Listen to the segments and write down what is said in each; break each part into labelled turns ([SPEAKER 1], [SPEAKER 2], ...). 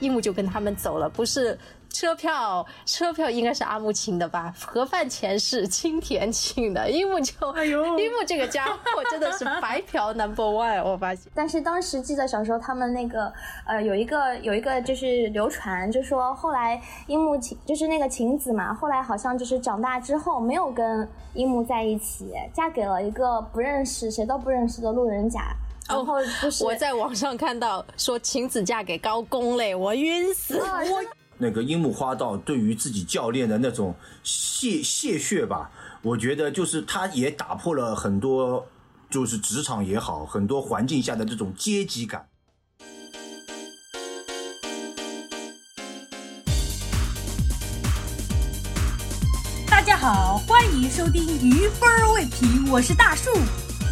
[SPEAKER 1] 一木就跟他们走了，不是。车票，车票应该是阿木请的吧？盒饭钱是青田请的，樱木就，
[SPEAKER 2] 哎呦，
[SPEAKER 1] 樱木这个家伙真的是白嫖 number one，我发现。
[SPEAKER 3] 但是当时记得小时候他们那个，呃，有一个有一个就是流传，就说后来樱木晴就是那个晴子嘛，后来好像就是长大之后没有跟樱木在一起，嫁给了一个不认识、谁都不认识的路人甲。然后就是、
[SPEAKER 1] 哦、我在网上看到说晴子嫁给高公嘞，我晕死我。
[SPEAKER 3] 哦
[SPEAKER 2] 那个樱木花道对于自己教练的那种泄泄血吧，我觉得就是他也打破了很多，就是职场也好，很多环境下的这种阶级感。
[SPEAKER 4] 大家好，欢迎收听鱼分儿未评，我是大树，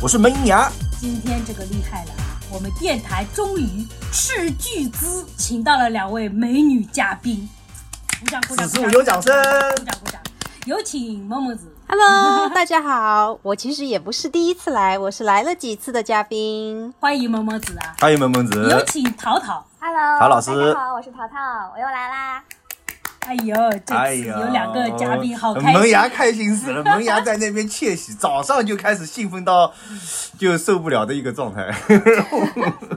[SPEAKER 2] 我是门牙。
[SPEAKER 4] 今天这个厉害了。我们电台终于斥巨资请到了两位美女嘉宾，鼓掌鼓掌！
[SPEAKER 2] 此处有掌声，
[SPEAKER 4] 鼓掌鼓掌！有请萌萌子。
[SPEAKER 5] Hello，大家好，我其实也不是第一次来，我是来了几次的嘉宾。
[SPEAKER 4] 欢迎萌萌子啊！
[SPEAKER 2] 欢迎哎萌萌子。
[SPEAKER 4] 有请淘淘。
[SPEAKER 3] Hello，
[SPEAKER 2] 陶老师，大
[SPEAKER 3] 家好，我是淘淘，我又来啦。
[SPEAKER 4] 哎呦，这次有两个嘉宾，好开啊
[SPEAKER 2] 心！萌芽开心死了，萌芽在那边窃喜，早上就开始兴奋到就受不了的一个状 态。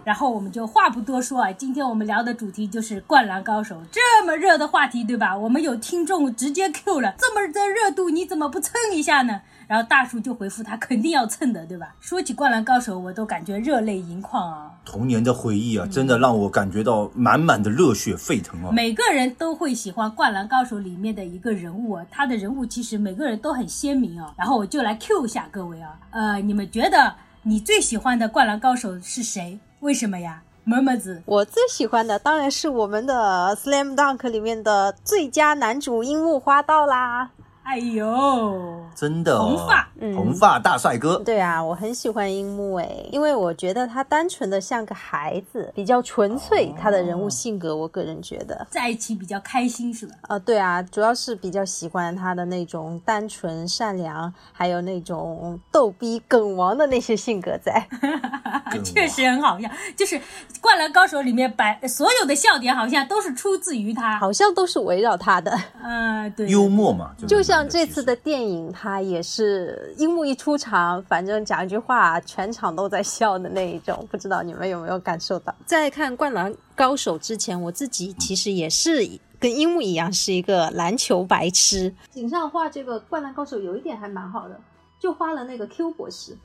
[SPEAKER 4] 然后我们就话不多说啊，今天我们聊的主题就是《灌篮高手》这么热的话题，对吧？我们有听众直接 Q 了，这么的热度你怎么不蹭一下呢？然后大叔就回复他肯定要蹭的，对吧？说起《灌篮高手》，我都感觉热泪盈眶啊！
[SPEAKER 2] 童年的回忆啊，真的让我感觉到满满的热血沸腾啊！
[SPEAKER 4] 每个人都会喜欢《灌篮高手》里面的一个人物啊，他的人物其实每个人都很鲜明啊。然后我就来 Q 一下各位啊，呃，你们觉得你最喜欢的《灌篮高手》是谁？为什么呀？萌萌子，
[SPEAKER 5] 我最喜欢的当然是我们的《Slam Dunk》里面的最佳男主樱木花道啦！
[SPEAKER 4] 哎呦，
[SPEAKER 2] 真的、
[SPEAKER 4] 哦，红发，
[SPEAKER 5] 嗯、
[SPEAKER 2] 红发大帅哥。
[SPEAKER 5] 对啊，我很喜欢樱木诶，因为我觉得他单纯的像个孩子，比较纯粹，哦、他的人物性格，我个人觉得
[SPEAKER 4] 在一起比较开心，是吧？
[SPEAKER 5] 呃，对啊，主要是比较喜欢他的那种单纯、善良，还有那种逗逼、梗王的那些性格在。
[SPEAKER 4] 啊
[SPEAKER 2] 嗯
[SPEAKER 4] 确实很好笑，就是《灌篮高手》里面百所有的笑点好像都是出自于他，
[SPEAKER 5] 好像都是围绕他的。
[SPEAKER 4] 嗯、呃，对，
[SPEAKER 2] 幽默嘛，
[SPEAKER 5] 就像这次的电影，他也是樱木一出场，反正讲一句话，全场都在笑的那一种。不知道你们有没有感受到？
[SPEAKER 1] 在看《灌篮高手》之前，我自己其实也是。跟樱木一样是一个篮球白痴。
[SPEAKER 6] 井上画这个《灌篮高手》有一点还蛮好的，就画了那个 Q 博士。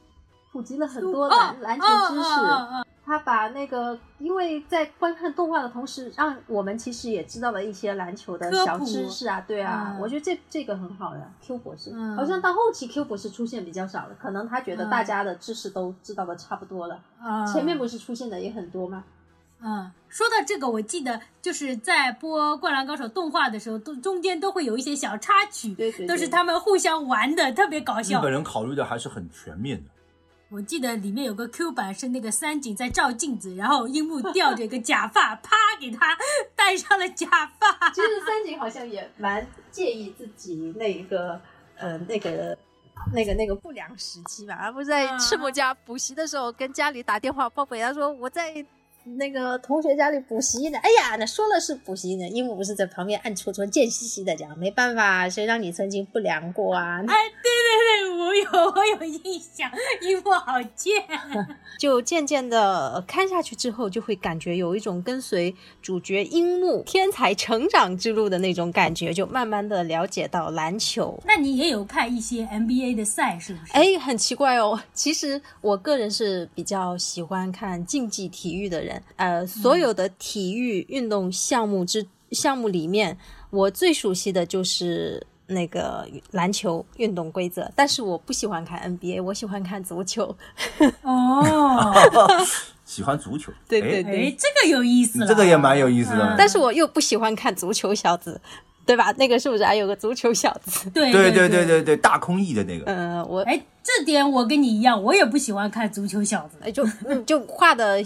[SPEAKER 6] 普及了很
[SPEAKER 1] 哦
[SPEAKER 6] 多
[SPEAKER 4] 哦
[SPEAKER 6] 篮篮球知识，他把那个，因为在观看动画的同时，让我们其实也知道了一些篮球的小知识啊，对啊，
[SPEAKER 4] 嗯
[SPEAKER 6] 我觉得这这个很好呀。Q 博士好像到后期 Q 博士出现比较少了，可能他觉
[SPEAKER 4] 嗯
[SPEAKER 6] 得大家的知识都知道的差不多了。前面不是出现的也很多吗？
[SPEAKER 4] 嗯，哦说到这个，我记得就是在播《灌篮高手》动画的时候，都中间都会有一些小插曲，
[SPEAKER 6] 对对，
[SPEAKER 4] 都是他们互相玩的，特别搞笑。
[SPEAKER 2] 日本人考虑的还是很全面的。
[SPEAKER 4] 我记得里面有个 Q 版是那个三井在照镜子，然后樱木吊着一个假发，啪给他戴上了假发。
[SPEAKER 6] 其实三井好像也蛮介意自己那个呃那个
[SPEAKER 1] 那个那个不良时期吧，而不是在赤木家补习的时候跟家里打电话报备，他说我在那个同学家里补习呢。哎呀，那说了是补习呢，樱木不是在旁边暗戳戳、贱兮兮的讲，没办法，谁让你曾经不良过啊？
[SPEAKER 4] 哎，对。我有 我有印象，樱木好贱。
[SPEAKER 1] 就渐渐的看下去之后，就会感觉有一种跟随主角樱木天才成长之路的那种感觉，就慢慢的了解到篮球。
[SPEAKER 4] 那你也有看一些 NBA 的赛是不是？
[SPEAKER 1] 哎，很奇怪哦。 其实我个人是比较喜欢看竞技体育的人，呃，所有的体育运动项目之项目里面，我最熟悉的就是。那个篮球运动规则，但是我不喜欢看 NBA，我喜欢看足球。
[SPEAKER 4] 哦，
[SPEAKER 2] 喜欢足球，
[SPEAKER 1] 对对对，
[SPEAKER 4] 这个有意思了，
[SPEAKER 2] 这个也蛮有意思的。嗯、
[SPEAKER 1] 但是我又不喜欢看足球小子，对吧？ 那个是不是还有个足球小子？
[SPEAKER 4] 对
[SPEAKER 2] 对
[SPEAKER 4] 对
[SPEAKER 2] 对对对，大空翼的那个。
[SPEAKER 1] 嗯、呃，我
[SPEAKER 4] 哎，这点我跟你一样，我也不喜欢看足球小子，
[SPEAKER 1] 哎，就就画的。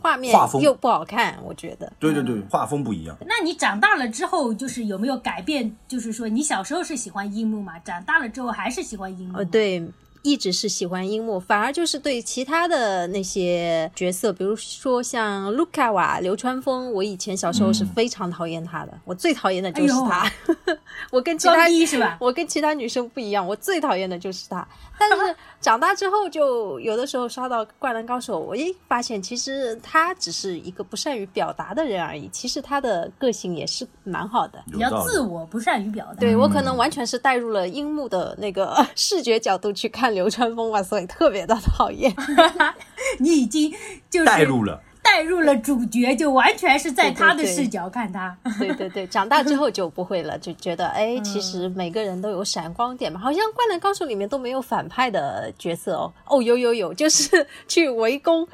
[SPEAKER 1] 画面
[SPEAKER 2] 画风
[SPEAKER 1] 又不好看，我觉得。
[SPEAKER 2] 对对对，画风不一样。
[SPEAKER 4] 那你长大了之后，就是有没
[SPEAKER 2] 哦
[SPEAKER 4] 有改变？就是说，你小时候是喜欢樱木嘛？长大了之后还是喜欢樱木？
[SPEAKER 1] 呃，对，一直是喜欢樱木，反而就是对其他的那些角色，比如说像卢卡瓦、流川枫，我以前小时候
[SPEAKER 4] 嗯
[SPEAKER 1] 是非常讨厌他的，我最讨厌的就是他。 我跟其他
[SPEAKER 4] 哎装逼是吧
[SPEAKER 1] 我跟其他女生不一样，我最讨厌的就是他。但是长大之后，就有的时候刷到《灌篮高手》，我一发现其实他只是一个不善于表达的人而已，其实他的个性也是蛮好的。
[SPEAKER 2] 有
[SPEAKER 4] 比较
[SPEAKER 2] 道理
[SPEAKER 4] 自我，不善于表达。
[SPEAKER 1] 对我可能完全是带入了樱木的那个 视觉角度去看流川枫吧，所以特别的讨厌。
[SPEAKER 4] 你已经就是
[SPEAKER 2] 带入了。
[SPEAKER 4] 带入了主角，就完全是在
[SPEAKER 1] 对对
[SPEAKER 4] 他的
[SPEAKER 1] 对
[SPEAKER 4] 视角 看他。
[SPEAKER 1] 对对对，长大之后就不会了，就觉得哎，其实每个人都有闪光点嘛。好像《灌篮高手》里面都没有反派的角色哦。哦，有有有，就是 去围攻，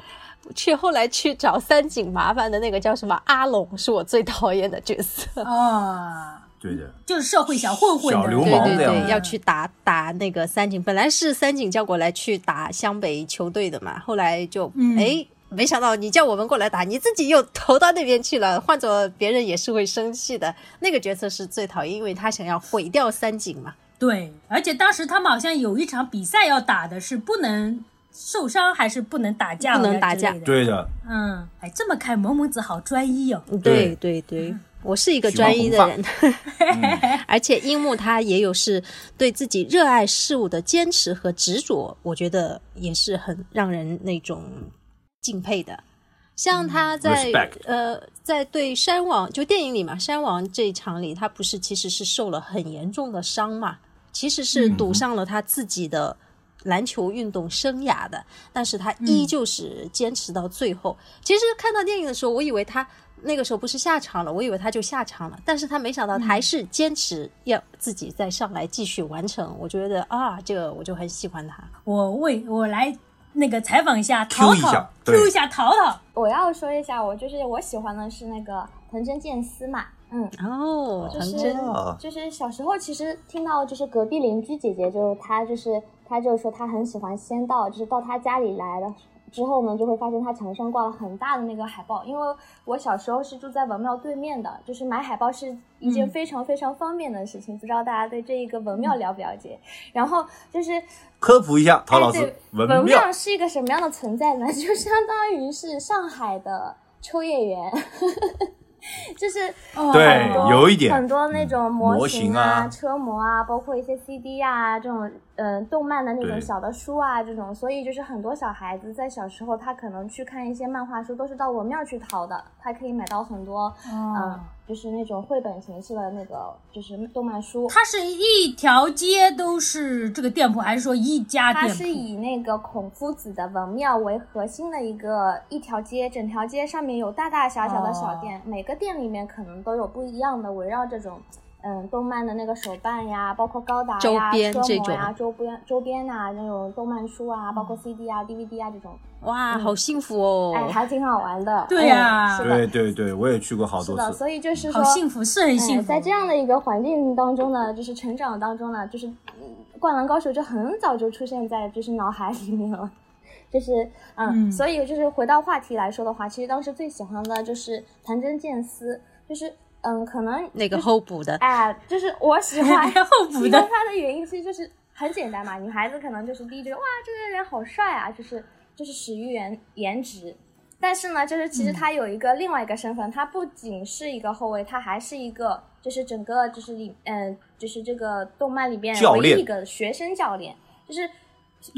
[SPEAKER 1] 去后来去找三井麻烦的那个叫什么阿龙，是我最讨厌的角色。
[SPEAKER 4] 啊，
[SPEAKER 2] 对的，
[SPEAKER 4] 就是社会小混混的
[SPEAKER 2] 小流
[SPEAKER 1] 对
[SPEAKER 2] 氓
[SPEAKER 1] 对
[SPEAKER 2] 这样
[SPEAKER 1] 对，
[SPEAKER 2] 子
[SPEAKER 1] 要去打打那个三井，本来是三井叫过来去打湘北球队的嘛，后来就哎、
[SPEAKER 4] 嗯
[SPEAKER 1] 诶没想到你叫我们过来打，你自己又投到那边去了，换做别人也是会生气的。那个角色是最讨厌，因为他想要毁掉三井嘛。
[SPEAKER 4] 对，而且当时他们好像有一场比赛要打的是不能受伤，还是不能打架，
[SPEAKER 1] 不能打架。
[SPEAKER 2] 对的，
[SPEAKER 4] 嗯，哎，这么看萌萌子好专一哦。
[SPEAKER 2] 对
[SPEAKER 1] 对对，我是一个
[SPEAKER 2] 喜欢
[SPEAKER 1] 专一的
[SPEAKER 2] 红
[SPEAKER 1] 人， 而且樱木他也有是对自己热爱事物的坚持和执着，我觉得也是很让人那种敬佩的。像他在、
[SPEAKER 2] respect
[SPEAKER 1] 呃，在对山王就电影里嘛，山王这一场里，他不是其实是受了很严重的伤嘛，其实是赌上了他自己的篮球运动生涯的，但是他依旧是坚持到最后。其实看到电影的时候，我以为他那个时候不是下场了，我以为他就下场了，但是他没想到他还是坚持要自己再上来继续完成。我觉得啊，这个我就很喜欢他。
[SPEAKER 4] 我为我来那个采访一下淘
[SPEAKER 2] Q 一
[SPEAKER 4] 淘
[SPEAKER 2] 下
[SPEAKER 4] ，Q
[SPEAKER 2] 对
[SPEAKER 4] 一下淘淘。
[SPEAKER 3] 我要说一下，我就是我喜欢的是那个藤真剑司嘛，嗯，
[SPEAKER 1] 哦，
[SPEAKER 3] 就
[SPEAKER 1] 藤
[SPEAKER 3] 是
[SPEAKER 1] 真，
[SPEAKER 2] 啊
[SPEAKER 3] 就是小时候其实听到就是隔壁邻居姐姐，就是她就是她就说她很喜欢仙道，就是到她家里来了。之后呢，就会发现她墙上挂了很大的那个海报，因为我小时候是住在文庙对面的，就是买海报是一件
[SPEAKER 4] 嗯
[SPEAKER 3] 非常非常方便的事情。不知道大家对这一个文
[SPEAKER 2] 嗯
[SPEAKER 3] 庙了不了解？然后就是
[SPEAKER 2] 科普一下，陶老
[SPEAKER 3] 哎
[SPEAKER 2] 师
[SPEAKER 3] 对，
[SPEAKER 2] 文
[SPEAKER 3] 文
[SPEAKER 2] 庙
[SPEAKER 3] 庙是一个什么样的存在呢？ 就相当于是上海的秋叶原， 就是
[SPEAKER 4] 哦
[SPEAKER 2] 对
[SPEAKER 3] 很多
[SPEAKER 2] 有一点
[SPEAKER 3] 很多那种模型
[SPEAKER 2] 模型啊
[SPEAKER 3] 车模啊，包括一些 CD 啊，这种呃动漫的那种
[SPEAKER 2] 对
[SPEAKER 3] 小的书啊，这种，所以就是很多小孩子在小时候，他可能去看一些漫画书，都是到文庙去淘的，他可以买到很多嗯、
[SPEAKER 4] 哦
[SPEAKER 3] 呃就是那种绘本形式的那个就是动漫书。
[SPEAKER 4] 它是一条街都是这个店铺，还是说一家
[SPEAKER 3] 它
[SPEAKER 4] 店
[SPEAKER 3] 是
[SPEAKER 4] 铺？
[SPEAKER 3] 以那个孔夫子的文庙为核心的一个一条街，整条街上面有大大小小的小店，每个店里面可能都有不一样的围绕这种。嗯，动漫的那个手办呀，包括高达呀、
[SPEAKER 1] 周边
[SPEAKER 3] 车
[SPEAKER 1] 这
[SPEAKER 3] 模
[SPEAKER 1] 种
[SPEAKER 3] 呀、周边周边呐、那种动漫书啊，包括 CD 啊、DVD 啊这种，
[SPEAKER 1] 哇，
[SPEAKER 3] 嗯
[SPEAKER 1] 好幸福哦！
[SPEAKER 3] 哎，还挺好玩的。
[SPEAKER 4] 对
[SPEAKER 3] 嗯
[SPEAKER 4] 呀
[SPEAKER 3] 是
[SPEAKER 2] 对
[SPEAKER 3] 的，
[SPEAKER 2] 对对，我也去过好
[SPEAKER 3] 是
[SPEAKER 2] 多
[SPEAKER 3] 的，
[SPEAKER 2] 次。
[SPEAKER 3] 所以就是说，
[SPEAKER 4] 好幸福，是很幸
[SPEAKER 3] 哎
[SPEAKER 4] 福。
[SPEAKER 3] 在这样的一个环境当中呢，就是成长当中呢，就是《嗯灌篮高手》就很早就出现在就是脑海里面了。 就是嗯，
[SPEAKER 4] 嗯
[SPEAKER 3] 所以就是回到话题来说的话，其实当时最喜欢的就是藤真健司，就是嗯，可能
[SPEAKER 1] 那个
[SPEAKER 3] 就是
[SPEAKER 1] 候补的，
[SPEAKER 3] 哎，就是我喜 欢
[SPEAKER 4] 候补的
[SPEAKER 3] 喜欢他的原因其实就是很简单嘛，女孩子可能就是第一觉得哇，这个人好帅啊，就是就是始于颜颜值。但是呢，就是
[SPEAKER 2] 嗯
[SPEAKER 3] 其实他有一个另外一个身份，他不仅是一个后卫，他还是一个就是整个就是里嗯、就是这个动漫里边
[SPEAKER 2] 教
[SPEAKER 3] 唯
[SPEAKER 2] 练嗯
[SPEAKER 3] 一一个学生教练，就是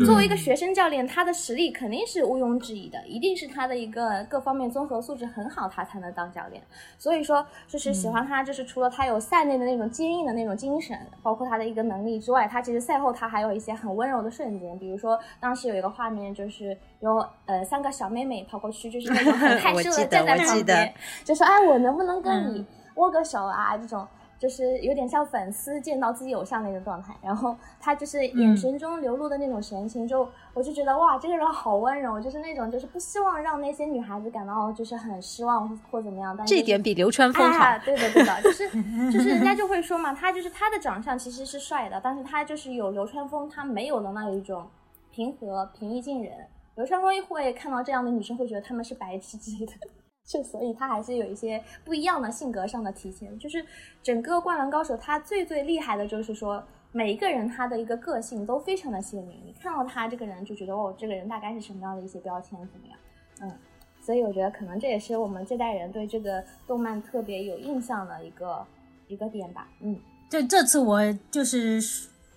[SPEAKER 3] 作为一个学生教练，他的实力肯定是毋庸置疑的，一定是他的一个各方面综合素质很好，他才能当教练。所以说，就是
[SPEAKER 1] 嗯
[SPEAKER 3] 喜欢他，就是除了他有赛内的那种坚硬的那种精神，包括他的一个能力之外，他其实赛后他还有一些很温柔的瞬间，比如说当时有一个画面，就是有呃三个小妹妹跑过去，就是那种 很害
[SPEAKER 1] 我
[SPEAKER 3] 羞
[SPEAKER 1] 记
[SPEAKER 3] 的
[SPEAKER 1] 得
[SPEAKER 3] 站在
[SPEAKER 1] 我
[SPEAKER 3] 旁
[SPEAKER 1] 记得嗯
[SPEAKER 3] 边，就说哎，我能不能跟你握个手啊？这种。就是有点像粉丝见到自己偶像那种状态，然后他就是
[SPEAKER 1] 嗯
[SPEAKER 3] 眼神中流露的那种神情，就我就觉得哇，这个人好温柔，就是那种就是不希望让那些女孩子感到就是很失望或或怎么样，但是
[SPEAKER 1] 这
[SPEAKER 3] 就是
[SPEAKER 1] 点比流川枫好。
[SPEAKER 3] 啊。对的，对的，就是就是人家就会说嘛，他就是他的长相其实是帅的，但是他就是有流川枫他没有的那一种平和、平易近人。流川枫会看到这样的女生，会觉得她们是白痴之类的。 就所以他还是有一些不一样的性格上的体现。就是整个《灌篮高手》，他最最厉害的就是说，每一个人他的一个个性都非常的鲜明，你看到他这个人就觉得哦，这个人大概是什么样的一些标签怎么样，嗯，所以我觉得可能这也是我们这代人对这个动漫特别有印象的一个一个点吧，嗯，
[SPEAKER 4] 这这次我就是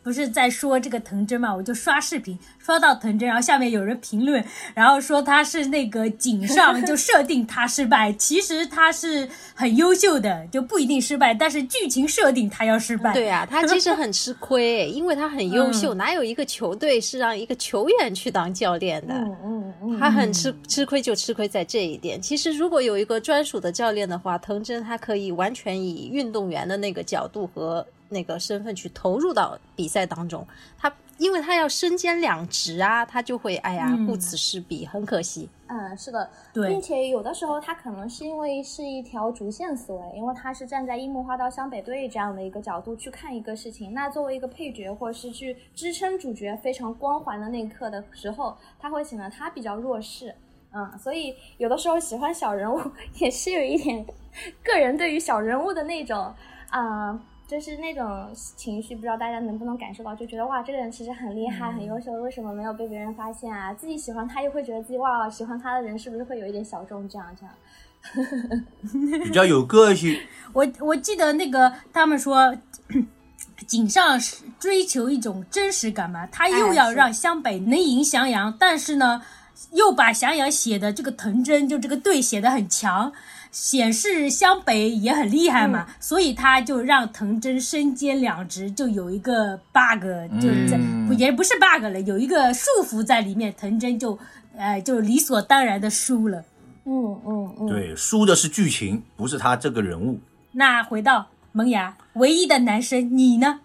[SPEAKER 4] 不是在说这个藤真嘛，我就刷视频刷到藤真，然后下面有人评论，然后说他是那个井上就设定他失败，其实他是很优秀的，就不一定失败，但是剧情设定他要失败。
[SPEAKER 1] 对啊，他其实很吃亏，因为他很优秀，
[SPEAKER 3] 嗯
[SPEAKER 1] 哪有一个球队是让一个球员去当教练的？
[SPEAKER 3] 嗯嗯嗯，
[SPEAKER 1] 他很吃吃亏，就吃亏在这一点。其实如果有一个专属的教练的话，藤真他可以完全以运动员的那个角度和那个身份去投入到比赛当中。他因为他要身兼两职啊，他就会哎呀
[SPEAKER 4] 嗯
[SPEAKER 1] 顾此失彼，很可惜。
[SPEAKER 3] 嗯，是的，
[SPEAKER 4] 对
[SPEAKER 3] 并且有的时候他可能是因为是一条主线思维，因为他是站在樱木花道湘北队这样的一个角度去看一个事情。那作为一个配角，或者是去支撑主角非常光环的那一刻的时候，他会显得他比较弱势。嗯，所以有的时候喜欢小人物 也是有一点 个人对于小人物的那种，啊、就是那种情绪，不知道大家能不能感受到，就觉得哇，这个人其实很厉害、很优秀，为什么没有被别人发现啊？自己喜欢他，又会觉得自己哇，喜欢他的人是不是会有一点小众？这样这样，
[SPEAKER 2] 比较有个性。
[SPEAKER 4] 我我记得那个他们说，井上是追求一种真实感嘛，他又要让湘北能赢翔阳，但是呢，又把翔阳写的这个藤真就这个队写的很强。显示湘北也很厉害嘛，所以他就让藤真身兼两职，就有一个 bug，就是在、
[SPEAKER 2] 嗯
[SPEAKER 4] 不也不是 bug 了，有一个束缚在里面，藤真就呃就理所当然的输了。
[SPEAKER 3] 嗯嗯嗯，
[SPEAKER 2] 对，输的是剧情，不是他这个人物。
[SPEAKER 4] 那回到萌芽，唯一的男生，你呢？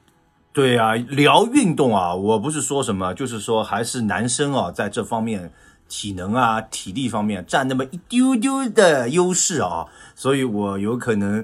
[SPEAKER 2] 对啊，聊运动啊，我不是说什么，就是说还是男生啊，在这方面体能啊、体力方面占那么一丢丢的优势啊，所以我有可能，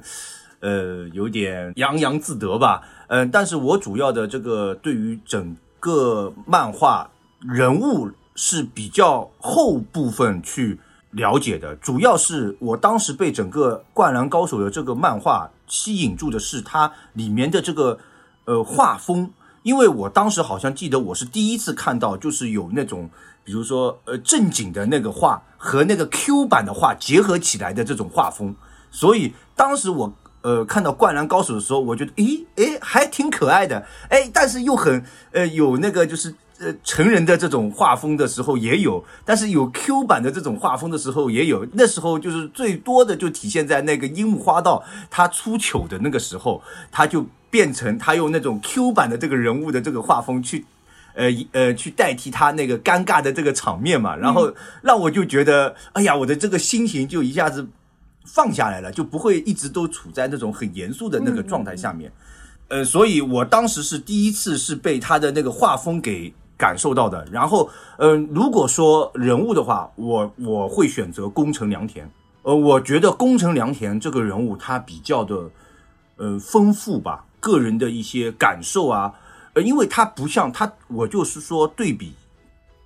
[SPEAKER 2] 呃，有点洋洋自得吧。嗯、但是我主要的这个对于整个漫画人物是比较后部分去了解的，主要是我当时被整个《灌篮高手》的这个漫画吸引住的是它里面的这个呃画风，因为我当时好像记得我是第一次看到，就是有那种比如说呃正经的那个画和那个 Q 版的画结合起来的这种画风，所以当时我呃看到《灌篮高手》的时候，我觉得咦诶还挺可爱的，诶，但是又很呃有那个就是。呃，成人的这种画风的时候也有，但是有 Q 版的这种画风的时候也有。那时候就是最多的就体现在那个樱木花道他出糗的那个时候，他就变成他用那种 Q 版的这个人物的这个画风去呃一呃去代替他那个尴尬的这个场面嘛，然后让我就觉得，哎呀，我的这个心情就一下子放下来了，就不会一直都处在那种很严肃的那个状态下面。呃，所以我当时是第一次是被他的那个画风给感受到的。然后，嗯、如果说人物的话，我我会选择宫城良田。呃，我觉得宫城良田这个人物他比较的呃丰富吧，个人的一些感受啊，呃，因为他不像他，我就是说对比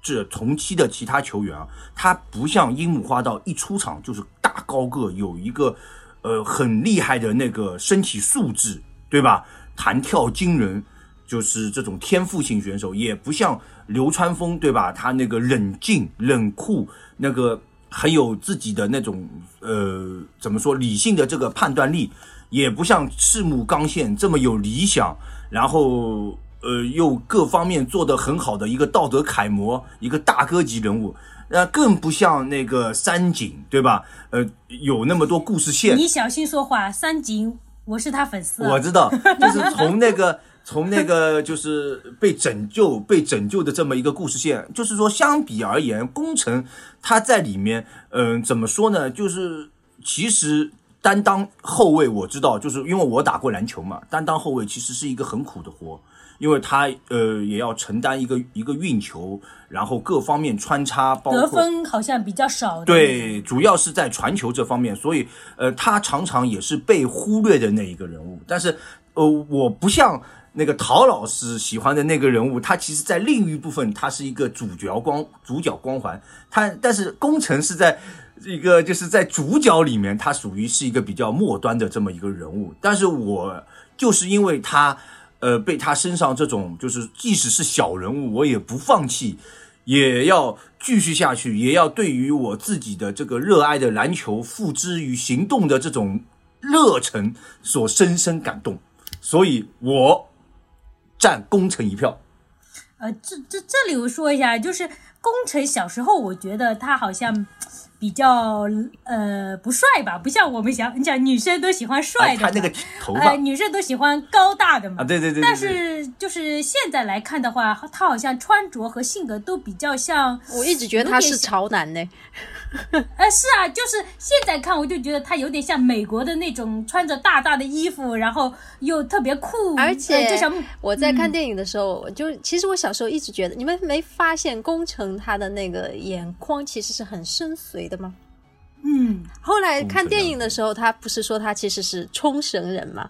[SPEAKER 2] 这同期的其他球员啊，他不像樱木花道一出场就是大高个，有一个呃很厉害的那个身体素质，对吧？弹跳惊人，就是这种天赋型选手，也不像流川枫，对吧？他那个冷静、冷酷，那个很有自己的那种呃怎么说理性的这个判断力，也不像赤木刚宪这么有理想，然后呃又各方面做得很好的一个道德楷模，一个大哥级人物。那更不像那个三井，对吧？呃，有那么多故事线，
[SPEAKER 4] 你小心说话，三井，我是他粉丝啊、
[SPEAKER 2] 我知道， 就是从那个从那个就是被拯救被拯救的这么一个故事线，就是说相比而言，宫城他在里面，嗯、怎么说呢？就是其实担当后卫，我知道，就是因为我打过篮球嘛，担当后卫其实是一个很苦的活。因为他呃也要承担一个一个运球，然后各方面穿插，包括
[SPEAKER 4] 得分好像比较少的。，
[SPEAKER 2] 对，主要是在传球这方面，所以呃，他常常也是被忽略的那一个人物。但是呃，我不像那个陶老师喜欢的那个人物，他其实在另一部分他是一个主角光主角光环，他但是工程是在。一个就是在主角里面，他属于是一个比较末端的这么一个人物，但是我就是因为他，呃，被他身上这种就是即使是小人物，我也不放弃，也要继续下去，也要对于我自己的这个热爱的篮球付之于行动的这种热忱所深深感动，所以我占功臣一票。
[SPEAKER 4] 呃，这这这里我说一下，就是宫城小时候，我觉得他好像比较呃不帅吧，不像我们想你想女生都喜欢帅
[SPEAKER 2] 哎，
[SPEAKER 4] 的嘛，
[SPEAKER 2] 他那个头发
[SPEAKER 4] 呃女生都喜欢高大的嘛。
[SPEAKER 2] 啊，对对对，对
[SPEAKER 4] 但
[SPEAKER 2] 对
[SPEAKER 4] 是就是现在来看的话，他好像穿着和性格都比较像，
[SPEAKER 1] 我一直觉得他是潮男呢，
[SPEAKER 4] 呃，是啊，就是现在看我就觉得他有点像美国的那种穿着大大的衣服，然后又特别酷，
[SPEAKER 1] 而且
[SPEAKER 4] 呃就像
[SPEAKER 1] 我在看电影的时候，我就其实我小时候一直觉得，你们没发现宫城他的那个眼眶其实是很深邃的吗？
[SPEAKER 4] 嗯，
[SPEAKER 1] 后来看
[SPEAKER 2] 宫城
[SPEAKER 1] 电影的时候，他不是说他其实是冲绳人吗？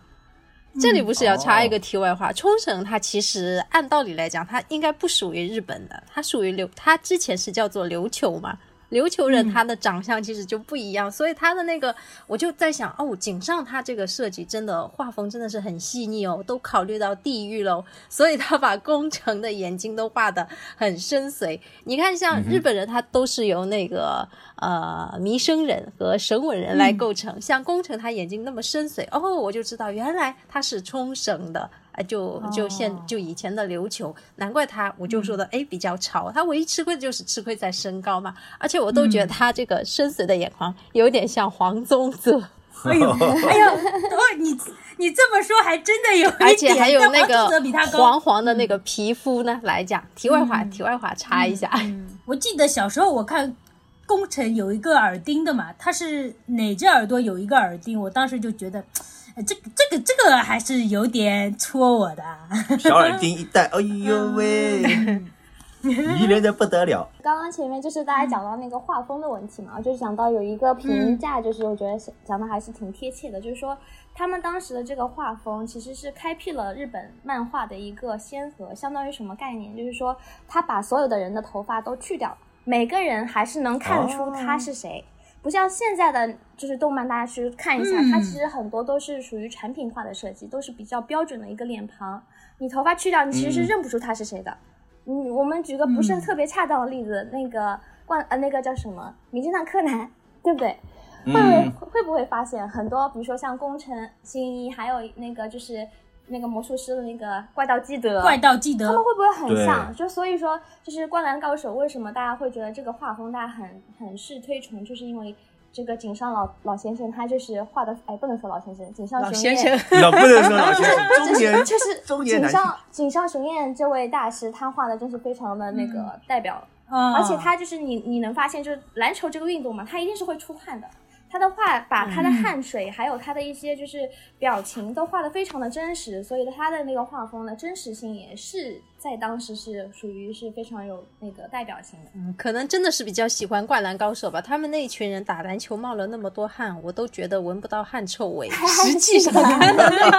[SPEAKER 1] 这里不是要插一个题外话，冲绳它其实按道理来讲，它应该不属于日本的，它属于琉，它之前是叫做琉球嘛。琉球人他的长相其实就不一样，所以他的那个我就在想，哦，井上他这个设计真的画风真的是很细腻哦，都考虑到地域喽，所以他把宫城的眼睛都画的很深邃。你看，像日本人他都是由那个、呃弥生人和神吻人来构成，
[SPEAKER 4] 嗯
[SPEAKER 1] 像宫城他眼睛那么深邃，哦，我就知道原来他是冲绳的。啊，就
[SPEAKER 4] 哦
[SPEAKER 1] 就现就以前的琉球，难怪他，我就说
[SPEAKER 4] 嗯
[SPEAKER 1] 的，哎，比较潮。他唯一吃亏的就是吃亏在身高嘛，而且我都
[SPEAKER 4] 嗯
[SPEAKER 1] 觉得他这个深邃的眼眶有点像黄宗 泽，
[SPEAKER 4] 哎呦，哎呦，哦，你你这么说还真的有一点，
[SPEAKER 1] 而且还有
[SPEAKER 4] 但
[SPEAKER 1] 那
[SPEAKER 4] 王
[SPEAKER 1] 个
[SPEAKER 4] 祖泽比他高嗯
[SPEAKER 1] 黄。黄的那个皮肤呢。来讲，题外话，题外话插一下，
[SPEAKER 4] 我记得小时候我看宫城有一个耳钉的嘛，他是哪只耳朵有一个耳钉，我当时就觉得。呃这个这个这个还是有点戳我的啊，
[SPEAKER 2] 小耳钉一戴，哎呦
[SPEAKER 4] 嗯
[SPEAKER 2] 喂， 迷人的不得了。
[SPEAKER 3] 刚刚前面就是大家讲到那个画风的问题嘛，就是讲到有一个评价，就是我觉得讲的还是挺贴切的，就是说他们当时的这个画风其实是开辟了日本漫画的一个先河，相当于什么概念？就是说他把所有的人的头发都去掉了，每个人还是能看出他是谁。不像现在的就是动漫，大家去看一下，
[SPEAKER 4] 嗯
[SPEAKER 3] 它其实很多都是属于产品化的设计，都是比较标准的一个脸庞。你头发去掉，你其实是
[SPEAKER 2] 嗯
[SPEAKER 3] 认不出他是谁的。嗯，我们举个不是
[SPEAKER 4] 嗯
[SPEAKER 3] 特别恰当的例子，那个冠呃那个叫什么《名侦探柯南》，对不对？会不会、
[SPEAKER 2] 嗯，
[SPEAKER 3] 会不会发现很多，比如说像宫城新一，还有那个就是那个魔术师的那个怪盗基德，
[SPEAKER 4] 怪盗基
[SPEAKER 3] 他们
[SPEAKER 4] 德，
[SPEAKER 3] 会不会很
[SPEAKER 2] 对
[SPEAKER 3] 像？就所以说，就是《灌篮高手》为什么大家会觉得这个画风大家很很是推崇，就是因为这个井上老老先生他就是画的，哎，不能说老先生，井上
[SPEAKER 1] 老
[SPEAKER 3] 雄
[SPEAKER 1] 先
[SPEAKER 3] 彦
[SPEAKER 1] 生，
[SPEAKER 2] 老不能说老先生，中年
[SPEAKER 3] 就是
[SPEAKER 2] 中年
[SPEAKER 3] 井
[SPEAKER 2] 男性
[SPEAKER 3] 上井上雄彦这位大师，他画的真是非常的那个代表，
[SPEAKER 4] 嗯
[SPEAKER 3] 而且他就是你你能发现，就是篮球这个运动嘛，他一定是会出汗的。他的画把他的
[SPEAKER 2] 嗯
[SPEAKER 3] 汗水，还有他的一些就是表情都画的非常的真实，所以他的那个画风的真实性也是在当时是属于是非常有那个代表性 的。
[SPEAKER 1] 嗯可能真的是比较喜欢灌篮高手吧。他们那一群人打篮球冒了那么多汗，我都觉得闻不到汗臭味。实际上看的那个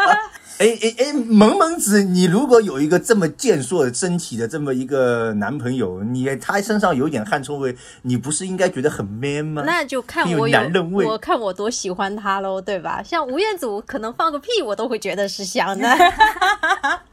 [SPEAKER 2] 哎哎哎，萌萌子，你如果有一个这么健硕的身体的这么一个男朋友，你他身上有一点汗臭味，你不是应该觉得很 man 吗？
[SPEAKER 1] 那就看我
[SPEAKER 2] 有男人味
[SPEAKER 1] 我看我多喜欢他喽，对吧？像吴彦祖可能放个屁，我都会觉得是香的。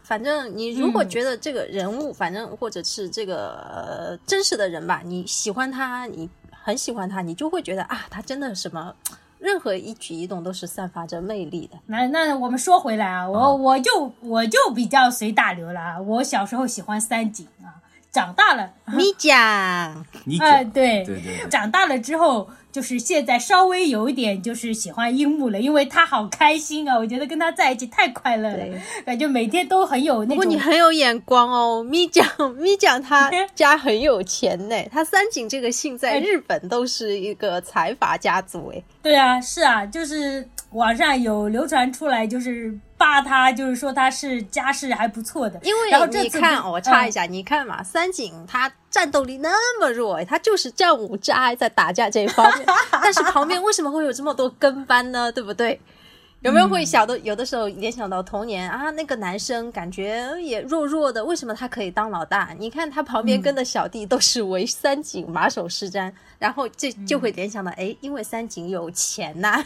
[SPEAKER 1] 反正你如果觉得这个人物，反正或者是这个呃真实的人吧，你喜欢他，你很喜欢他，你就会觉得啊，他真的什么，任何一举一动都是散发着魅力的。
[SPEAKER 4] 那那我们说回来啊，我、我就我就比较随大流了啊。我小时候喜欢三井啊，长大了，
[SPEAKER 1] 咪讲，
[SPEAKER 2] 你
[SPEAKER 4] 哎、
[SPEAKER 2] 讲，
[SPEAKER 4] 对
[SPEAKER 2] 对对对
[SPEAKER 4] 长大了之后，就是现在稍微有一点就是喜欢樱木了，因为他好开心啊，我觉得跟他在一起太快乐了
[SPEAKER 1] 对，
[SPEAKER 4] 感觉每天都很有那
[SPEAKER 1] 不过
[SPEAKER 4] 种
[SPEAKER 1] 你很有眼光哦，咪讲 咪讲他家很有钱呢，他三井这个姓在
[SPEAKER 4] 哎
[SPEAKER 1] 日本都是一个财阀家族哎。
[SPEAKER 4] 对啊，是啊，就是网上有流传出来，就是扒他，就是说他是家世还不错的，
[SPEAKER 1] 因
[SPEAKER 4] 然后
[SPEAKER 1] 为
[SPEAKER 4] 这
[SPEAKER 1] 你
[SPEAKER 4] 次
[SPEAKER 1] 看，哦
[SPEAKER 4] 不
[SPEAKER 1] 我插一
[SPEAKER 4] 嗯
[SPEAKER 1] 下，你看嘛，三井他战斗力那么弱，他就是战五渣在打架这一方面，但是旁边为什么会有这么多跟班呢？对不对？有没有
[SPEAKER 4] 嗯
[SPEAKER 1] 会小的有的时候联想到童年啊？那个男生感觉也弱弱的，为什么他可以当老大？你看他旁
[SPEAKER 4] 嗯
[SPEAKER 1] 边跟的小弟都是围三井马首是瞻，然后这就
[SPEAKER 4] 嗯
[SPEAKER 1] 会联想到，哎，因为三井有钱呐、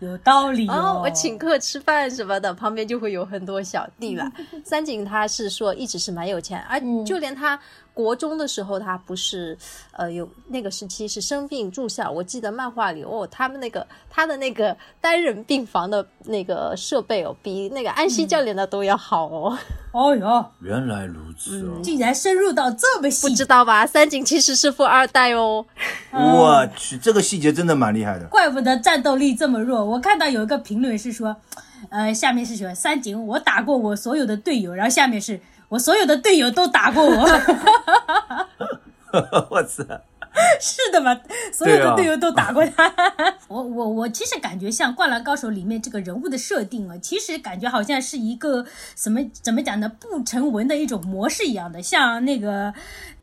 [SPEAKER 4] 有道理
[SPEAKER 1] 哦
[SPEAKER 4] 哦，，
[SPEAKER 1] 我请客吃饭什么的，旁边就会有很多小弟了。三井他是说一直是蛮有钱，而
[SPEAKER 3] 嗯
[SPEAKER 1] 就连他国中的时候，他不是呃有那个时期是生病住校，我记得漫画里哦，他们那个他的那个单人病房的那个设备哦，比那个安西教练的都要好哦，
[SPEAKER 4] 哦哟，
[SPEAKER 2] 原来如此哦！
[SPEAKER 4] 竟然深入到这么细
[SPEAKER 1] 不，知道吧？三井其实是富二代哦，
[SPEAKER 2] 我去，这个细节真的蛮厉害的。
[SPEAKER 4] 怪不得战斗力这么弱。我看到有一个评论是说，呃，下面是说三井，我打过我所有的队友，然后下面是我所有的队友都打过我，
[SPEAKER 2] 我操！
[SPEAKER 4] 是的嘛，所有
[SPEAKER 2] 对
[SPEAKER 4] 的
[SPEAKER 2] 啊
[SPEAKER 4] 队友都打过他。 我我我其实感觉像《灌篮高手》里面这个人物的设定啊，其实感觉好像是一个什么怎么讲呢，不成文的一种模式一样的，像那个。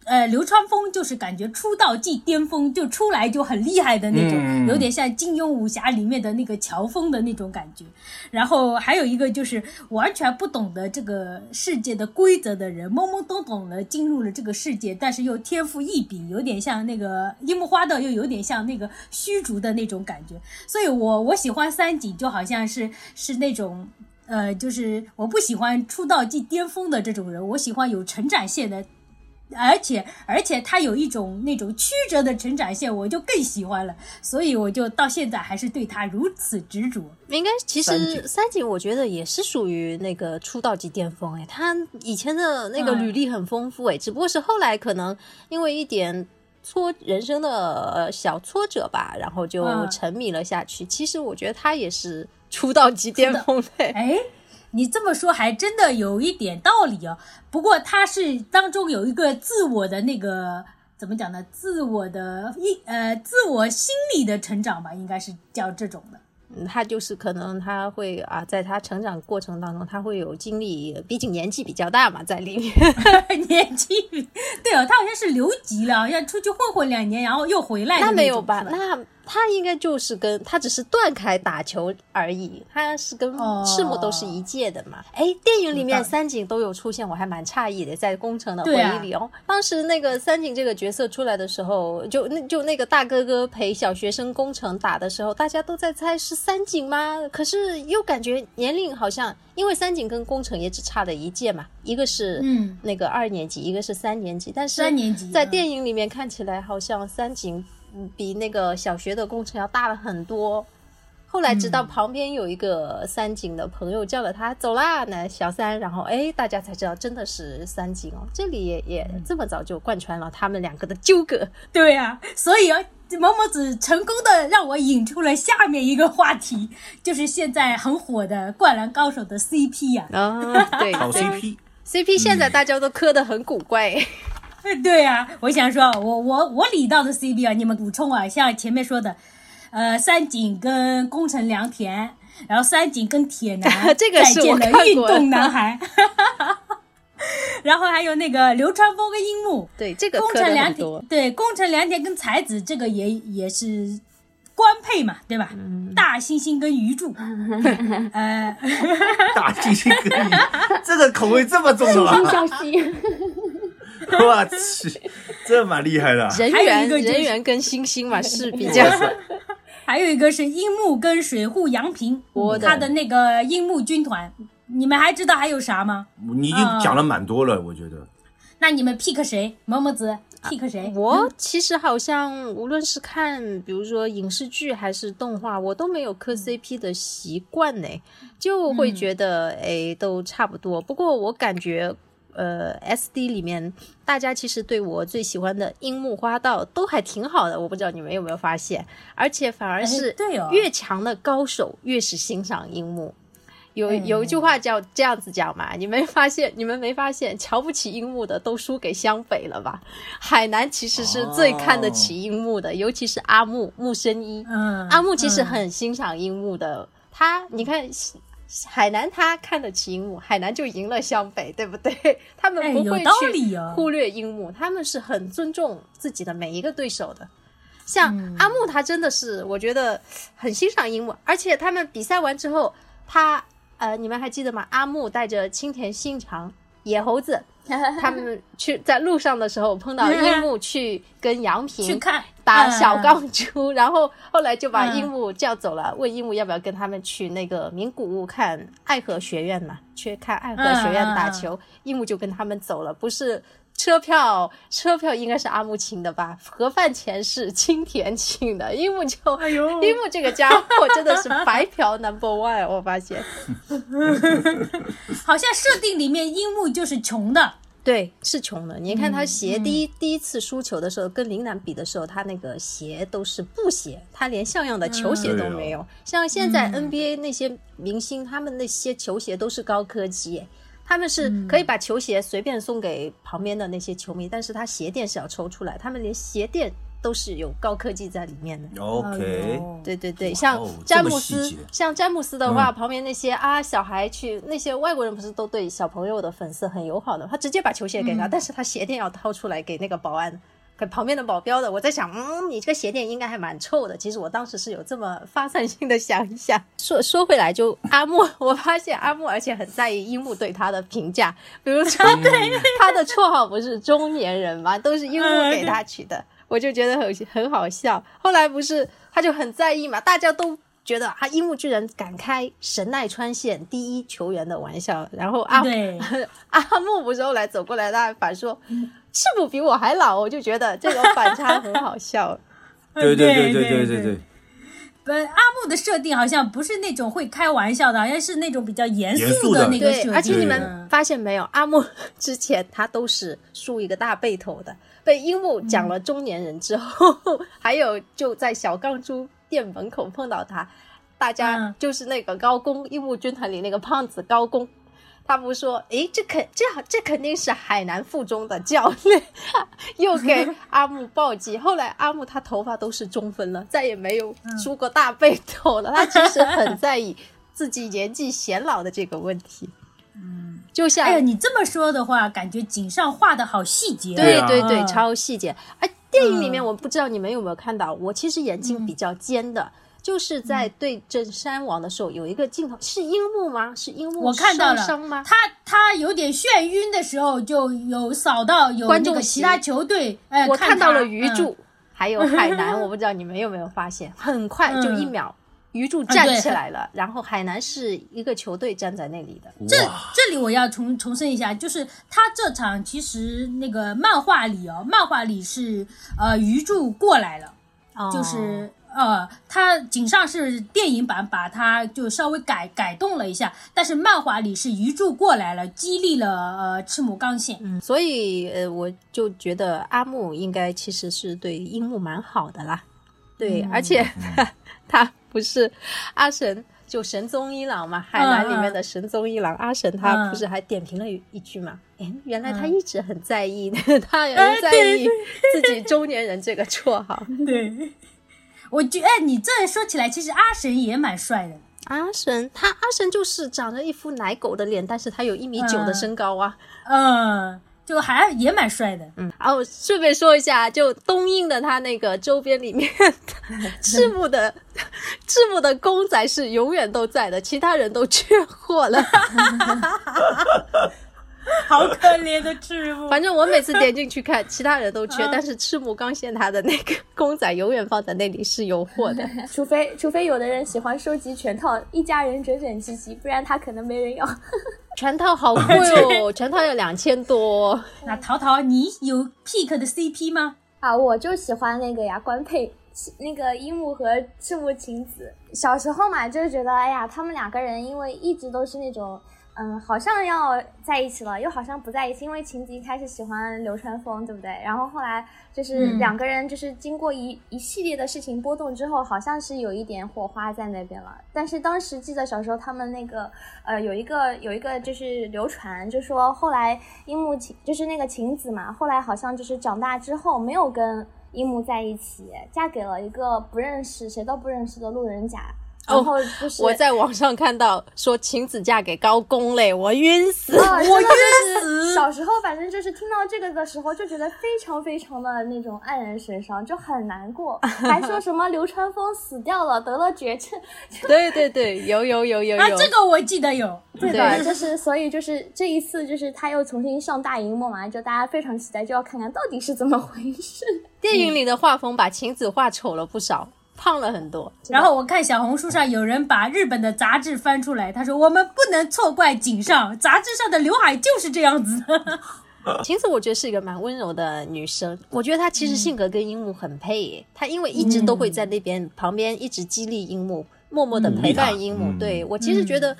[SPEAKER 4] 呃，流川枫就是感觉出道即巅峰，就出来就很厉害的那种，
[SPEAKER 2] 嗯
[SPEAKER 4] 有点像金庸武侠里面的那个乔峰的那种感觉。然后还有一个就是完全不懂得这个世界的规则的人，懵懵懂懂的进入了这个世界，但是又天赋异禀，有点像那个樱木花道，又有点像那个虚竹的那种感觉。所以我我喜欢三井，就好像是 是那种。呃，就是我不喜欢出道即巅峰的这种人，我喜欢有成长线的，而且而且他有一种那种曲折的成长线，我就更喜欢了，所以我就到现在还是对他如此执着。
[SPEAKER 1] 应该其
[SPEAKER 2] 三
[SPEAKER 1] 实
[SPEAKER 2] 井
[SPEAKER 1] 三井，我觉得也是属于那个出道即巅峰哎，他以前的那个
[SPEAKER 4] 嗯
[SPEAKER 1] 履历很丰富哎，只不过是后来可能因为一点挫人生的呃小挫折吧，然后就
[SPEAKER 4] 嗯
[SPEAKER 1] 沉迷了下去。其实我觉得他也是出道即巅峰 哎，
[SPEAKER 4] 哎，你这么说还真的有一点道理哦。不过他是当中有一个自我的那个怎么讲呢？自我的一呃，自我心理的成长吧，应该是叫这种的。
[SPEAKER 1] 嗯他就是可能他会啊，在他成长过程当中，他会有经历，毕竟年纪比较大嘛，在里面。
[SPEAKER 4] 年纪对哦，他好像是留级了，好像出去混混两年，然后又回来的
[SPEAKER 1] 那
[SPEAKER 4] 种
[SPEAKER 1] 没有吧？
[SPEAKER 4] 是
[SPEAKER 1] 那他应该就是跟他只是断开打球而已，他是跟
[SPEAKER 4] 哦
[SPEAKER 1] 赤木都是一届的嘛。哎、电影里
[SPEAKER 4] 有道
[SPEAKER 1] 面
[SPEAKER 4] 理
[SPEAKER 1] 三井都有出现，我还蛮诧异的，在宫城的回
[SPEAKER 4] 对啊
[SPEAKER 1] 忆里哦。当时那个三井这个角色出来的时候，就那就那个大哥哥陪小学生宫城打的时候，大家都在猜是三井吗？可是又感觉年龄好像，因为三井跟宫城也只差了一届嘛，一个是
[SPEAKER 4] 嗯
[SPEAKER 1] 那个二年级，一个是三年级，但是
[SPEAKER 4] 三年级
[SPEAKER 1] 在
[SPEAKER 4] 嗯
[SPEAKER 1] 电电影里面看起来好像三井嗯比那个小学的工程要大了很多。后来直
[SPEAKER 4] 嗯
[SPEAKER 1] 到旁边有一个三井的朋友叫了他、走啦，那小三，然后哎，大家才知道真的是三井哦。这里也也
[SPEAKER 4] 嗯
[SPEAKER 1] 这么早就贯穿了他们两个的纠葛。
[SPEAKER 4] 对呀、所以啊，毛毛子成功的让我引出了下面一个话题， 就是现在很火的《灌篮高手》的 CP 呀、
[SPEAKER 1] 啊， 对
[SPEAKER 2] 好
[SPEAKER 1] 对
[SPEAKER 2] CP，
[SPEAKER 4] 嗯
[SPEAKER 1] CP 现在大家都磕得很古怪，，
[SPEAKER 4] 对呀、我想说，啊我我我理到的 CP 啊，你们补充啊，像前面说的，呃，三井跟宫城良田，然后三井跟铁男
[SPEAKER 1] 这个是我
[SPEAKER 4] 再
[SPEAKER 1] 看
[SPEAKER 4] 见
[SPEAKER 1] 过
[SPEAKER 4] 了运动男孩， 然后还有那个流川枫跟樱木，
[SPEAKER 1] 对这个
[SPEAKER 4] 宫
[SPEAKER 1] 磕
[SPEAKER 4] 城
[SPEAKER 1] 得
[SPEAKER 4] 良
[SPEAKER 1] 很多
[SPEAKER 4] 田。对宫城良田跟才子这个也也是官配嘛，对吧？
[SPEAKER 1] 嗯
[SPEAKER 4] 大猩猩跟鱼 柱，呃，
[SPEAKER 2] 大猩猩可以，这个口味这么重的
[SPEAKER 3] 印
[SPEAKER 2] 吗？
[SPEAKER 3] 象西，
[SPEAKER 2] 我去，这蛮厉害的。啊
[SPEAKER 1] 人
[SPEAKER 4] 还有一
[SPEAKER 1] 猿、
[SPEAKER 4] 个就是
[SPEAKER 1] 人猿跟星星嘛是 比较
[SPEAKER 4] 还有一个是樱木跟水户洋平，
[SPEAKER 1] 我的
[SPEAKER 4] 他的那个樱木军团，你们还知道还有啥吗？
[SPEAKER 2] 你已经讲了蛮多了，我觉得。
[SPEAKER 4] 那你们 pick 谁？萌萌子 pick 谁？
[SPEAKER 1] 啊我其实好像无论是看，比如说影视剧还是动画，我都没有磕 CP 的习惯呢，就会觉得哎都差不多。不过我感觉，呃，SD 里面大家其实对我最喜欢的樱木花道都还挺好的，我不知道你们有没有发现，而且反而是
[SPEAKER 4] 对哦
[SPEAKER 1] 越强的高手越是欣赏樱木。有
[SPEAKER 4] 嗯
[SPEAKER 1] 有一句话叫这样子讲嘛，你没发现？你们没发现瞧不起樱木的都输给湘北了吧？海南其实是最看得起樱木的，尤其是阿木木生一。
[SPEAKER 4] 哦嗯，
[SPEAKER 1] 阿木其实很欣赏樱木的，他你看海南他看得起樱木，海南就赢了湘北，对不对？ 他们
[SPEAKER 4] 哎
[SPEAKER 1] 不
[SPEAKER 4] 有
[SPEAKER 1] 会
[SPEAKER 4] 道
[SPEAKER 1] 去
[SPEAKER 4] 理哦
[SPEAKER 1] 忽略樱木，他们是很尊重自己的每一个对手的。像阿木，他真的是我觉得很欣赏樱木，而且他们比赛完之后，他呃，你们还记得吗？阿木带着青田信长、野猴子，他们去在路上的时候碰到樱木去跟杨平
[SPEAKER 4] 去看
[SPEAKER 1] 打
[SPEAKER 4] 嗯
[SPEAKER 1] 小钢珠， 然后后来就把
[SPEAKER 4] 嗯
[SPEAKER 1] 樱木叫走了，问樱木要不要跟他们去那个名古屋看爱河学院嘛，去看爱河学院打
[SPEAKER 4] 嗯
[SPEAKER 1] 球，樱木就跟他们走了，不是。车票，车票应该是阿木请的吧？盒饭钱是青田请的，樱木就，
[SPEAKER 4] 哎呦
[SPEAKER 1] 樱木这个家伙真的是白嫖 number one，我发现，
[SPEAKER 4] 好像设定里面樱木就是穷的，
[SPEAKER 1] 对，是穷的。你看他鞋，第一、第一次输球的时候，跟林楠比的时候，他那个鞋都是布鞋，他连像样的球鞋都没有。像现在 NBA 那些明星，他们那些球鞋都是高科技，他们是可以把球鞋随便送给旁边的那些球迷，但是他鞋垫是要抽出来，他们连鞋垫都是有高科技在里面的。
[SPEAKER 2] OK，
[SPEAKER 1] 对对对，
[SPEAKER 2] 哇
[SPEAKER 1] 像
[SPEAKER 2] 哦
[SPEAKER 1] 詹
[SPEAKER 2] 这么
[SPEAKER 1] 姆
[SPEAKER 2] 细
[SPEAKER 1] 斯
[SPEAKER 2] 节，
[SPEAKER 1] 像詹姆斯的话，
[SPEAKER 2] 嗯
[SPEAKER 1] 旁边那些啊小孩去，那些外国人不是都对小朋友的粉丝很友好的，他直接把球鞋给
[SPEAKER 2] 嗯
[SPEAKER 1] 他，但是他鞋垫要掏出来给那个保安。给旁边的保镖的，我在想，嗯，你这个鞋垫应该还蛮臭的。其实我当时是有这么发散性的想一 想。说说回来就，阿木，我发现阿木，而且很在意樱木对他的评价，比如说
[SPEAKER 2] 嗯
[SPEAKER 1] 他的绰号不是中年人嘛，都是樱木给他取的，我就觉得很很好笑。后来不是他就很在意嘛，大家都觉得啊，樱木居然敢开神奈川县第一球员的玩笑，然后阿
[SPEAKER 4] 对
[SPEAKER 1] 阿木不是后来走过来，他还反说。赤木比我还老，我就觉得这个反差很好笑。
[SPEAKER 2] 对对对
[SPEAKER 4] 对对
[SPEAKER 2] 对对，
[SPEAKER 4] 本阿木的设定好像不是那种会开玩笑的，好像是那种比较严
[SPEAKER 2] 严肃的
[SPEAKER 4] 那个
[SPEAKER 1] 对，
[SPEAKER 4] 设定。
[SPEAKER 1] 而且你
[SPEAKER 4] 嗯
[SPEAKER 1] 们发现没有，阿木 之前他都是梳一个大背头的，被樱木讲了中年人之后， 还有就在小钢珠店门口碰到他，大家
[SPEAKER 4] 嗯
[SPEAKER 1] 就是那个高工樱木军团里那个胖子高工。他不是说，诶，这肯这这肯定是海南附中的教练， 又给阿木暴击。后来阿木他头发都是中分了，再也没有梳过大背头了。他其实很在意自己年纪显老的这个问题。嗯，就像、
[SPEAKER 4] 哎呀，你这么说的话，感觉井上画的好细节。
[SPEAKER 2] 对
[SPEAKER 1] 对
[SPEAKER 2] 啊
[SPEAKER 1] 对对，
[SPEAKER 4] 嗯
[SPEAKER 1] 超细节。哎，电影里面我不知道你们有没有看到，我其实眼睛比较尖的。就是在
[SPEAKER 4] 嗯
[SPEAKER 1] 对阵山王的时候，有一个镜头是樱木吗？是樱木
[SPEAKER 4] 我看到了
[SPEAKER 1] 受伤吗？
[SPEAKER 4] 他他有点眩晕的时候，就有扫到有
[SPEAKER 1] 观
[SPEAKER 4] 那
[SPEAKER 1] 众
[SPEAKER 4] 个
[SPEAKER 1] 席
[SPEAKER 4] 其他球队，哎，
[SPEAKER 1] 我
[SPEAKER 4] 看
[SPEAKER 1] 看
[SPEAKER 4] 他
[SPEAKER 1] 到了鱼
[SPEAKER 4] 嗯
[SPEAKER 1] 柱，还有海 南，我不知道你们有没有发现，很快就一秒，鱼柱
[SPEAKER 4] 啊
[SPEAKER 1] 站
[SPEAKER 4] 嗯对
[SPEAKER 1] 起来了，然后海南是一个球队站在那里的，
[SPEAKER 4] 这
[SPEAKER 2] 哇，
[SPEAKER 4] 这里我要重重申一下，就是他这场其实那个漫画里哦，漫画里是呃鱼柱过来了，就是
[SPEAKER 1] 哦
[SPEAKER 4] 呃他井上是电影版把它就稍微改改动了一下，但是漫画里是鱼柱过来了，激励了呃赤木刚宪。
[SPEAKER 1] 嗯所以呃，我就觉得阿木应该其实是对樱木蛮好的啦，对，
[SPEAKER 4] 嗯
[SPEAKER 1] 而且 他不是阿神。就神宗一郎嘛，海南里面的神宗一郎、阿神，他
[SPEAKER 4] 嗯
[SPEAKER 1] 不是还点评了一一句嘛？哎、原来他
[SPEAKER 4] 嗯哎
[SPEAKER 1] 一直很在意， 他也很在意自己中年人这个绰号。
[SPEAKER 4] 对， 我觉哎，你这说起来，其实阿神也蛮帅的。
[SPEAKER 1] 阿神，他阿神就是长着一副奶狗的脸，但是他有一米九的
[SPEAKER 4] 嗯
[SPEAKER 1] 身高啊。
[SPEAKER 4] 嗯，就还也蛮帅的。
[SPEAKER 1] 嗯，然后顺便说一下，就东映的他那个周边里面，赤木的赤木的公仔是永远都在的，其他人都缺货了。
[SPEAKER 4] 好可怜的赤木。
[SPEAKER 1] 反正我每次点进去看，其他人都缺，但是赤木刚宪他的那个公仔永远放在那里是有货的。
[SPEAKER 3] 除非除非有的人喜欢收集全套，一家人整整齐齐，不然他可能没人要。
[SPEAKER 1] 全套好贵哦，全套要两千多哦、
[SPEAKER 4] 那淘淘，你有 pick 的 CP 吗？
[SPEAKER 3] 啊，我就喜欢那个呀，官配，那个樱木和赤木晴子。小时候嘛，就是觉得哎呀，他们两个人因为一直都是那种，嗯，好像要在一起了，又好像不在一起。因为晴子一开始喜欢流川枫，对不对？然后后来就是
[SPEAKER 4] 嗯
[SPEAKER 3] 两个人就是经过一、一系列的事情波动之后，好像是有一点火花在那边了。但是当时记得小时候他们那个呃，有一个有一个就是流传，就说后来樱木晴就是那个晴子嘛，后来好像就是长大之后没有跟樱木在一起，嫁给了一个不认识、谁都不认识的路人甲。
[SPEAKER 1] 哦
[SPEAKER 3] 然后就是
[SPEAKER 1] 我在网上看到说晴子嫁给高公嘞，我晕死。
[SPEAKER 3] 啊，我晕死！ 小时候反正就是听到这个的时候，就觉得非常非常的那种黯然神伤，就很难过。还说什么流川枫死掉了，得了绝症，
[SPEAKER 1] 对对对，有有有有有。
[SPEAKER 4] 啊，这个我记得有，
[SPEAKER 3] 对吧？
[SPEAKER 1] 对
[SPEAKER 3] 就是所以就是这一次就是他又重新上大荧幕嘛，就大家非常期待，就要看看到底是怎么回事。
[SPEAKER 1] 电影里的画风把晴子画丑了不少，
[SPEAKER 2] 嗯
[SPEAKER 1] 胖了很多。
[SPEAKER 4] 然后我看小红书上有人把日本的杂志翻出来，他说我们不能错怪井上，杂志上的刘海就是这样子 的。
[SPEAKER 2] 啊
[SPEAKER 1] 晴子我觉得是一个蛮温柔的女
[SPEAKER 2] 嗯
[SPEAKER 1] 生，我觉得她其实性格跟樱木很配耶。她因为一直都会在那边、旁边一直激励樱木，默默的陪伴樱木。
[SPEAKER 2] 嗯
[SPEAKER 1] 对我其实觉得。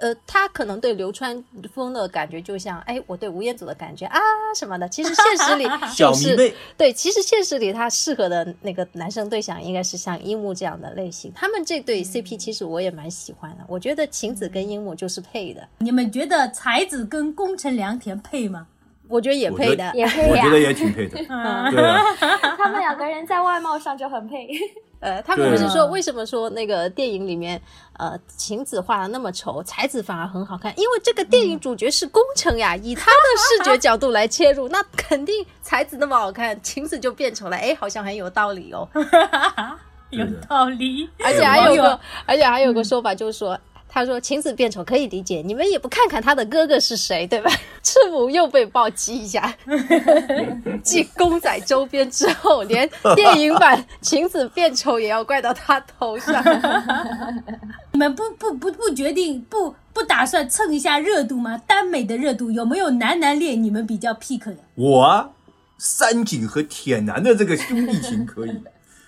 [SPEAKER 1] 呃，她可能对流川枫的感觉就像，哎，我对吴彦祖的感觉啊什么的。其实现 实里
[SPEAKER 2] 小
[SPEAKER 1] 就
[SPEAKER 2] 迷
[SPEAKER 1] 是
[SPEAKER 2] 妹，
[SPEAKER 1] 对，其实现实里他适合的那个男生对象应该是像樱木这样的类型。他们这对 CP 其实我也蛮喜欢的，我觉得晴子跟樱木就是配的，
[SPEAKER 4] 你们觉得才子跟宫城良田配吗？
[SPEAKER 1] 我觉得也
[SPEAKER 2] 我
[SPEAKER 1] 配
[SPEAKER 2] 觉
[SPEAKER 1] 的
[SPEAKER 2] 得。
[SPEAKER 3] 也配
[SPEAKER 2] 我
[SPEAKER 3] 呀
[SPEAKER 2] 觉、得也挺配的。
[SPEAKER 4] 啊，
[SPEAKER 2] 对啊，
[SPEAKER 3] 他们两个人在外貌上就很配。
[SPEAKER 1] 呃，他们不
[SPEAKER 2] 啊
[SPEAKER 1] 是
[SPEAKER 4] 对
[SPEAKER 1] 说为什么说那个电影里面，呃，晴子画的那么丑，才子反而很好看？因为这个电影主角是宫城呀，以他的视觉角度来切入，那肯定才子那么好看，晴子就变丑了，哎，好像很有道理哦。
[SPEAKER 4] 有道理。
[SPEAKER 1] 而且还有
[SPEAKER 4] 网友
[SPEAKER 1] 个，而且还有个说法，就是说，他说晴子变丑可以理解，你们也不看看他的哥哥是谁，对吧？赤木又被暴击一 下，继公仔周边之后，连电影版晴子变丑也要怪到他头上。
[SPEAKER 4] 你们不不不不决定不不打算蹭一下热度吗？耽美的热度有没有男男恋你们比较 pick 的？
[SPEAKER 2] 我啊三井和铁男的这个兄弟情可以。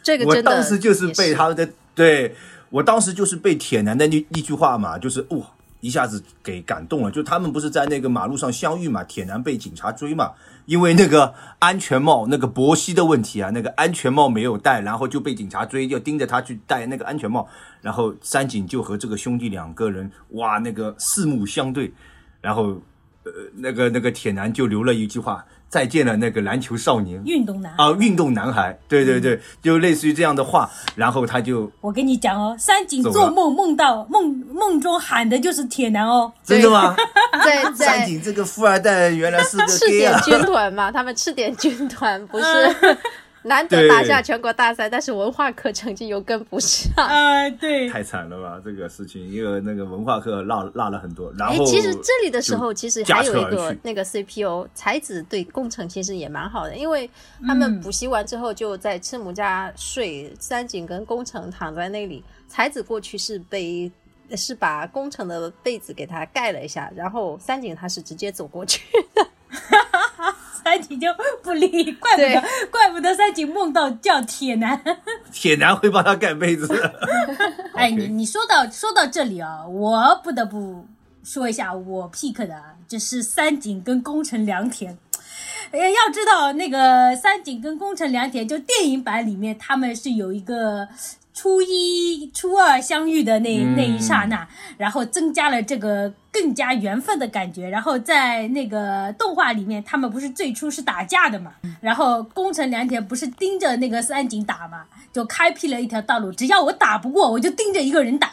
[SPEAKER 1] 这个
[SPEAKER 2] 我
[SPEAKER 1] 真的，
[SPEAKER 2] 当时就是被。他的，对我当时就是被铁男的那一句话嘛，就是哇、一下子给感动了。就他们不是在那个马路上相遇嘛，铁男被警察追嘛，因为那个安全帽那个伯西的问题啊，那个安全帽没有戴，然后就被警察追，要盯着他去戴那个安全帽。然后三井就和这个兄弟两个人哇，那个四目相对，然后呃那个那个铁男就留了一句话：再见了，那个篮球少年。
[SPEAKER 4] 运动男。
[SPEAKER 2] 啊，运动男孩，对对
[SPEAKER 1] 嗯
[SPEAKER 2] 对，就类似于这样的话，然后他就
[SPEAKER 4] 我跟你讲哦，三井
[SPEAKER 2] 怎么
[SPEAKER 4] 做
[SPEAKER 2] 了
[SPEAKER 4] 梦梦到梦梦中喊的就是铁男哦，
[SPEAKER 2] 真的吗？
[SPEAKER 1] 在
[SPEAKER 2] 三
[SPEAKER 1] 在
[SPEAKER 2] 井这个富二代原来 是个
[SPEAKER 1] 赤
[SPEAKER 2] gay
[SPEAKER 1] 点
[SPEAKER 2] 啊，
[SPEAKER 1] 军团嘛，他们赤点军团不是 难得
[SPEAKER 2] 对
[SPEAKER 1] 打下全国大赛，但是文化课成绩又跟不上。
[SPEAKER 4] 啊、对，
[SPEAKER 2] 太惨了吧，这个事情，因为那个文化课落落了很多，然
[SPEAKER 1] 哎
[SPEAKER 2] 后，
[SPEAKER 1] 其实这里的时候，
[SPEAKER 2] 就
[SPEAKER 1] 其实
[SPEAKER 2] 驾
[SPEAKER 1] 还有
[SPEAKER 2] 车
[SPEAKER 1] 一
[SPEAKER 2] 而
[SPEAKER 1] 个
[SPEAKER 2] 去
[SPEAKER 1] 那个 CPO 才子对工程其实也蛮好的，因为他们补习完之后就在赤木家睡，三井跟工程躺在那里，才子过去是被。是把工程的被子给他盖了一下，然后三井他是直接走过去，
[SPEAKER 4] 三井就不理，怪不得怪不得三井梦到叫铁男。
[SPEAKER 2] 铁男会帮他盖被子。
[SPEAKER 4] 哎，你你说到说到这里啊、我不得不说一下我 pick 的啊，就是三井跟宫城良田。哎，要知道那个三井跟宫城良田，就电影版里面他们是有一个初一、初二相遇的那、那一刹那，然后增加了这个更加缘分的感觉。然后在那个动画里面，他们不是最初是打架的嘛，然后宫城良田不是盯着那个三井打嘛，就开辟了一条道路，只要我打不过，我就盯着一个人打。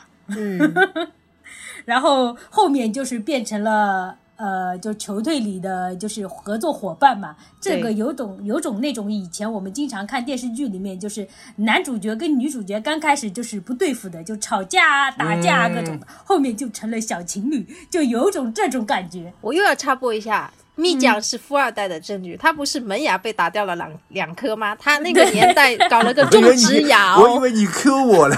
[SPEAKER 4] 然后后面就是变成了呃，就球队里的就是合作伙伴嘛。这个
[SPEAKER 1] 对
[SPEAKER 4] 有种有种那种以前我们经常看电视剧里面，就是男主角跟女主角刚开始就是不对付的，就吵架啊、打架啊各种的，后面就成了小情侣，就有种这种感觉。
[SPEAKER 1] 我又要插播一下，蜜酱是富二代的证据，他不是门牙被打掉了两两颗吗？他那个年代搞了个种
[SPEAKER 2] 我以为
[SPEAKER 1] 植
[SPEAKER 2] 你
[SPEAKER 1] 牙、哦，
[SPEAKER 2] 我以为你 Q 我了，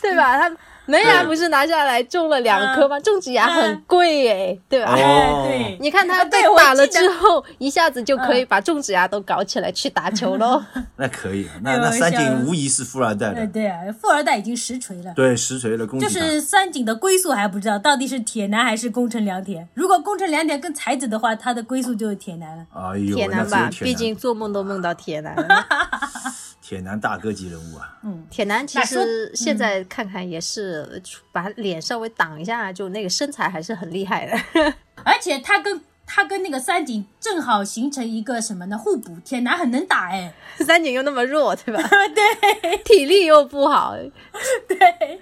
[SPEAKER 1] 对吧？他门牙不是拿下来种了两颗吗？种植牙很贵耶、对吧？
[SPEAKER 2] 哦
[SPEAKER 4] 哎，对，
[SPEAKER 1] 你看他被
[SPEAKER 4] 对我
[SPEAKER 1] 打了
[SPEAKER 4] 记得
[SPEAKER 1] 之后，一下子就可以把种植牙都搞起来去打球喽。
[SPEAKER 2] 那可以，啊那
[SPEAKER 4] 开
[SPEAKER 2] 那
[SPEAKER 4] 玩
[SPEAKER 2] 三
[SPEAKER 4] 笑
[SPEAKER 2] 井无疑是富二代
[SPEAKER 4] 呃
[SPEAKER 2] 的，
[SPEAKER 4] 对啊，富二代已经实锤了。
[SPEAKER 2] 对，实锤了，恭
[SPEAKER 4] 就
[SPEAKER 2] 喜他。
[SPEAKER 4] 是三井的归宿还不知道到底是铁男还是宫城良田。如果宫城良田跟才子的话，他的归宿就是铁男了。
[SPEAKER 2] 哎呦，
[SPEAKER 1] 铁
[SPEAKER 2] 那
[SPEAKER 1] 男
[SPEAKER 2] 只有
[SPEAKER 1] 吧，
[SPEAKER 2] 铁
[SPEAKER 1] 毕竟
[SPEAKER 2] 男，
[SPEAKER 1] 做梦都梦到铁 男了。
[SPEAKER 2] 铁男大哥级人物啊，
[SPEAKER 1] 铁男其
[SPEAKER 4] 那说
[SPEAKER 1] 实现在看看也 是把脸稍微挡一下，就那个身材还是很厉害的。
[SPEAKER 4] 而且他跟他跟那个三井正好形成一个什么呢互补，铁男很能打哎，
[SPEAKER 1] 三井又那么弱，对 吧？
[SPEAKER 4] 对
[SPEAKER 1] 体力又不好，
[SPEAKER 4] 对。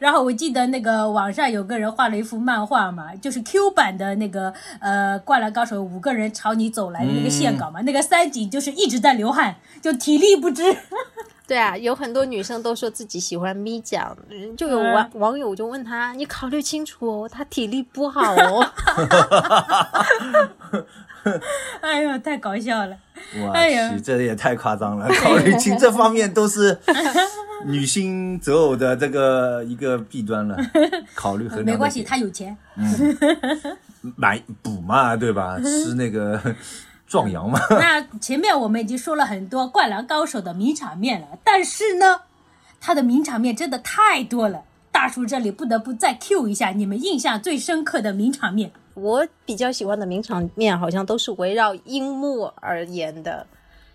[SPEAKER 4] 然后我记得那个网上有个人画了一幅漫画嘛，就是 Q 版的那个呃《灌篮高手》五个人朝你走来的那个线稿嘛，那个三井就是一直在流汗，就体力不支。
[SPEAKER 1] 对啊，有很多女生都说自己喜欢咪酱，嗯就有网、网友就问他，你考虑清楚哦，他体力不好哦。
[SPEAKER 4] 哎呦，太搞笑了！
[SPEAKER 2] 哇
[SPEAKER 4] 哎呀
[SPEAKER 2] 塞，这也太夸张 了！考虑清这方面都是女性择偶的这个一个弊端 了，考虑衡量的
[SPEAKER 4] 没关系，
[SPEAKER 2] 点
[SPEAKER 4] 他有钱。
[SPEAKER 2] 买补嘛，对 吧？吃那个壮阳嘛，
[SPEAKER 4] 那前面我们已经说了很多《灌篮高手》的名场面了，但是呢，他的名场面真的太多了。大叔这里不得不再 Q 一下你们印象最深刻的名场面。
[SPEAKER 1] 我比较喜欢的名场面好像都是围绕樱木而言的，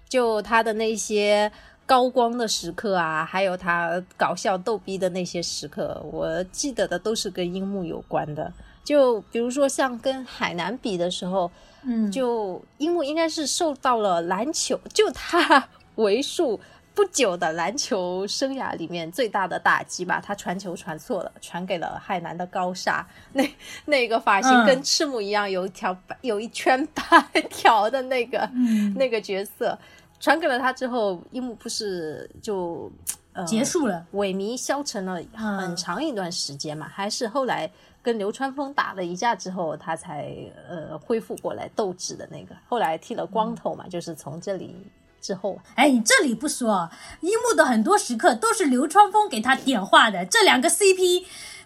[SPEAKER 1] 就他的那些高光的时刻啊，还有他搞笑逗逼的那些时刻，我记得的都是跟樱木有关的。就比如说像跟海南比的时候，
[SPEAKER 4] 嗯
[SPEAKER 1] 就樱木应该是受到了篮球，就他为数不久的篮球生涯里面最大的打击吧。他传球传错了，传给了海南的高沙，那 那个发型
[SPEAKER 4] 嗯
[SPEAKER 1] 跟赤木一样，有一条白有一圈白条的那个、
[SPEAKER 4] 嗯，
[SPEAKER 1] 那个角色，传给了他之后，樱木不是就呃
[SPEAKER 4] 结束了。
[SPEAKER 1] 萎靡消沉了
[SPEAKER 4] 嗯
[SPEAKER 1] 很长一段时间嘛，还是后来跟流川枫打了一架之后，他才呃恢复过来斗志的那个。后来剃了光头嘛，就是从这里之后，
[SPEAKER 4] 哎，你这里不说，樱木的很多时刻都是流川枫给他点化的，这两个 CP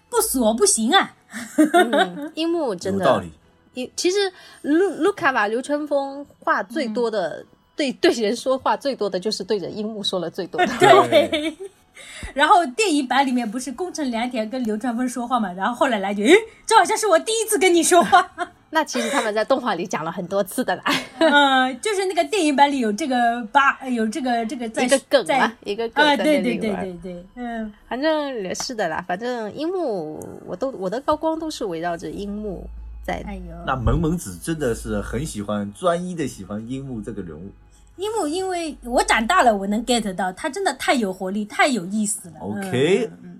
[SPEAKER 4] 不锁不行啊。
[SPEAKER 1] 嗯樱木真
[SPEAKER 2] 有
[SPEAKER 1] 的
[SPEAKER 2] 道理。
[SPEAKER 1] 也其实卢卢卡瓦流川枫话最多的，对对人说话最多的就是对着樱木说了最多的。
[SPEAKER 2] 对，
[SPEAKER 4] 然后电影版里面不是宫城良田跟流川枫说话嘛，然后后来来句，诶，哎这好像是我第一次跟你说话。
[SPEAKER 1] 那其实他们在动画里讲了很多次的啦，
[SPEAKER 4] 嗯，就是那个电影版里有这个八，有这个这个在
[SPEAKER 1] 一个梗
[SPEAKER 4] 在
[SPEAKER 1] 啊，一个梗
[SPEAKER 4] 啊，
[SPEAKER 1] 在那
[SPEAKER 4] 对
[SPEAKER 1] 里
[SPEAKER 4] 对对
[SPEAKER 1] 玩
[SPEAKER 4] 对对，嗯
[SPEAKER 1] 反正呃是的啦，反正樱木，我都我的高光都是围绕着樱木在。
[SPEAKER 4] 哎呦，
[SPEAKER 2] 那萌萌子真的是很喜欢，专一的喜欢樱木这个人物。
[SPEAKER 4] 樱木，因为我长大了，我能 get 到他真的太有活力，太有意思了。
[SPEAKER 1] 哦
[SPEAKER 2] OK，
[SPEAKER 4] 嗯嗯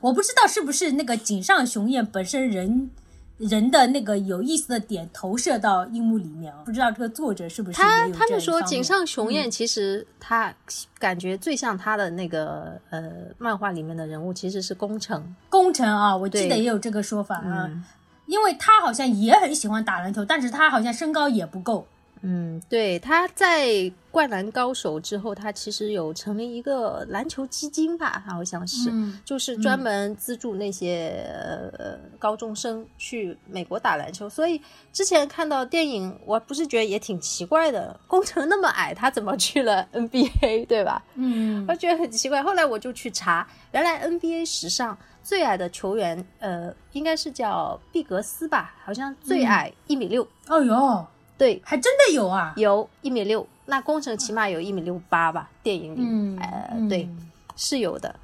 [SPEAKER 4] 我不知道是不是那个井上雄彦本身人人的那个有意思的点投射到樱木里面啊，不知道这个作者是不是
[SPEAKER 1] 他
[SPEAKER 4] 也有
[SPEAKER 1] 他
[SPEAKER 4] 这
[SPEAKER 1] 们
[SPEAKER 4] 一
[SPEAKER 1] 说
[SPEAKER 4] 方
[SPEAKER 1] 井
[SPEAKER 4] 面
[SPEAKER 1] 上雄彦其实他感觉最像他的那个呃漫画里面的人物其实是宫城，
[SPEAKER 4] 工程啊，我记得
[SPEAKER 1] 对
[SPEAKER 4] 也有这个说法
[SPEAKER 1] 嗯
[SPEAKER 4] 啊，因为他好像也很喜欢打篮球，但是他好像身高也不够。
[SPEAKER 1] 嗯，对，他在《灌篮高手》之后，他其实有成立一个篮球基金吧，好像是，
[SPEAKER 4] 嗯
[SPEAKER 1] 就是专门资助那些、呃高中生去美国打篮球。所以之前看到电影，我不是觉得也挺奇怪的，宫城那么矮，他怎么去了 NBA，对吧？
[SPEAKER 4] 嗯
[SPEAKER 1] 我觉得很奇怪。后来我就去查，原来 NBA 史上最矮的球员，呃，应该是叫毕格斯吧，好像最
[SPEAKER 4] 嗯
[SPEAKER 1] 矮一米六、
[SPEAKER 4] 哦呦，
[SPEAKER 1] 对，
[SPEAKER 4] 还真的有啊。
[SPEAKER 1] 有一米六，那工程起码有一米六八吧，电影里，
[SPEAKER 4] 嗯
[SPEAKER 1] 呃，对，是有的。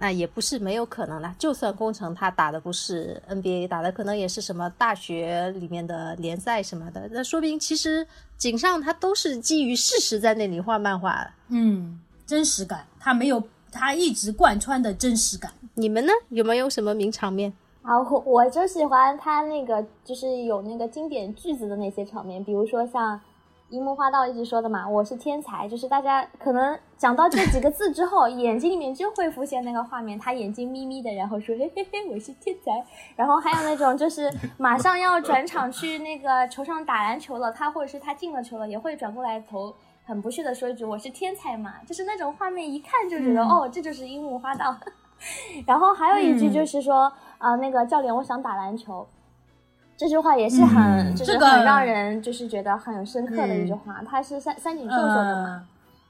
[SPEAKER 1] 那也不是没有可能啦，就算工程他打的不是 NBA，打的可能也是什么大学里面的联赛什么的，那说明其实井上他都是基于事实在那里画漫画。
[SPEAKER 4] 嗯，真实感，他没有，他一直贯穿的真实感。
[SPEAKER 1] 你们呢，有没有什么名场面？
[SPEAKER 3] 啊，我我就喜欢他那个，就是有那个经典句子的那些场面，比如说像樱木花道一直说的嘛，“我是天才”，就是大家可能讲到这几个字之后， 眼睛里面就会浮现那个画面，他眼睛眯眯的，然后说“嘿嘿嘿，我是天才”。然后还有那种就是马上要转场去那个球场打篮球了，他或者是他进了球了，也会转过来头。很不屑的说一句“我是天才嘛”，就是那种画面，一看就觉得、
[SPEAKER 4] 嗯
[SPEAKER 3] 哦，这就是樱木花道。 然后还有一句就是说，啊、那个教练，我想打篮球。这句话也是很，
[SPEAKER 2] 嗯
[SPEAKER 3] 就是
[SPEAKER 4] 这个
[SPEAKER 3] 很让人就是觉得很有深刻的一句话。他是三三井寿做的嘛，
[SPEAKER 4] 嗯，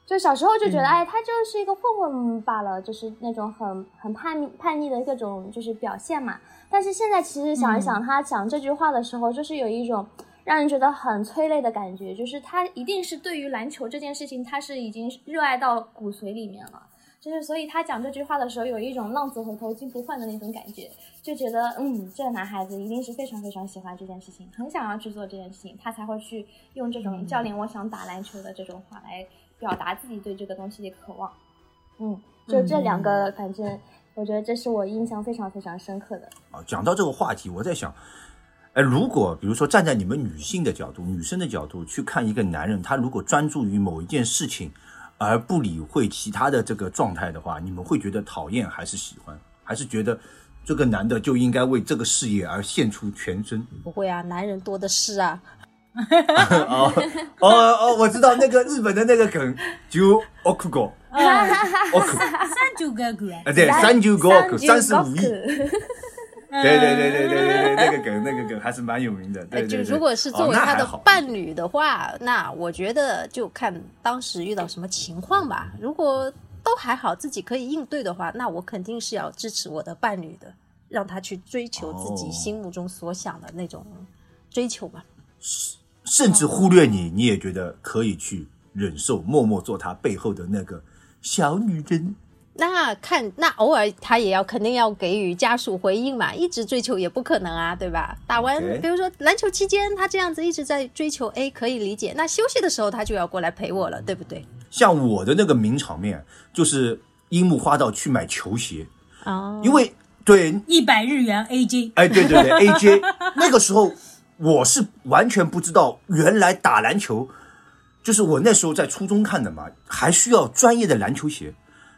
[SPEAKER 3] 就小时候就觉得，哎，他就是一个混混罢了，就是那种很很叛逆叛逆的各种就是表现嘛。但是现在其实想一
[SPEAKER 4] 嗯
[SPEAKER 3] 想，他讲这句话的时候，就是有一种让人觉得很催泪的感觉，就是他一定是对于篮球这件事情，他是已经热爱到骨髓里面了。就是所以他讲这句话的时候，有一种浪子回头金不换的那种感觉，就觉得嗯，这个男孩子一定是非常非常喜欢这件事情，很想要去做这件事情，他才会去用这种教练我想打篮球的这种话来表达自己对这个东西的渴望。嗯，就这两个，反正我觉得这是我印象非常非常深刻的。
[SPEAKER 2] 啊，讲到这个话题，我在想，哎，如果比如说站在你们女性的角度、女生的角度去看一个男人，他如果专注于某一件事情，而不理会其他的这个状态的话，你们会觉得讨厌还是喜欢，还是觉得这个男的就应该为这个事业而献出全身？
[SPEAKER 1] 不会啊，男人多的是啊。
[SPEAKER 2] 哦哦哦，我知道那个日本的那个梗，就 okugo
[SPEAKER 4] 啊，
[SPEAKER 2] ok，
[SPEAKER 4] 三九个鬼，
[SPEAKER 2] 啊对，三九个 ok，三十五亿，
[SPEAKER 3] 亿。
[SPEAKER 2] 对对对对对对对，那个梗那个梗还是蛮有名的，
[SPEAKER 1] 呃
[SPEAKER 2] 对对对。
[SPEAKER 1] 就如果是作
[SPEAKER 2] 哦
[SPEAKER 1] 为
[SPEAKER 2] 那
[SPEAKER 1] 他
[SPEAKER 2] 还
[SPEAKER 1] 的
[SPEAKER 2] 好
[SPEAKER 1] 伴侣的话，那我觉得就看当时遇到什么情况吧。如果都还好，自己可以应对的话，那我肯定是要支持我的伴侣的，让他去追求自己
[SPEAKER 2] 哦
[SPEAKER 1] 心目中所想的那种追求嘛。
[SPEAKER 2] 甚至忽略你，你也觉得可以去忍受，默默做他背后的那个小女人。
[SPEAKER 1] 那看那偶尔他也要肯定要给予家属回应嘛，一直追求也不可能啊，对吧？打完
[SPEAKER 2] OK
[SPEAKER 1] 比如说篮球期间他这样子一直在追求 A 可以理解，那休息的时候他就要过来陪我了，对不对？
[SPEAKER 2] 像我的那个名场面，就是樱木花道去买球鞋，
[SPEAKER 1] 哦，
[SPEAKER 2] 因为对，
[SPEAKER 4] 一百日元 AJ，
[SPEAKER 2] 哎，对对对，AJ 那个时候我是完全不知道，原来打篮球就是我那时候在初中看的嘛，还需要专业的篮球鞋。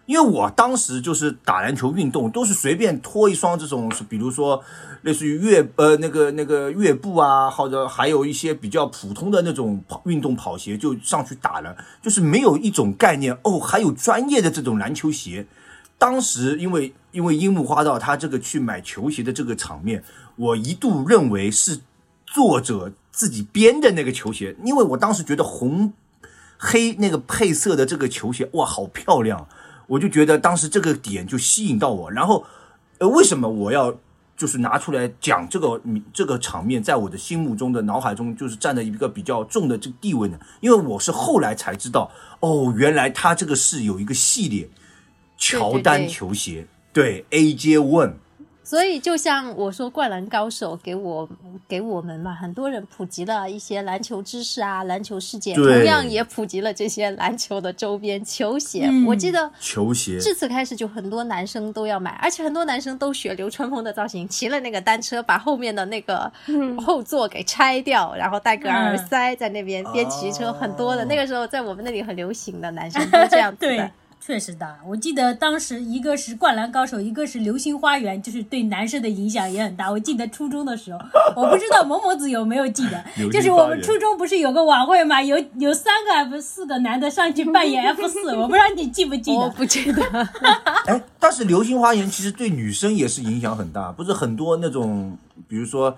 [SPEAKER 2] 因为我当时就是打篮球运动，都是随便脱一双这种，比如说类似于乐呃那个那个乐步啊，或者还有一些比较普通的那种跑运动跑鞋就上去打了，就是没有一种概念哦，还有专业的这种篮球鞋。当时因为因为樱木花道他这个去买球鞋的这个场面，我一度认为是作者自己编的那个球鞋，因为我当时觉得红黑那个配色的这个球鞋，哇，好漂亮！我就觉得当时这个点就吸引到我。然后，呃，为什么我要就是拿出来讲这个嗯这个场面，在我的心目中的脑海中就是占了一个比较重的这个地位呢？因为我是后来才知道，哦，原来他这个是有一个系列乔丹球鞋，对 AJ One。
[SPEAKER 1] 所以，就像我说，《灌篮高手》给我给我们嘛，很多人普及了一些篮球知识啊，篮球世界，
[SPEAKER 2] 对
[SPEAKER 1] 同样也普及了这些篮球的周边球鞋。
[SPEAKER 4] 嗯
[SPEAKER 1] 我记得
[SPEAKER 2] 球鞋，
[SPEAKER 1] 至此开始，就很多男生都要买，而且很多男生都学流川枫的造型，骑了那个单车，把后面的那个
[SPEAKER 4] 嗯
[SPEAKER 1] 后座给拆掉，然后戴个耳塞，在那边边骑车，
[SPEAKER 2] 哦
[SPEAKER 1] 很多的。那个时候在我们那里很流行的，男生都这样子的
[SPEAKER 4] 对。，确实的。我记得当时一个是《灌篮高手》，一个是《流星花园》，就是对男生的影响也很大。我记得初中的时候，我不知道萌萌子有没有记得
[SPEAKER 2] 流，
[SPEAKER 4] 就是
[SPEAKER 2] 星
[SPEAKER 4] 我
[SPEAKER 2] 花
[SPEAKER 4] 们
[SPEAKER 2] 园
[SPEAKER 4] 初中不是有个晚会嘛，有有三个还不是四个男的上去扮演 F 四，我不知道你记不记
[SPEAKER 1] 我
[SPEAKER 4] 得。
[SPEAKER 1] 不记得，
[SPEAKER 2] 哎，但是《流星花园》其实对女生也是影响很大，不是很多那种，比如说，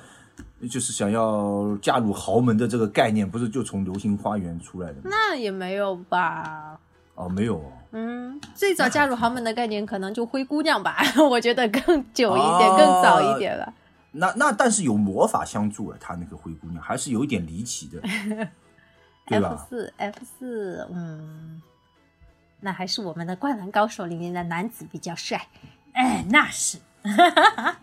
[SPEAKER 2] 就是想要嫁入豪门的这个概念，不是就从《流星花园》出来的吗？
[SPEAKER 1] 那也没有吧。
[SPEAKER 2] 哦，没有哦，
[SPEAKER 1] 嗯，最早嫁入豪门的概念可能就灰姑娘吧， 我觉得更久一点、
[SPEAKER 2] 哦
[SPEAKER 1] 更早一点吧。
[SPEAKER 2] 那那但是有魔法相助啊，她那个灰姑娘还是有一点离奇 的，对
[SPEAKER 1] F
[SPEAKER 2] 吧？
[SPEAKER 1] 四 F 四，嗯，那还是我们的《灌篮高手》里面的男子比较帅。
[SPEAKER 4] 哎，那是，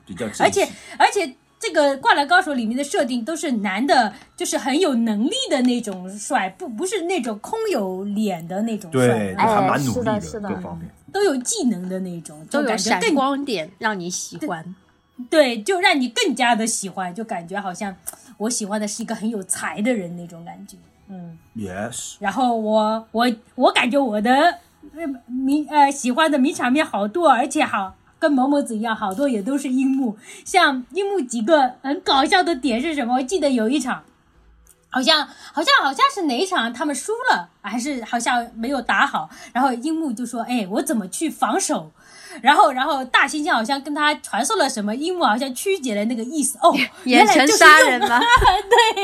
[SPEAKER 2] 比较正气
[SPEAKER 4] 而且而且。这个《灌篮高手》里面的设定都是男的，就是很有能力的那种帅，不不是那种空有脸的那种帅，
[SPEAKER 2] 对，
[SPEAKER 3] 哎
[SPEAKER 2] 还蛮努力
[SPEAKER 3] 是的是的
[SPEAKER 2] 各方面。
[SPEAKER 4] 都有技能的那种，就
[SPEAKER 1] 都有
[SPEAKER 4] 感觉
[SPEAKER 1] 闪
[SPEAKER 4] 更
[SPEAKER 1] 光点让你喜欢，
[SPEAKER 4] 对，就让你更加的喜欢，就感觉好像我喜欢的是一个很有才的人那种感觉。嗯，
[SPEAKER 2] Yes，
[SPEAKER 4] 然后我我我感觉我的呃名呃喜欢的名场面好多，而且好跟某某子一样，好多也都是樱木。像樱木几个很搞笑的点是什么？我记得有一场。好像好像好像是哪一场他们输了，还是好像没有打好，然后樱木就说：“哎，我怎么去防守？”然后然后大猩猩好像跟他传授了什么，樱木好像曲解了那个意思。 哦，原
[SPEAKER 1] 眼
[SPEAKER 4] 来
[SPEAKER 1] 神
[SPEAKER 4] 就是
[SPEAKER 1] 杀
[SPEAKER 4] 用
[SPEAKER 1] 人吗？
[SPEAKER 4] 对，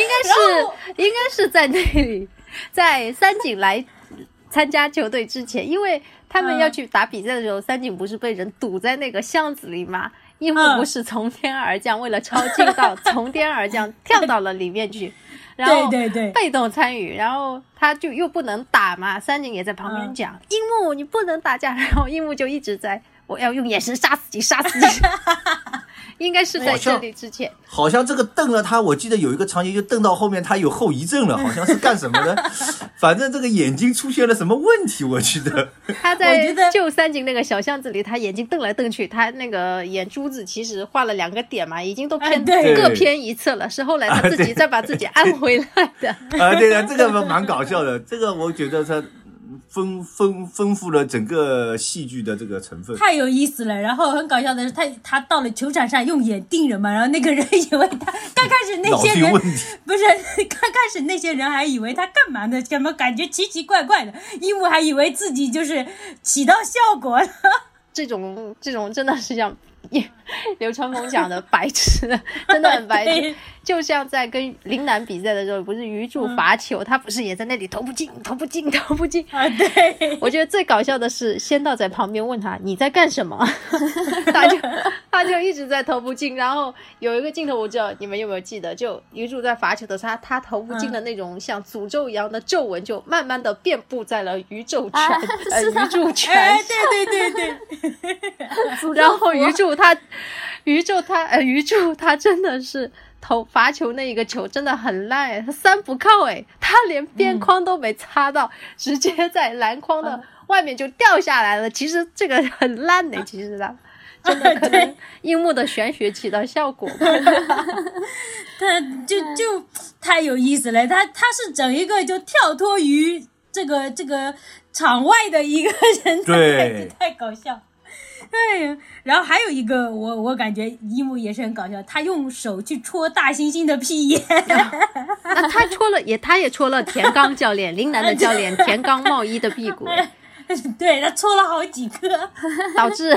[SPEAKER 1] 应该是应该是在那里，在三井来参加球队之前，因为他们
[SPEAKER 4] 嗯
[SPEAKER 1] 要去打比赛的时候，三井不是被人堵在那个巷子里吗？樱木
[SPEAKER 4] 嗯
[SPEAKER 1] 不是从天而降，为了抄近道，从天而降跳到了里面去。
[SPEAKER 7] 然后
[SPEAKER 4] 对对对
[SPEAKER 1] 被动参与，然后他就又不能打嘛，三井也在旁边
[SPEAKER 4] 嗯
[SPEAKER 1] 讲，樱木你不能打架， 然后樱木就一直在我要用眼神杀死你，杀 死你，应该是在
[SPEAKER 2] 好
[SPEAKER 1] 这
[SPEAKER 2] 像
[SPEAKER 1] 里之前，
[SPEAKER 2] 好像这个瞪了他，我记得有一个场景就瞪到后面他有后遗症了，好像是干什么 呢？反正这个眼睛出现了什么问题，我记得。
[SPEAKER 1] 他
[SPEAKER 4] 我
[SPEAKER 1] 在
[SPEAKER 4] 觉得
[SPEAKER 1] 就三井那个小巷子里，他眼睛瞪来瞪去，他那个眼珠子其实画了两个点嘛，已经都偏、
[SPEAKER 4] 哎对啊
[SPEAKER 1] 各偏一侧了，是后来他自己再把自己按回来的。
[SPEAKER 2] 啊，对的，这个蛮蛮搞笑的，这个我觉得它丰丰丰富了整个戏剧的这个成分。
[SPEAKER 4] 太有意思了。然后很搞笑的是，他他到了球场上用眼盯人嘛，然后那个人以为他刚开始那
[SPEAKER 2] 脑
[SPEAKER 4] 些
[SPEAKER 2] 子有
[SPEAKER 4] 人
[SPEAKER 2] 问 题，
[SPEAKER 4] 不是，刚开始那些人还以为他干嘛呢？怎么感觉奇奇怪怪的？樱木还以为自己就是起到效果了。
[SPEAKER 1] 这种这种真的是像 刘川枫讲的白痴，真的很白痴
[SPEAKER 4] 对。
[SPEAKER 1] 就像在跟陵南比赛的时候，不是鱼柱罚球，他不是也在那里投不进，投不进，投不进。
[SPEAKER 4] 啊， 对，
[SPEAKER 1] 我觉得最搞笑的是，仙道在旁边问他你在干什么， 他就他就一直在投不进。然后有一个镜头，我不知道你们有没有记得，就鱼柱在罚球的时候，他他投不进的那种像诅咒一样的皱纹，就慢慢的遍布在了宇宙圈、
[SPEAKER 3] 啊
[SPEAKER 1] 呃
[SPEAKER 3] 是的
[SPEAKER 1] 鱼柱圈
[SPEAKER 4] 哎，对对对对，
[SPEAKER 1] 然 后鱼柱他，鱼柱他，呃，鱼柱他真的是投罚球那一个球真的很烂哎，他三不靠哎，他连边框都没擦到，直接在篮筐的外面就掉下来了。其实这个很烂的，其实他。真的可能樱木的玄学起到效果吧，
[SPEAKER 4] 他就就太有意思了。他他是整一个就跳脱于这个这个场外的一个人，
[SPEAKER 2] 对
[SPEAKER 4] 太搞笑。 哎呀，然后还有一个，我我感觉一木也是很搞笑，他用手去戳大猩猩的屁眼，
[SPEAKER 1] 那啊他戳了也，他也戳了田刚教练，陵南的教练田刚茂一的屁股，
[SPEAKER 4] 对他戳了好几个。
[SPEAKER 1] 导致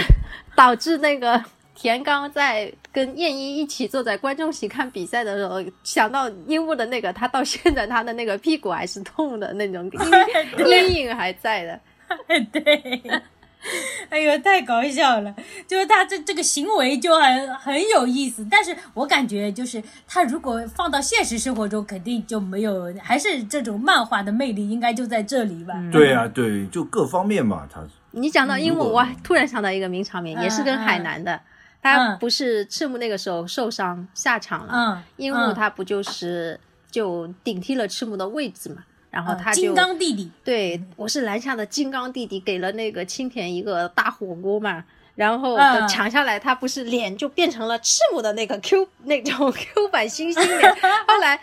[SPEAKER 1] 导致那个田刚在跟燕一一起坐在观众席看比赛的时候，想到樱木的那个，他到现在他的那个屁股还是痛的 那种阴阴影还在的。
[SPEAKER 4] 对， 哎呦，太搞笑了！就是他这这个行为就很很有意思，但是我感觉就是他如果放到现实生活中，肯定就没有，还是这种漫画的魅力应该就在这里吧。
[SPEAKER 2] 对啊，对，就各方面嘛，它
[SPEAKER 1] 你讲到樱木，
[SPEAKER 2] 如果
[SPEAKER 1] 我突然想到一个名场面，
[SPEAKER 4] 嗯
[SPEAKER 1] 也是跟海南的，他
[SPEAKER 4] 嗯
[SPEAKER 1] 不是赤木那个时候受伤下场了，
[SPEAKER 4] 嗯，
[SPEAKER 1] 樱木他不就是就顶替了赤木的位置嘛，然后
[SPEAKER 4] 嗯
[SPEAKER 1] 他
[SPEAKER 4] 金
[SPEAKER 1] 就
[SPEAKER 4] 刚弟弟，
[SPEAKER 1] 对，我是篮下的金刚弟弟，给了那个青田一个大火锅嘛。然后
[SPEAKER 4] 嗯
[SPEAKER 1] 等抢下来，他不是脸就变成了赤木的那个 Q 那种 Q 版星星脸。后来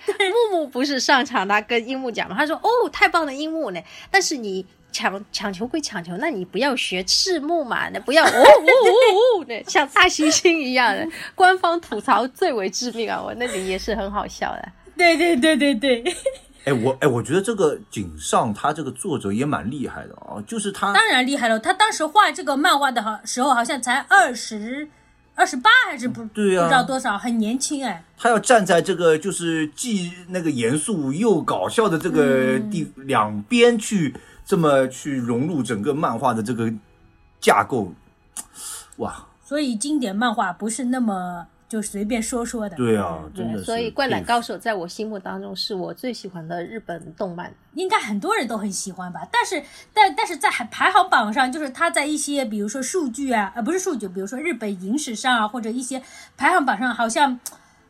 [SPEAKER 1] 木木不是上场，他跟樱木讲嘛，他说：“哦，太棒了，樱木呢？但是你抢抢球归抢球，那你不要学赤木嘛，那不要哦哦哦哦的，像大猩猩一样的。”官方吐槽最为致命啊，我那里也是很好笑的。
[SPEAKER 4] 对对对对对，
[SPEAKER 2] 哎，我哎，我觉得这个井上他这个作者也蛮厉害的啊，就是他
[SPEAKER 4] 当然厉害了。他当时画这个漫画的好时候，好像才二十二十八还是不、
[SPEAKER 2] 对啊
[SPEAKER 4] 不知道多少，很年轻哎。
[SPEAKER 2] 他要站在这个就是既那个严肃又搞笑的这个地、两边去这么去融入整个漫画的这个架构，哇，
[SPEAKER 4] 所以经典漫画不是那么就随便说说的。
[SPEAKER 2] 对啊，真的是佩服。
[SPEAKER 1] 所以《灌篮高手》在我心目当中是我最喜欢的日本动漫。
[SPEAKER 4] 应该很多人都很喜欢吧，但是但但是在排排行榜上，就是它在一些比如说数据啊，呃不是数据，比如说日本影史上啊，或者一些排行榜上，好像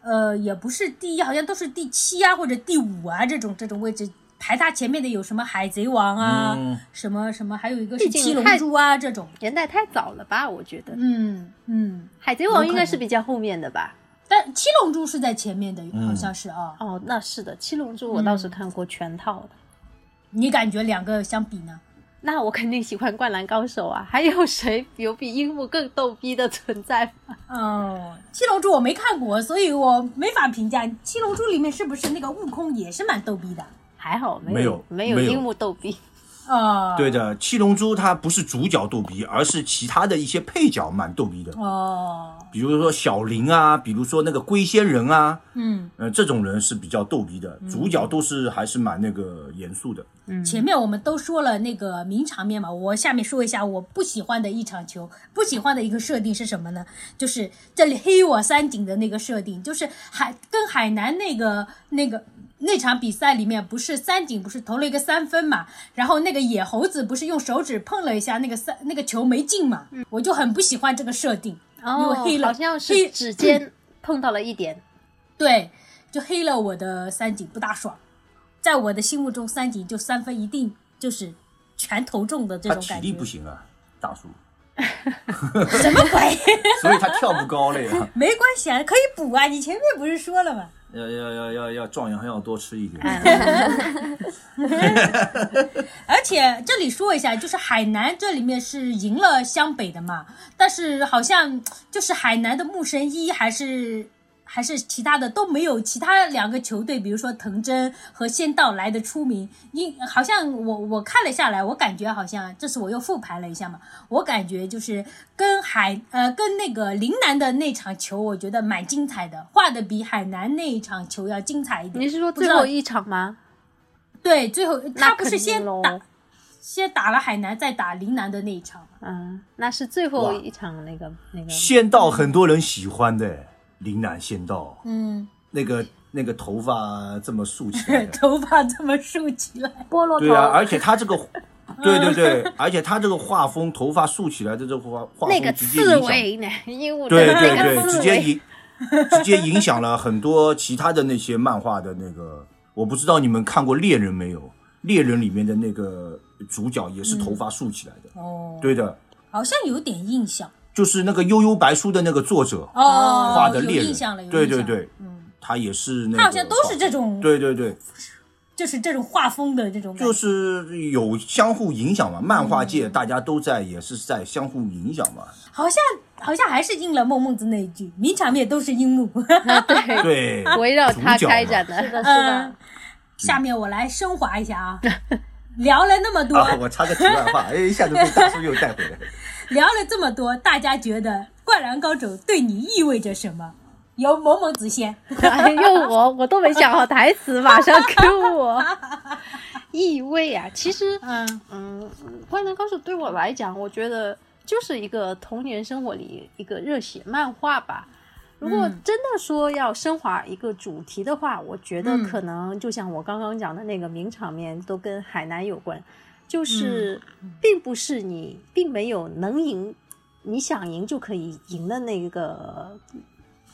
[SPEAKER 4] 呃也不是第一，好像都是第七啊或者第五啊这种这种位置。排它前面的有什么《海贼王》啊，
[SPEAKER 2] 嗯
[SPEAKER 4] 什么什么，还有一个
[SPEAKER 1] 毕
[SPEAKER 4] 是《
[SPEAKER 1] 竟
[SPEAKER 4] 七龙
[SPEAKER 1] 太
[SPEAKER 4] 珠》啊这种。
[SPEAKER 1] 年代太早了吧？我觉得《
[SPEAKER 4] 嗯嗯，
[SPEAKER 1] 海贼王》应该是比较后面的吧？
[SPEAKER 4] 但《七龙珠》是在前面的，好像是啊。
[SPEAKER 1] 哦，那是的，《七龙珠》我倒是看过全套的。
[SPEAKER 4] 你感觉两个相比呢？
[SPEAKER 1] 那我肯定喜欢《灌篮高手》啊！还有谁有比樱木更逗逼的存在吗？
[SPEAKER 4] 哦，七龙珠我没看过，所以我没法评价。七龙珠里面是不是那个悟空也是蛮逗逼的？
[SPEAKER 1] 还好没
[SPEAKER 2] 没有
[SPEAKER 1] 没有
[SPEAKER 2] 没有
[SPEAKER 1] 樱木逗逼。
[SPEAKER 4] 哦，
[SPEAKER 2] 对的，七龙珠它不是主角逗逼，而是其他的一些配角蛮逗逼的，
[SPEAKER 4] 哦，
[SPEAKER 2] 比如说小林啊，比如说那个龟仙人啊，
[SPEAKER 4] 嗯，
[SPEAKER 2] 呃，这种人是比较逗逼的，主角都是还是蛮那个严肃的。
[SPEAKER 1] 嗯
[SPEAKER 4] 前面我们都说了那个名场面嘛，我下面说一下我不喜欢的一场球，不喜欢的一个设定是什么呢？就是这里黑我三井的那个设定，就是海跟海南那个那个那场比赛里面，不是三井不是投了一个三分嘛，然后那个野猴子不是用手指碰了一下那个三那个球没进嘛，我就很不喜欢这个设定，因
[SPEAKER 1] 嗯
[SPEAKER 4] 为
[SPEAKER 1] 哦
[SPEAKER 4] 黑，了
[SPEAKER 1] 好像是
[SPEAKER 4] 黑
[SPEAKER 1] 指尖碰到了一点，
[SPEAKER 4] 对，就黑了我的三井不大爽，在我的心目中，三井就三分一定就是全投中的这
[SPEAKER 2] 他
[SPEAKER 4] 种
[SPEAKER 2] 体
[SPEAKER 4] 感
[SPEAKER 2] 力
[SPEAKER 4] 觉。
[SPEAKER 2] 不行啊，大叔，
[SPEAKER 4] 什么鬼？。
[SPEAKER 2] 所以他跳不高了呀
[SPEAKER 4] 没关系啊，可以补啊。你前面不是说了吗？
[SPEAKER 2] 要要要要要壮阳药多吃一点。
[SPEAKER 4] 哎 而且这里说一下，就是海南这里面是赢了湘北的嘛，但是好像就是海南的木神一还是还是其他的都没有其他两个球队，比如说藤真和仙道来的出名。因好像我我看了下来，我感觉好像这是我又复盘了一下嘛，我感觉就是跟海呃跟那个陵南的那场球，我觉得蛮精彩的，画的比海南那一场球要精彩一点。
[SPEAKER 1] 你是说
[SPEAKER 4] 不知
[SPEAKER 1] 最
[SPEAKER 4] 道
[SPEAKER 1] 后一场吗？
[SPEAKER 4] 对，最后他
[SPEAKER 1] 那
[SPEAKER 4] 不是
[SPEAKER 1] 肯
[SPEAKER 4] 先
[SPEAKER 1] 定喽
[SPEAKER 4] 打先打了海南，再打陵南的那一场吗？
[SPEAKER 1] 嗯，那是最后一场那个那个。
[SPEAKER 2] 仙道很多人喜欢的，岭南仙道，
[SPEAKER 4] 嗯，
[SPEAKER 2] 那个那个头发这么竖 起来，
[SPEAKER 4] 头发这么竖起来，
[SPEAKER 3] 菠萝头，
[SPEAKER 2] 对啊，而且他这 个，对对
[SPEAKER 4] 嗯
[SPEAKER 2] 对，而且他这个画风，头发竖起来的这个画画
[SPEAKER 1] 那个
[SPEAKER 2] 风直接
[SPEAKER 1] 刺
[SPEAKER 2] 影响，
[SPEAKER 1] 猬呢？鹦鹉
[SPEAKER 2] 对
[SPEAKER 1] 的
[SPEAKER 2] 对
[SPEAKER 1] 那个
[SPEAKER 2] 对，
[SPEAKER 1] 刺
[SPEAKER 2] 直接
[SPEAKER 1] 猬，
[SPEAKER 2] 影直接影响了很多其他的那些漫画的那个，我不知道你们看过《猎人》没有，《猎人》里面的那个主角也是头发竖起来的，
[SPEAKER 4] 嗯哦，
[SPEAKER 2] 对的，
[SPEAKER 4] 好像有点印象
[SPEAKER 2] 就是那个《悠悠白书》的那个作者，
[SPEAKER 4] 哦，
[SPEAKER 2] 画的猎
[SPEAKER 4] 有
[SPEAKER 2] 人
[SPEAKER 4] 印象了，有
[SPEAKER 2] 对
[SPEAKER 4] 印
[SPEAKER 2] 对
[SPEAKER 4] 象
[SPEAKER 2] 对，
[SPEAKER 4] 嗯，
[SPEAKER 2] 他也是那个，
[SPEAKER 4] 他好像都是这种，
[SPEAKER 2] 对对对，
[SPEAKER 4] 就是这种画风的这种感
[SPEAKER 2] 就
[SPEAKER 4] 觉，
[SPEAKER 2] 是有相互影响嘛。漫画界
[SPEAKER 1] 嗯
[SPEAKER 2] 大家都在，也是在相互影响 嘛。
[SPEAKER 4] 好像好像还是应了梦梦子那一句，名场面都是樱 木。
[SPEAKER 1] 对，
[SPEAKER 2] 对，
[SPEAKER 1] 围绕它
[SPEAKER 2] 主角嘛
[SPEAKER 1] 开展的。
[SPEAKER 8] 是的，是
[SPEAKER 4] 嗯
[SPEAKER 8] 的，，
[SPEAKER 4] 下面我来升华一下啊， 聊了那么多，
[SPEAKER 2] 啊，我插个题外话，哎，一下子被大叔又带回来。
[SPEAKER 4] 聊了这么多，大家觉得《灌篮高手》对你意味着什么？由萌萌子先，
[SPEAKER 1] 哎呦，我我都没想好台词，马上 Q 我。 意味啊，其实，
[SPEAKER 4] 嗯
[SPEAKER 1] 嗯，《灌篮高手》对我来讲，我觉得就是一个童年生活里一个热血漫画吧。如果
[SPEAKER 4] 嗯
[SPEAKER 1] 真的说要升华一个主题的话，我觉得
[SPEAKER 4] 嗯
[SPEAKER 1] 可能就像我刚刚讲的那个名场面，都跟海南有关，就是并不是你并没有能赢，你想赢就可以赢的那个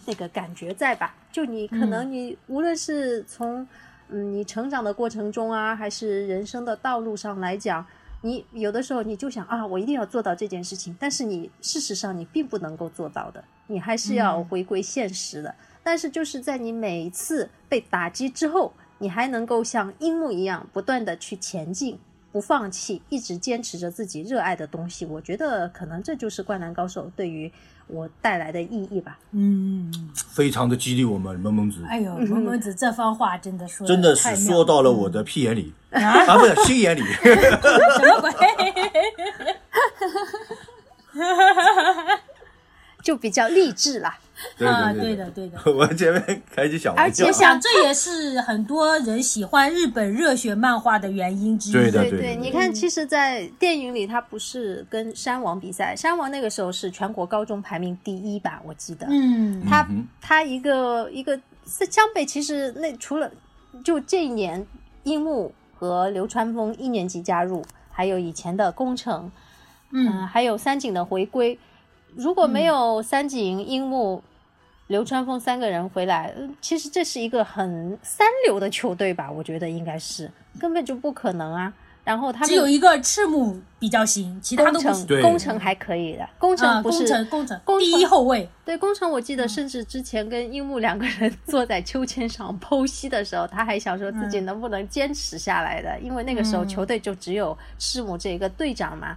[SPEAKER 1] 那个感觉在吧？就你可能你、无论是从嗯你成长的过程中啊，还是人生的道路上来讲，你有的时候你就想啊，我一定要做到这件事情，但是你事实上你并不能够做到的，你还是要
[SPEAKER 4] 嗯
[SPEAKER 1] 回归现实的。但是就是在你每一次被打击之后，你还能够像樱木一样不断的去前进。不放弃，一直坚持着自己热爱的东西，我觉得可能这就是《灌篮高手》对于我带来的意义吧。
[SPEAKER 4] 嗯，
[SPEAKER 2] 非常的激励我们萌萌子，
[SPEAKER 4] 哎呦，萌萌子这番话真的说
[SPEAKER 2] 嗯
[SPEAKER 4] 得
[SPEAKER 2] 真的
[SPEAKER 4] 太
[SPEAKER 2] 是
[SPEAKER 4] 妙
[SPEAKER 2] 说到了我的屁眼里啊，不是 心眼里。
[SPEAKER 4] 了什么鬼？
[SPEAKER 1] 就比较励志啦。
[SPEAKER 2] 对
[SPEAKER 4] 啊，
[SPEAKER 2] 对
[SPEAKER 4] 对的，对的。
[SPEAKER 2] 我前面开始想玩
[SPEAKER 1] 而且
[SPEAKER 2] 笑
[SPEAKER 4] 我想这也是很多人喜欢日本热血漫画的原因之一。
[SPEAKER 2] 对的
[SPEAKER 1] 对
[SPEAKER 2] 对
[SPEAKER 1] 你看，其实，在电影里，他不是跟山王比赛，山王那个时候是全国高中排名第一吧，我记得。
[SPEAKER 4] 嗯，
[SPEAKER 1] 他
[SPEAKER 2] 嗯哼
[SPEAKER 1] 他一个一个是江北，其实那除了就这一年，樱木和流川枫一年级加入，还有以前的宫城，嗯、
[SPEAKER 4] 嗯
[SPEAKER 1] 还有三井的回归。如果没有三井、樱木、流川枫三个人回来，嗯其实这是一个很三流的球队吧？我觉得应该是根本就不可能啊。然后他们
[SPEAKER 4] 只有一个赤木比较行，其他
[SPEAKER 1] 工
[SPEAKER 4] 都不
[SPEAKER 1] 程
[SPEAKER 4] 行。
[SPEAKER 2] 对
[SPEAKER 1] 工程还可以的，工
[SPEAKER 4] 啊，
[SPEAKER 1] 程不
[SPEAKER 4] 工
[SPEAKER 1] 是、
[SPEAKER 4] 程工程
[SPEAKER 1] 工程
[SPEAKER 4] 第一后卫，
[SPEAKER 1] 对工程，我记
[SPEAKER 4] 嗯
[SPEAKER 1] 得甚至之前跟樱木两个人 坐在秋千上剖析的时候，他还想说自己能不能坚持下来的，因为那个时候
[SPEAKER 4] 嗯
[SPEAKER 1] 球队就只有赤木这一个队长嘛。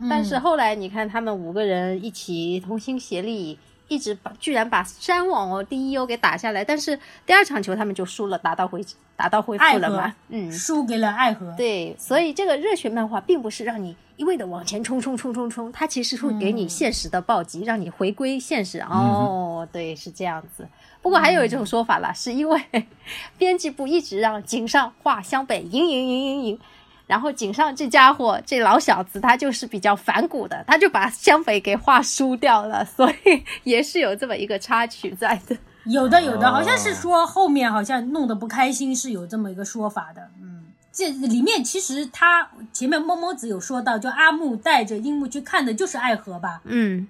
[SPEAKER 4] 嗯
[SPEAKER 1] 但是后来你看，他们五个人一起同心协力，一直把居然把山网哦第一哦给打下来，但是第二场球他们就输了，打道回打道恢
[SPEAKER 4] 爱
[SPEAKER 1] 复了
[SPEAKER 4] 河
[SPEAKER 1] 嘛，，嗯，
[SPEAKER 4] 输给了爱河，
[SPEAKER 1] 对，所以这个热血漫画并不是让你一味的往前冲冲冲冲冲，它其实会给你现实的暴击，让你回归现实。哦，对，是这样子。不过还有一种说法啦，是因为 编辑部一直让井上画湘北赢赢赢赢赢，然后井上这家伙这老小子他就是比较反骨的，他就把湘北给画输掉了，所以 也是有这么一个插曲在的。
[SPEAKER 4] 有的有的，
[SPEAKER 2] 哦
[SPEAKER 4] 好像是说后面好像弄得不开心，是有这么一个说法的。嗯，这里面其实他前面猫猫子有说到，就阿木带着樱木去看的就是爱河吧，
[SPEAKER 1] 嗯，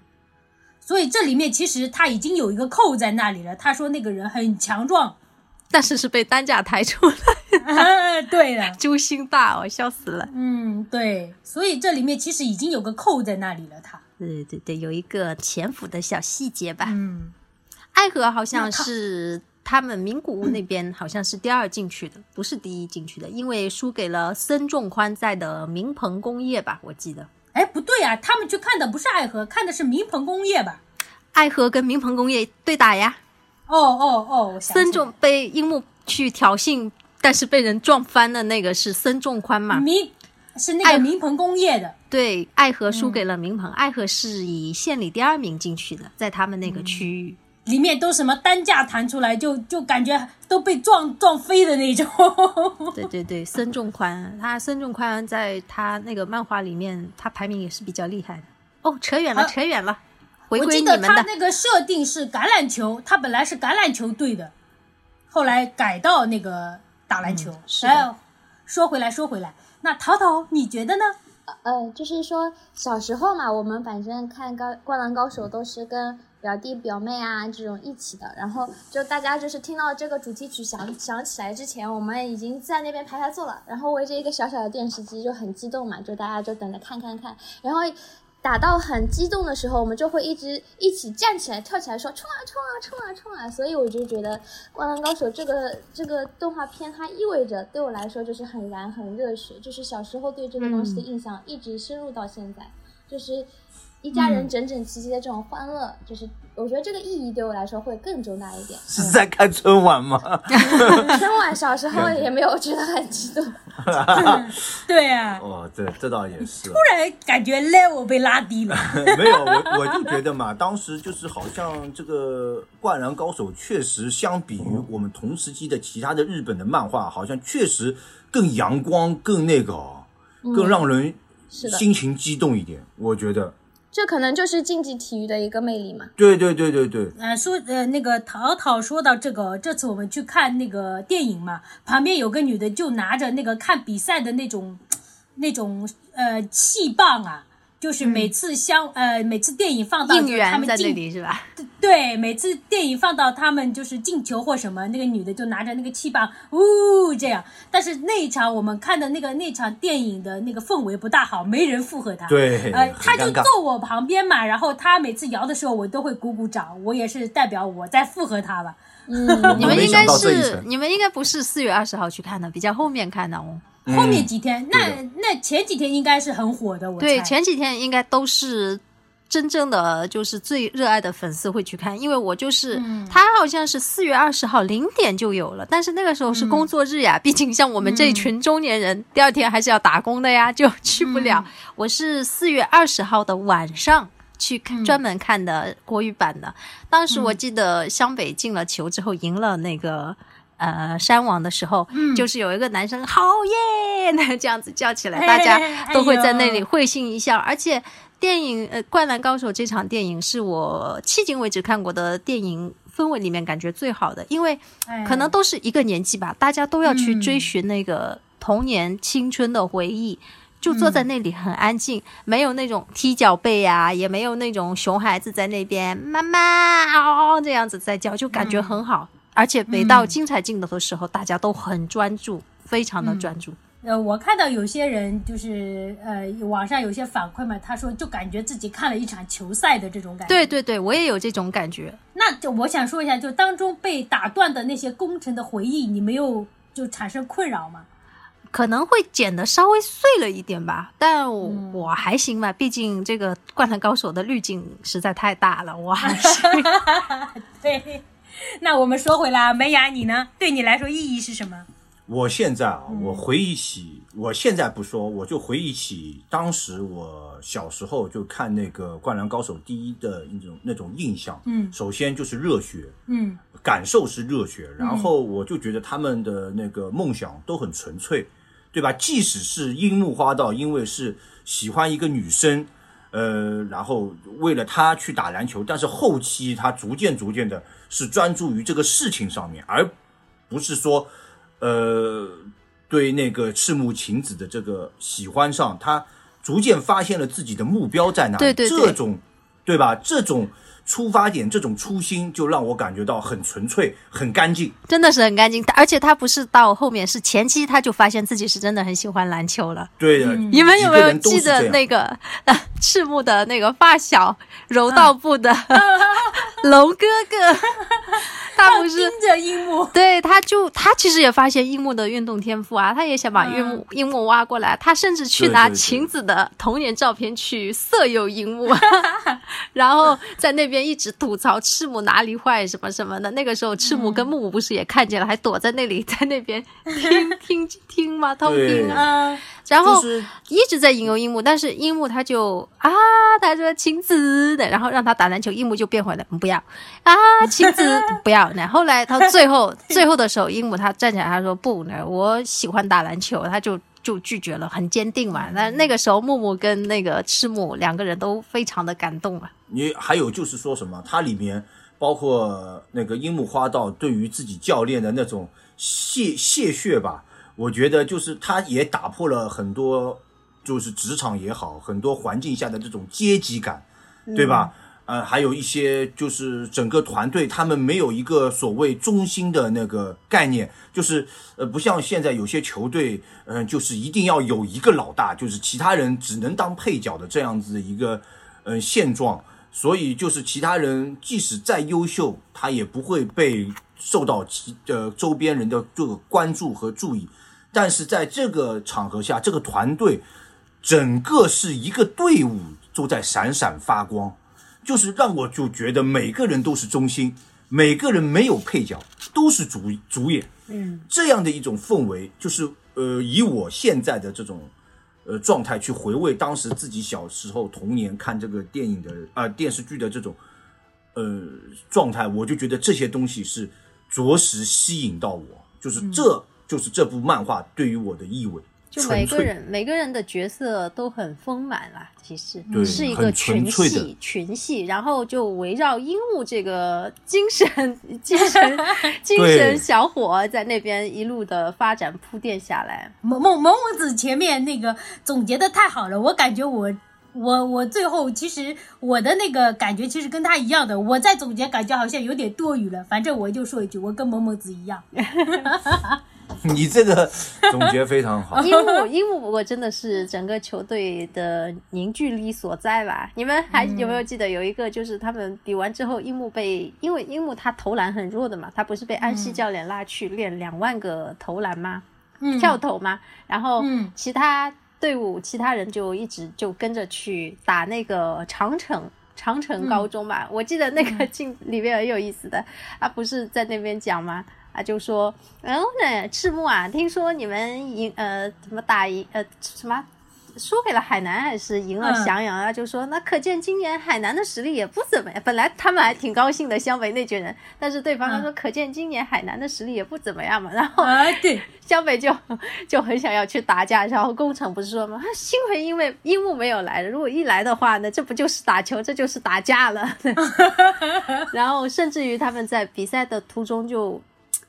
[SPEAKER 4] 所以这里面其实他已经有一个扣在那里了。他说那个人很强壮，
[SPEAKER 1] 但是是被担架抬出 来，
[SPEAKER 4] 啊、对的，
[SPEAKER 1] 诛心大哦，笑死了。
[SPEAKER 4] 嗯，对，所以这里面其实已经有个扣在那里了。他，
[SPEAKER 1] 对对对，有一个潜伏的小细节吧。
[SPEAKER 4] 嗯，
[SPEAKER 1] 爱河好像是他们名古屋那边好像是第二进去的，不是第一进去的，因为输给了森重宽在的明鹏工业吧，我记得。
[SPEAKER 4] 哎，不对啊，他们去看的不是爱河，看的是明鹏工业吧？
[SPEAKER 1] 爱河跟明鹏工业对打呀，
[SPEAKER 4] 哦哦哦，我想起来
[SPEAKER 1] 森重被樱木去挑衅，但是被人撞翻的那个是森重宽嘛？
[SPEAKER 4] 明是那
[SPEAKER 1] 爱
[SPEAKER 4] 个明鹏工业的。
[SPEAKER 1] 对，爱河输给了明鹏，爱河是以县里第二名进去的，在他们那个区域。
[SPEAKER 4] 里面都什么担架弹出来，就就感觉都被撞撞飞的 那种。
[SPEAKER 1] 对对对，森重宽，啊他森重宽在他那个漫画里面，他排名也是比较厉害的。哦，扯远了，
[SPEAKER 4] 啊
[SPEAKER 1] 扯远了，回
[SPEAKER 4] 我
[SPEAKER 1] 归
[SPEAKER 4] 记
[SPEAKER 1] 你
[SPEAKER 4] 得
[SPEAKER 1] 们的。
[SPEAKER 4] 他那个设定是橄榄球，他本来是橄榄球队的，后来改到那个打篮球。
[SPEAKER 1] 嗯是的
[SPEAKER 4] 哎，说回来说回来，那淘淘你觉得呢？
[SPEAKER 3] 呃，就是说小时候嘛，我们反正看高《灌篮高手》都是跟表弟表妹啊这种一起的，然后就大家就是听到这个主题曲响响起来之前，我们已经在那边排排坐了，然后围着一个小小的电视机就很激动嘛，就大家就等着看看看，然后。打到很激动的时候，我们就会一直一起站起来、跳起来说“冲啊冲啊冲啊冲啊”，所以我就觉得《灌篮高手》这个这个动画片，它意味着对我来说就是很燃、很热血，就是小时候对这个东西的印象一直深入到现在，就是一家人整整齐齐的这种欢乐，就是我觉得这个意义对我来说会更重大一点。
[SPEAKER 2] 是在看春 晚吗？
[SPEAKER 3] 春晚小时候也没有觉得很激动，
[SPEAKER 4] 对啊，
[SPEAKER 2] 哦，对，这倒也是。啊
[SPEAKER 4] 突然 感觉 level 被拉低 了。
[SPEAKER 2] 没有，我我就觉得嘛，当时就是好像这个《灌篮高手》确实相比于我们同时期的其他的日本的漫画，好像确实更阳光、更那个哦，更让人
[SPEAKER 3] 是的
[SPEAKER 2] 心情激动一点。我觉得，
[SPEAKER 3] 这可能就是竞技体育的一个魅力嘛。
[SPEAKER 2] 对对对对对，
[SPEAKER 4] 呃，说呃那个淘淘说到这个，这次我们去看那个电影嘛，旁边有个女的就拿着那个看比赛的那种那种呃气棒啊，就是每次相、呃每次电影放到
[SPEAKER 1] 嗯应
[SPEAKER 4] 就是他
[SPEAKER 1] 援
[SPEAKER 4] 们
[SPEAKER 1] 在那
[SPEAKER 4] 进
[SPEAKER 1] 里是吧？
[SPEAKER 4] 对，每次电影放到他们就是进球或什么，那个女的就拿着那个气棒，呜这样。但是那一场我们看的那个那场电影的那个氛围不大好，没人附和她。
[SPEAKER 2] 对
[SPEAKER 4] 呃，她
[SPEAKER 2] 很
[SPEAKER 4] 就
[SPEAKER 2] 尴尬
[SPEAKER 4] 坐我旁边嘛，然后她每次摇的时候，我都会鼓鼓掌，我也是代表我在附和她吧。
[SPEAKER 3] 嗯
[SPEAKER 2] 我
[SPEAKER 1] 你们
[SPEAKER 2] 没
[SPEAKER 1] 应
[SPEAKER 2] 想
[SPEAKER 1] 该
[SPEAKER 2] 到这一
[SPEAKER 1] 是
[SPEAKER 2] 层。
[SPEAKER 1] 你们应该不是四月二十号去看的，比较后面看的哦。
[SPEAKER 4] 后面几天，
[SPEAKER 2] 嗯对
[SPEAKER 4] 那那前几天应该是很火的，我
[SPEAKER 1] 对，
[SPEAKER 4] 猜
[SPEAKER 1] 前几天应该都是真正的就是最热爱的粉丝会去看，因为我就是、
[SPEAKER 4] 嗯
[SPEAKER 1] 他好像是四月二十号零点就有了，但是那个时候是工作日呀，毕竟像我们这一群中年人，第二天还是要打工的呀，就去不
[SPEAKER 4] 嗯
[SPEAKER 1] 了。我是四月二十号的晚上。去看
[SPEAKER 4] 嗯
[SPEAKER 1] 专门看的国语版的，当时我记得湘北进了球之后赢了那个呃山王的时候，
[SPEAKER 4] 嗯
[SPEAKER 1] 就是有一个男生好耶， 那这样子叫起来，大家都会在那
[SPEAKER 4] 哎
[SPEAKER 1] 里
[SPEAKER 4] 呦
[SPEAKER 1] 会心一笑。而且电影呃《灌篮高手》这场电影是我迄今为止看过的电影氛围里面感觉最好的，因为
[SPEAKER 4] 哎
[SPEAKER 1] 可能都是一个年纪吧，大家都要去
[SPEAKER 4] 嗯
[SPEAKER 1] 追寻那个童年青春的回忆。就坐在那里很安静，没有那种踢脚背呀、也没有那种熊孩子在那边妈妈嗷嗷这样子在叫，就感觉很好。而且每到精彩镜头的时候，大家都很专注，非常的专注。
[SPEAKER 4] 呃，我看到有些人就是呃网上有些反馈嘛，他说就感觉自己看了一场球赛的这种感觉。
[SPEAKER 1] 对对对，我也有这种感觉。
[SPEAKER 4] 那就我想说一下，就当中被打断的那些工程的回忆，你没有就产生困扰吗？
[SPEAKER 1] 可能会剪的稍微碎了一点吧，但我、我还行吧，毕竟这个《灌篮高手》的滤镜实在太大了，我还行。
[SPEAKER 4] 对，那我们说回来，啊梅雅你呢？对你来说意义是什么？
[SPEAKER 2] 我现在啊，我回忆起，我现在不说，我就回忆起当时我小时候就看那个《灌篮高手》第一的那种那种印象。
[SPEAKER 4] 嗯
[SPEAKER 2] 首先就是热血，
[SPEAKER 4] 嗯
[SPEAKER 2] 感受是热血，然后我就觉得他们的那个梦想都很纯粹，对吧？即使是樱木花道，因为是喜欢一个女生，呃，然后为了她去打篮球，但是后期他逐渐逐渐的是专注于这个事情上面，而不是说，呃，对那个赤木晴子的这个喜欢上，他逐渐发现了自己的目标在哪里，
[SPEAKER 1] 对对对
[SPEAKER 2] 这种，对吧？这种。出发点这种初心，就让我感觉到很纯粹、很干净。
[SPEAKER 1] 真的是很干净，而且他不是到后面，是前期他就发现自己是真的很喜欢篮球了。
[SPEAKER 2] 对的，
[SPEAKER 1] 嗯你们有没有记
[SPEAKER 2] 几嗯个人都是这
[SPEAKER 1] 得
[SPEAKER 2] 样
[SPEAKER 1] 那个、呃、赤木的那个发小柔道部 的、 龙哥哥？ 他不是
[SPEAKER 4] 盯着樱木，
[SPEAKER 1] 对，他就他其实也发现樱木的运动天赋啊，他也想把樱木、樱木挖过来，他甚至去
[SPEAKER 2] 嗯对
[SPEAKER 1] 拿
[SPEAKER 2] 对对
[SPEAKER 1] 晴子的童年照片去色诱樱木， 然后在那边一直吐槽赤木哪里坏什么什么的。那个时候赤木
[SPEAKER 2] 嗯
[SPEAKER 1] 跟木木不是也看见了，还躲在那里在那边听 听听吗？偷听啊，
[SPEAKER 4] 嗯，
[SPEAKER 1] 然后
[SPEAKER 2] 就是
[SPEAKER 1] 一直在引诱樱木，但是樱木他就啊，他说晴子的，然后让他打篮球，樱木就变回来，嗯不要啊，晴 子不要。然后后来到最后最后的时候，樱木他站起来，他说不呢，我喜欢打篮球，他就就拒绝了，很坚定嘛。那那个时候木木跟那个赤木两个人都非常的感动了。
[SPEAKER 2] 你还有就是说什么，它里面包括那个樱木花道对于自己教练的那种谢谢血吧，我觉得就是他也打破了很多，就是职场也好，很多环境下的这种阶级感，对吧？呃，还有一些就是整个团队他们没有一个所谓中心的那个概念，就是呃，不像现在有些球队，嗯、就是一定要有一个老大，就是其他人只能当配角的这样子的一个嗯、呃现状。所以就是其他人即使再优秀，他也不会被受到其呃周边人的这个关注和注意。但是在这个场合下，这个团队整个是一个队伍都在闪闪发光，就是让我就觉得每个人都是中心，每个人没有配角，都是主主演。嗯，这样的一种氛围，就是呃，以我现在的这种呃状态去回味当时自己小时候童年看这个电影的啊、呃电视剧的这种呃状态，我就觉得这些东西是着实吸引到我，就是这、就是这部漫画对于我的意味。
[SPEAKER 1] 嗯就
[SPEAKER 2] 纯
[SPEAKER 1] 每个
[SPEAKER 2] 粹
[SPEAKER 1] 人每个人的角色都很丰满啦，其实
[SPEAKER 2] 对
[SPEAKER 1] 是一
[SPEAKER 2] 很
[SPEAKER 1] 个
[SPEAKER 2] 纯
[SPEAKER 1] 群
[SPEAKER 2] 粹的
[SPEAKER 1] 戏，群戏，然后就围绕樱木这个精神精 神精神小伙在那边一路的发展铺垫下来，，
[SPEAKER 4] 萌萌萌萌子前面那个总结的太好了，我感觉我我我最后其实我的那个感觉其实跟他一样的，我在总结感觉好像有点多余了，反正我就说一句，我跟萌萌子一样，
[SPEAKER 2] 你这个总结非常好
[SPEAKER 1] 樱 木樱木不过真的是整个球队的凝聚力所在吧？你们还有没
[SPEAKER 2] 嗯
[SPEAKER 1] 有记得有一个就是他们比完之后，樱木被因为樱木他投篮很弱的嘛，他不是被安
[SPEAKER 2] 嗯
[SPEAKER 1] 西教练拉去练两万个投篮吗？
[SPEAKER 4] 嗯，
[SPEAKER 1] 跳投嘛，然后
[SPEAKER 4] 嗯
[SPEAKER 1] 其他队伍、其他人就一直就跟着去打那个长城。长城高中
[SPEAKER 4] 嗯
[SPEAKER 1] 吧，我记得那个镜里面很有意思的，啊，不是在那边讲吗？啊，就说，然后呢，赤木啊，听说你们赢，呃，怎么打赢，呃，什么输给了海南，还是赢了
[SPEAKER 4] 嗯
[SPEAKER 1] 翔阳啊？就说那可见今年海南的实力也不怎么样。本来他们还挺高兴的，湘北那群人，但是对方他
[SPEAKER 4] 嗯
[SPEAKER 1] 说可见今年海南的实力也不怎么样嘛。然后
[SPEAKER 4] 啊对，
[SPEAKER 1] 湘北就就很想要去打架，然后工程不是说吗？啊幸亏因为樱木没有来，如果一来的话呢，这不就是打球，这就是打架了。然后甚至于他们在比赛的途中就，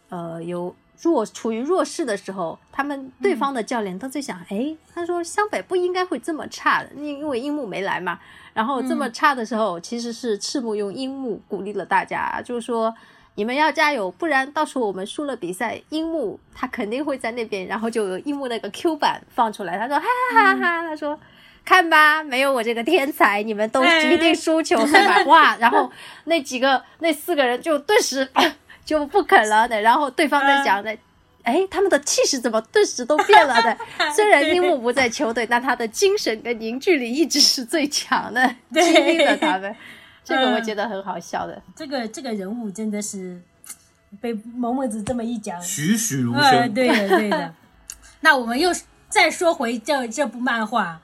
[SPEAKER 1] 呃，有弱处于弱势的时候，他们对方的教练都在想，哎、他说湘北不应该会这么差的，因因为樱木没来嘛。然后这么差的时候，其实是赤木用樱木鼓励了大家，就是说。你们要加油，不然到时候我们输了比赛，樱木他肯定会在那边，然后就有樱木那个 Q 版放出来，他说哈哈哈哈，他说看吧，没有我这个天才，你们都
[SPEAKER 4] 哎
[SPEAKER 1] 一定输球，对吧？哇， 然后 那几个那四个人就顿时就不肯了的，然后对方在想着。哎，他们的气势怎么顿时都变了 呢？虽然樱木不在球队，但他的精神跟凝聚力一直是最强的，激
[SPEAKER 4] 对
[SPEAKER 1] 励了他们。这个我
[SPEAKER 4] 嗯
[SPEAKER 1] 觉得很好笑的。
[SPEAKER 4] 这个这个人物真的是被萌萌子这么一讲，
[SPEAKER 2] 栩栩如
[SPEAKER 4] 呃，
[SPEAKER 2] 生。
[SPEAKER 4] 对的对的。那我们又再说回这这部漫画，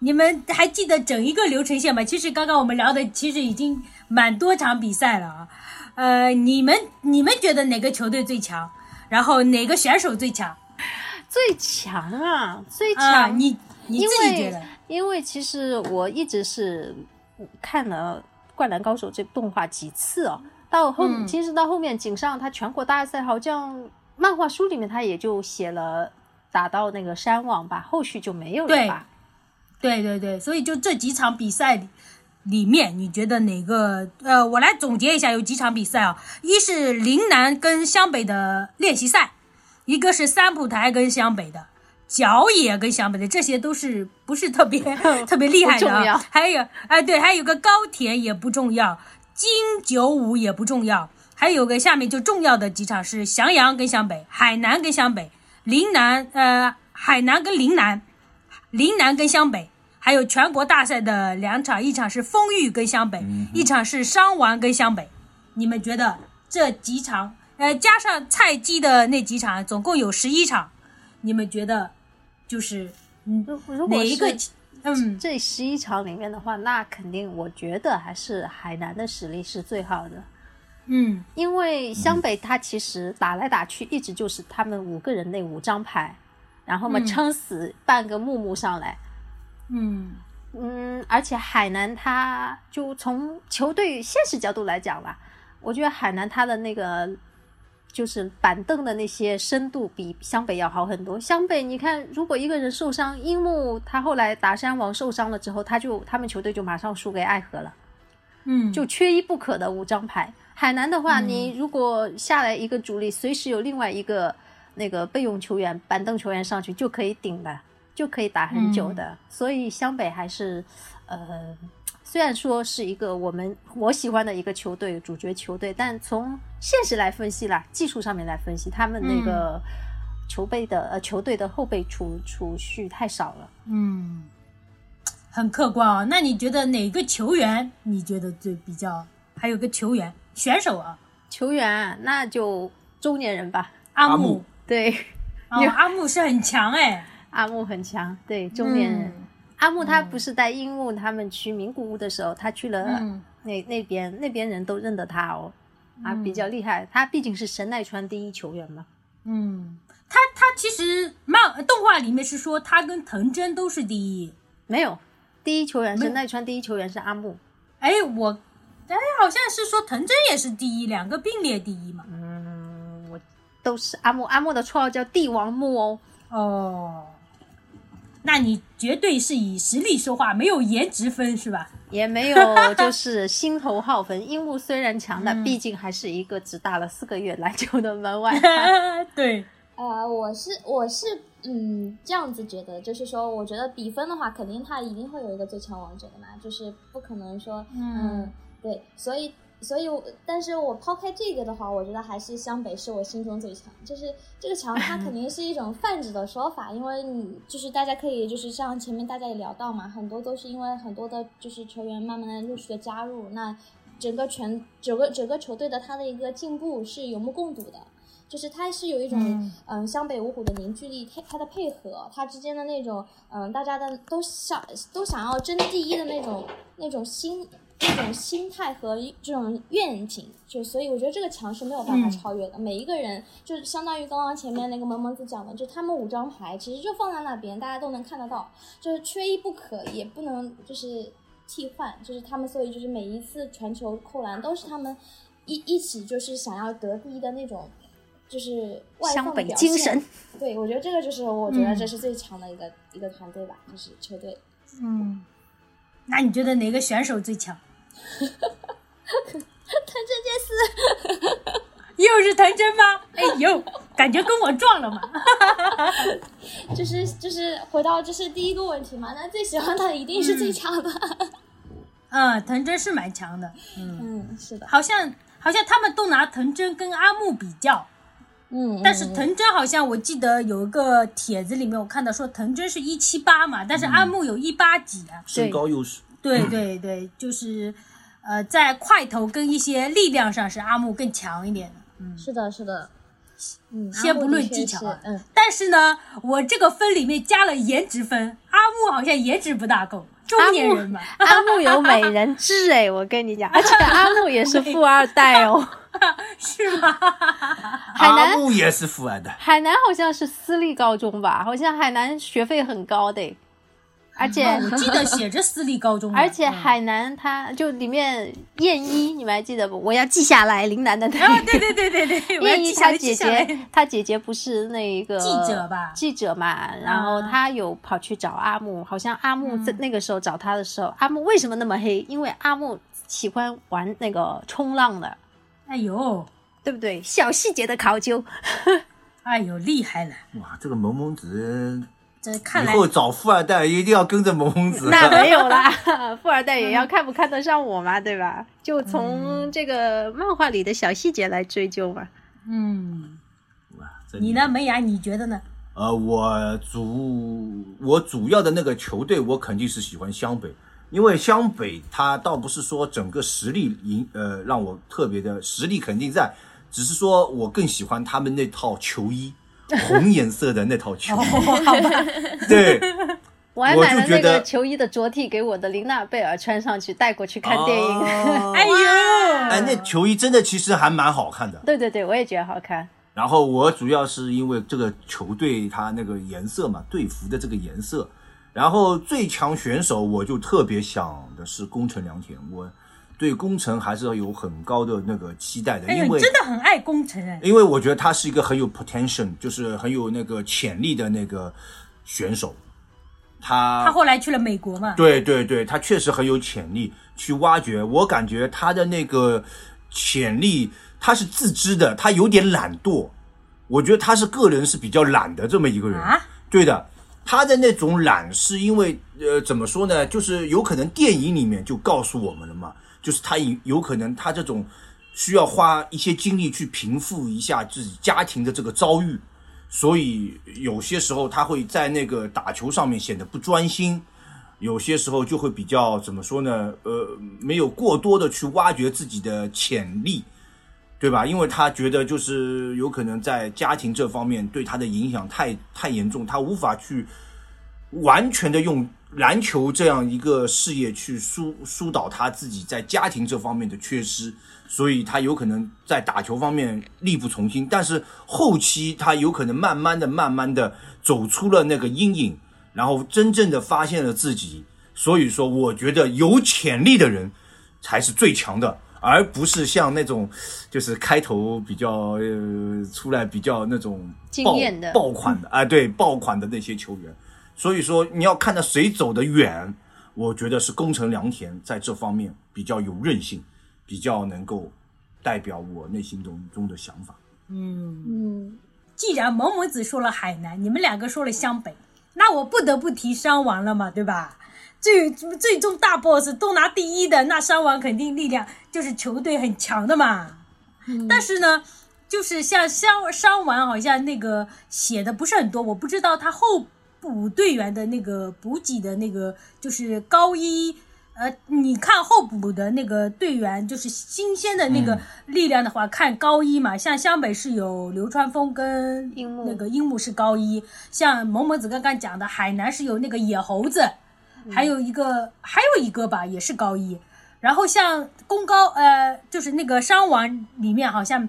[SPEAKER 4] 你们还记得整一个流程线吗？其实刚刚我们聊的其实已经蛮多场比赛了啊。呃，你们你们觉得哪个球队最强？然后哪个选手最强？
[SPEAKER 1] 最强啊，最强！
[SPEAKER 4] 啊，你你
[SPEAKER 1] 因
[SPEAKER 4] 自己觉
[SPEAKER 1] 为
[SPEAKER 4] 得？
[SPEAKER 1] 因为其实我一直是看了《灌篮高手》这动画几次哦，到后、
[SPEAKER 4] 嗯
[SPEAKER 1] 其实到后面井上他全国大赛好像漫画书里面他也就写了打到那个山王吧，后续就没有了
[SPEAKER 4] 对
[SPEAKER 1] 吧？
[SPEAKER 4] 对对对，所以就这几场比赛里里面，你觉得哪个？呃，我来总结一下，有几场比赛啊？一是陵南跟湘北的练习赛，一个是三浦台跟湘北的。角野跟湘北的这些都是不是 特别特别厉害的
[SPEAKER 1] 不重要
[SPEAKER 4] 啊？还有哎，对，还有个高田也不重要，金九五也不重要，还有个下面就重要的几场是襄阳跟湘北、海南跟湘北、陵南呃海南跟陵南，陵南跟湘北，还有全国大赛的两场，一场是丰裕跟湘北，一场是商王跟湘北。你们觉得这几场，呃，加上菜鸡的那几场，总共有十一场，你们觉得就是嗯
[SPEAKER 1] 如如果
[SPEAKER 4] 哪一个
[SPEAKER 1] 是？
[SPEAKER 4] 嗯，
[SPEAKER 1] 这十一场里面的话，那肯定我觉得还是海南的实力是最好的。
[SPEAKER 4] 嗯，
[SPEAKER 1] 因为湘北他其实打来打去，一直就是他们五个人那五张牌，然后嘛
[SPEAKER 4] 嗯
[SPEAKER 1] 撑死半个木木上来。
[SPEAKER 4] 嗯，
[SPEAKER 1] 嗯，而且海南他就从球队现实角度来讲吧，我觉得海南他的那个就是板凳的那些深度比湘北要好很多。湘北你看，如果一个人受伤，樱木他后来打山王受伤了之后，他就他们球队就马上输给爱河了。
[SPEAKER 4] 嗯，
[SPEAKER 1] 就缺一不可的五张牌。海南的话，
[SPEAKER 4] 嗯
[SPEAKER 1] 你如果下来一个主力，随时有另外一个那个备用球员、板凳球员上去，就可以顶的，就可以打很久的。
[SPEAKER 4] 嗯
[SPEAKER 1] 所以湘北还是，呃，虽然说是一个我们我喜欢的一个球队，主角球队，但从现实来分析啦，技术上面来分析，他们那个
[SPEAKER 4] 嗯
[SPEAKER 1] 球备的、呃球队的后备储储蓄太少了。
[SPEAKER 4] 嗯，很客观啊。那你觉得哪个球员你觉得最比较？还有个球员选手啊，
[SPEAKER 1] 球员啊那就中年人吧，
[SPEAKER 4] 阿
[SPEAKER 2] 阿
[SPEAKER 4] 木
[SPEAKER 2] 木，
[SPEAKER 1] 对。
[SPEAKER 4] 哦， 阿木是很强哎，
[SPEAKER 1] 阿木很强，对中年人。阿木他不是带樱木他们去名古屋的时候，他去了
[SPEAKER 4] 嗯
[SPEAKER 1] 那、那边，那边人都认得他哦，啊，比较厉害。他毕竟是神奈川第一球员嘛。
[SPEAKER 4] 嗯，他他其实漫动画里面是说他跟藤真都是第一。
[SPEAKER 1] 没有，第一球员
[SPEAKER 4] 没有
[SPEAKER 1] 神奈川第一球员是阿木。
[SPEAKER 4] 哎，我哎好像是说藤真也是第一，两个并列第一嘛。
[SPEAKER 1] 嗯，我都是阿木，阿木的绰号叫帝王木哦。
[SPEAKER 4] 哦，那你绝对是以实力说话，没有颜值分是吧？
[SPEAKER 1] 也没有，就是心头好分。樱木虽然强，但
[SPEAKER 4] 嗯
[SPEAKER 1] 毕竟还是一个只打了四个月篮球的门外 汉。
[SPEAKER 4] 对，
[SPEAKER 3] 呃，我是我是嗯这样子觉得，就是说，我觉得比分的话，肯定他一定会有一个最强王者的嘛，就是不可能说嗯
[SPEAKER 4] 嗯
[SPEAKER 3] 对，所以所以我，但是我抛开这个的话，我觉得还是湘北是我心中最强，就是这个强，它肯定是一种泛指的说法，因为你就是大家可以就是像前面大家也聊到嘛，很多都是因为很多的就是球员慢慢的陆续的加入，那整个全整个整个球队的他的一个进步是有目共睹的。就是它是有一种
[SPEAKER 4] 嗯
[SPEAKER 3] 嗯、湘北五虎的凝聚力，它它的配合，它之间的那种嗯、大家的都想都想要争第一的那种那种心那种心态和这种愿景，就所以我觉得这个墙是没有办法
[SPEAKER 4] 嗯
[SPEAKER 3] 超越的。每一个人就是相当于刚刚前面那个萌萌子讲的，就他们五张牌其实就放在那边，大家都能看得到，就是缺一不可，也不能就是替换，就是他们所以就是每一次传球扣篮都是他们一一起就是想要得第一的那种。就是外放
[SPEAKER 1] 湘
[SPEAKER 3] 的
[SPEAKER 1] 北
[SPEAKER 3] 表
[SPEAKER 1] 精
[SPEAKER 3] 现
[SPEAKER 1] 神，
[SPEAKER 3] 对我觉得这个就是我觉得
[SPEAKER 4] 嗯
[SPEAKER 3] 这是最强的一个、一个团队吧，就是球队。
[SPEAKER 4] 嗯，那你觉得哪个选手最强？
[SPEAKER 3] 但这件事
[SPEAKER 4] 又是藤真吗？哎呦，感觉跟我撞了嘛。
[SPEAKER 3] 就是就是回到就是第一个问题嘛，那最喜欢的一定是最强的。
[SPEAKER 4] 嗯，藤真是蛮强的，
[SPEAKER 3] 嗯，是的，
[SPEAKER 4] 好像好像他们都拿藤真跟阿木比较，
[SPEAKER 3] 嗯，
[SPEAKER 4] 但是藤真好像我记得有一个帖子里面我看到说藤真是一七八嘛，但是阿木有一八几啊。
[SPEAKER 2] 身高优势，
[SPEAKER 4] 对
[SPEAKER 5] 嗯
[SPEAKER 4] 对对，就是呃，在块头跟一些力量上是阿木更强一点的。
[SPEAKER 3] 是的，是的。嗯，
[SPEAKER 4] 先不
[SPEAKER 3] 阿木
[SPEAKER 4] 论
[SPEAKER 3] 的确
[SPEAKER 4] 技巧
[SPEAKER 3] 是
[SPEAKER 4] 啊
[SPEAKER 3] 嗯，
[SPEAKER 4] 但是呢，我这个分里面加了颜值分，阿木好像颜值不大够，中年人嘛，
[SPEAKER 5] 阿木有美人痣哎，我跟你讲， 而且阿木也 是富二代哦。
[SPEAKER 4] 是 吗？
[SPEAKER 5] 海南
[SPEAKER 2] 阿木也是富二代，
[SPEAKER 5] 海南好像是私立高中吧？好像海南学费很高的，而 且
[SPEAKER 4] 哦我记得写着私立高中的，
[SPEAKER 5] 而且海南它就里面燕一，你们还记得不？我要记下来，林楠的那个。
[SPEAKER 4] 哦 对对对对对，我要
[SPEAKER 5] 燕一
[SPEAKER 4] 记下
[SPEAKER 5] 她姐
[SPEAKER 4] 来记下来
[SPEAKER 5] 姐，她姐姐不是那一个
[SPEAKER 4] 记者吧
[SPEAKER 5] 记者嘛，然后
[SPEAKER 4] 啊
[SPEAKER 5] 她有跑去找阿木，好像阿木
[SPEAKER 4] 嗯
[SPEAKER 5] 在那个时候找她的时候，阿木为什么那么黑？因为阿木喜欢玩那个冲浪的，
[SPEAKER 4] 哎呦
[SPEAKER 5] 对不对？小细节的考 究，
[SPEAKER 4] 哎呦，厉害了！
[SPEAKER 2] 哇，这个萌萌子
[SPEAKER 4] 这看
[SPEAKER 2] 以
[SPEAKER 4] 来
[SPEAKER 2] 后找富二代一定要跟着萌萌子。
[SPEAKER 5] 那没有啦，富二代也要看不看得上我嘛，对吧？就
[SPEAKER 2] 嗯
[SPEAKER 5] 从这个漫画里的小细节来追究嘛。
[SPEAKER 4] 嗯，
[SPEAKER 2] 真的
[SPEAKER 4] 你呢，？梅雅，你觉得呢？
[SPEAKER 2] 呃，我主我主要的那个球队，我肯定是喜欢湘北，因为湘北它倒不是说整个实力赢，呃，让我特别的实力肯定在，只是说我更喜欢他们那套球衣，红颜色的那套
[SPEAKER 4] 哦
[SPEAKER 2] 球衣，对，
[SPEAKER 5] 我还
[SPEAKER 2] 我
[SPEAKER 5] 买
[SPEAKER 2] 就
[SPEAKER 5] 了
[SPEAKER 2] 觉
[SPEAKER 5] 那个
[SPEAKER 2] 得
[SPEAKER 5] 球衣的着替给我的琳娜贝尔穿上去带过去看电影。
[SPEAKER 2] 哦
[SPEAKER 4] 哎呦，
[SPEAKER 2] 哎，那球衣真的其实还蛮好看的。
[SPEAKER 5] 对对对，我也觉得好看。
[SPEAKER 2] 然后我主要是因为这个球队它那个颜色嘛，队服的这个颜色。然后最强选手我就特别想的是宫城良田，我对宫城还是有很高的那个期待的，
[SPEAKER 4] 哎呦，
[SPEAKER 2] 因
[SPEAKER 4] 你
[SPEAKER 2] 为
[SPEAKER 4] 真的很爱工程哎，
[SPEAKER 2] 因为我觉得他是一个很有 potential，就是很有那个潜力的那个选手。
[SPEAKER 4] 他后来去了美国嘛，
[SPEAKER 2] 对对对，他确实很有潜力去挖掘。我感觉他的那个潜力，他是自知的，他有点懒惰。我觉得他是个人是比较懒的这么一个人。
[SPEAKER 4] 啊
[SPEAKER 2] 对的，他的那种懒是因为呃怎么说呢？就是有可能电影里面就告诉我们了嘛，就是他有有可能他这种需要花一些精力去平复一下自己家庭的这个遭遇。所以有些时候他会在那个打球上面显得不专心，有些时候就会比较怎么说呢？呃，没有过多的去挖掘自己的潜力，对吧？因为他觉得就是有可能在家庭这方面对他的影响太太严重，他无法去完全的用篮球这样一个事业去疏疏导他自己在家庭这方面的缺失，所以他有可能在打球方面力不从心。但是后期他有可能慢慢的、慢慢的走出了那个阴影，然后真正的发现了自己。所以说，我觉得有潜力的人才是最强的，而不是像那种就是开头比较呃出来比较那种
[SPEAKER 5] 惊
[SPEAKER 2] 爆
[SPEAKER 5] 艳的
[SPEAKER 2] 爆款的啊、对爆款的那些球员。所以说，你要看到谁走得远，我觉得是宫城良田在这方面比较有韧性，比较能够代表我内心中中的想法。
[SPEAKER 3] 嗯，
[SPEAKER 4] 既然萌萌子说了海南，你们两个说了湘北，那我不得不提山王了嘛，对吧？最最终大 boss 都拿第一的，那山王肯定力量就是球队很强的嘛。
[SPEAKER 5] 嗯
[SPEAKER 4] 但是呢，就是像山山王好像那个写的不是很多，我不知道他后补队员的那个补给的那个就是高一。呃，你看候补的那个队员，就是新鲜的那
[SPEAKER 5] 嗯
[SPEAKER 4] 个力量的话，看高一嘛。像湘北是有流川枫跟
[SPEAKER 5] 樱木
[SPEAKER 4] 那个樱木是高一，像萌萌子刚刚讲的海南是有那个野猴子，还有一个还有一个吧，也是高一。然后像宫高呃，就是那个商王里面好像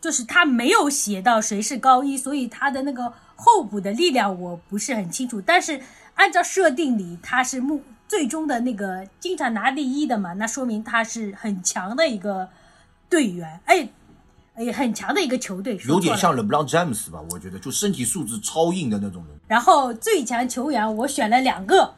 [SPEAKER 4] 就是他没有写到谁是高一，所以他的那个候补的力量我不是很清楚。但是按照设定里，他是目最终的那个经常拿第一的嘛，那说明他是很强的一个队员，哎，哎，很强的一个球队，说
[SPEAKER 2] 有点
[SPEAKER 4] 错了
[SPEAKER 2] 像勒布朗詹姆斯吧，我觉得就身体素质超硬的那种人。
[SPEAKER 4] 然后最强球员我选了两个，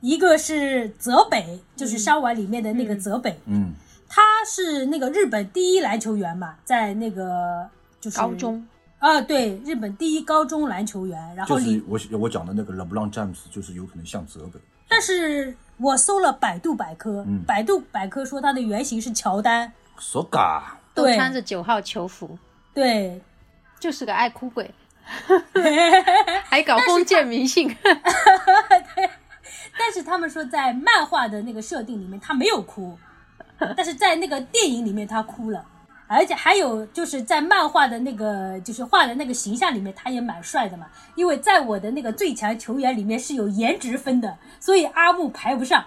[SPEAKER 4] 一个是泽北，就是山丸里面的那个泽北，
[SPEAKER 2] 嗯，
[SPEAKER 4] 他是那个日本第一篮球员嘛，在那个就是
[SPEAKER 5] 高中
[SPEAKER 4] 啊，对，日本第一高中篮球员。然后
[SPEAKER 2] 就
[SPEAKER 4] 里，
[SPEAKER 2] 是我我讲的那个勒布朗詹姆斯，就是有可能像泽北。
[SPEAKER 4] 但是我搜了百度百科，
[SPEAKER 2] 嗯
[SPEAKER 4] 百度百科说他的原型是乔丹，
[SPEAKER 2] 索嘎，
[SPEAKER 5] 都
[SPEAKER 4] 对
[SPEAKER 5] 穿着九号球服，
[SPEAKER 4] 对，
[SPEAKER 1] 就是个爱哭 鬼，还搞封建迷 信。
[SPEAKER 4] 但是他们说在漫画的那个设定里面他没有哭，但是在那个电影里面他哭了，而且还有就是在漫画的那个就是画的那个形象里面他也蛮帅的嘛，因为在我的那个最强球员里面是有颜值分的，所以阿木排不上。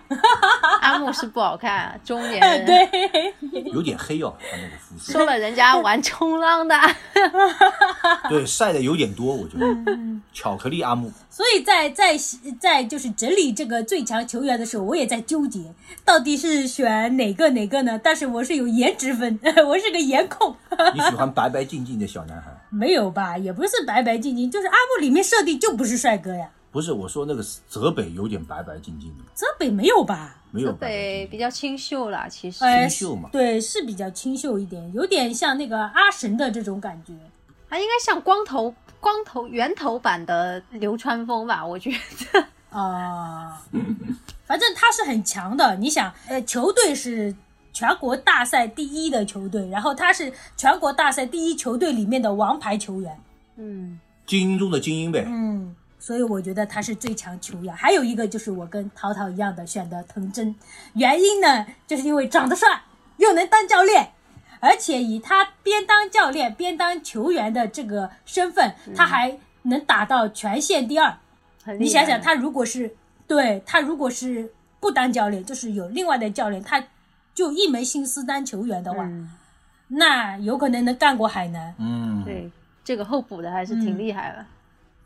[SPEAKER 1] 阿木是不好看，中年 人。
[SPEAKER 4] 对，
[SPEAKER 2] 有点黑哦，他那个肤色，
[SPEAKER 1] 说了人家玩冲浪的，
[SPEAKER 4] 啊
[SPEAKER 2] 对晒的有点多，我觉得。
[SPEAKER 4] 嗯
[SPEAKER 2] 巧克力阿木，
[SPEAKER 4] 所以在在在就是整理这个最强球员的时候，我也在纠结，到底是选哪个哪个呢？但是我是有颜值分， 我是个颜控，
[SPEAKER 2] 你喜欢白白净净的小男孩？
[SPEAKER 4] 没有吧？也不是白白净净，就是阿木里面设定就不是帅哥呀。
[SPEAKER 2] 不是，我说那个泽北有点白白净净的，
[SPEAKER 4] 泽北没有吧？
[SPEAKER 2] 没有白白
[SPEAKER 1] 对，
[SPEAKER 2] 净
[SPEAKER 1] 比较清秀啦，其实。
[SPEAKER 4] 哎
[SPEAKER 2] 清秀嘛
[SPEAKER 4] 对，是比较清秀一点，有点像那个阿神的这种感觉。
[SPEAKER 1] 他应该像光头光头圆头版的流川枫吧？我觉得
[SPEAKER 4] 啊、 反正他是很强的。你想，呃，球队是全国大赛第一的球队，然后他是全国大赛第一球队里面的王牌球员，
[SPEAKER 1] 嗯
[SPEAKER 2] 精英中的精英呗。
[SPEAKER 4] 嗯，所以我觉得他是最强球员。还有一个就是我跟淘淘一样的选的藤真，原因呢，就是因为长得帅，又能当教练。而且以他边当教练边当球员的这个身份，他还能打到全县第二，
[SPEAKER 1] 嗯很
[SPEAKER 4] 你
[SPEAKER 1] 厉害
[SPEAKER 4] 想想，他如果是对他如果是不当教练，就是有另外的教练，他就一门心思当球员的话，
[SPEAKER 1] 嗯
[SPEAKER 4] 那有可能能干过海南。
[SPEAKER 2] 嗯，
[SPEAKER 1] 对嗯这个候补的还是挺厉害的。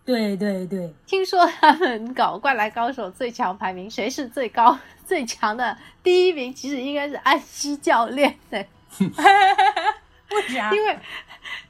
[SPEAKER 4] 对对对，
[SPEAKER 1] 听说他们搞《灌篮高手》最强排名，谁是最高最强的第一名？其实应该是安西教练的，
[SPEAKER 4] 为啥？
[SPEAKER 1] 因为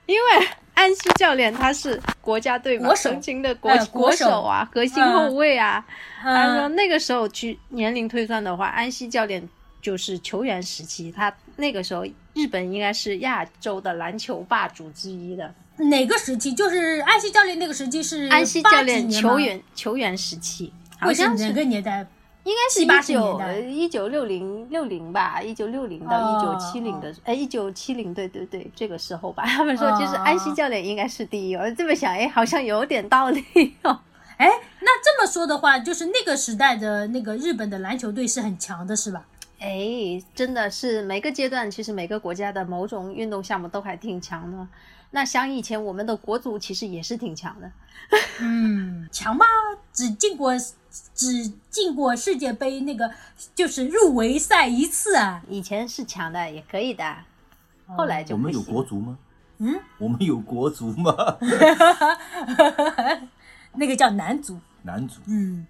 [SPEAKER 1] 因为安西教练他是国家队嘛，
[SPEAKER 4] 国手
[SPEAKER 1] 曾经的国、
[SPEAKER 4] 哎国
[SPEAKER 1] 国
[SPEAKER 4] 手
[SPEAKER 1] 手啊，核心
[SPEAKER 4] 嗯
[SPEAKER 1] 后卫啊。他说
[SPEAKER 4] 嗯
[SPEAKER 1] 那个时候去年龄推算的话，安西教练就是球员时期，他那个时候日本应该是亚洲的篮球霸主之一的。
[SPEAKER 4] 哪个时期？就是安西教练那个时期是
[SPEAKER 1] 安西教练
[SPEAKER 4] 80年吗
[SPEAKER 1] 球，员球员时期，好
[SPEAKER 4] 为什
[SPEAKER 1] 像
[SPEAKER 4] 么
[SPEAKER 1] 是
[SPEAKER 4] 哪个年代？
[SPEAKER 1] 应该是
[SPEAKER 4] 七八
[SPEAKER 1] 一
[SPEAKER 4] 十
[SPEAKER 1] 九
[SPEAKER 4] 年代
[SPEAKER 1] 一九六零六零吧，一九六零到一九
[SPEAKER 4] 哦
[SPEAKER 1] 七零的，哎，一九七零，对对对，这个时候吧。 他们说就是
[SPEAKER 4] 哦
[SPEAKER 1] 安西教练应该是第一，我这么想，哎，好像有点道理哦。
[SPEAKER 4] 哎，那这么说的话，就是那个时代的那个日本的篮球队是很强的，是吧？
[SPEAKER 1] 哎，真的是每个阶段，其实每个国家的某种运动项目都还挺强的。那像以前我们的国足其实也是挺强的，
[SPEAKER 4] 嗯，强吗？只进过只进过世界杯那个就是入围赛一次啊。
[SPEAKER 1] 以前是强的，也可以的，后来就
[SPEAKER 2] 我
[SPEAKER 1] 不
[SPEAKER 2] 们有
[SPEAKER 1] 行。
[SPEAKER 2] 国足吗？嗯，我们有国足吗？
[SPEAKER 4] 那个叫男足，
[SPEAKER 2] 男足
[SPEAKER 4] 嗯，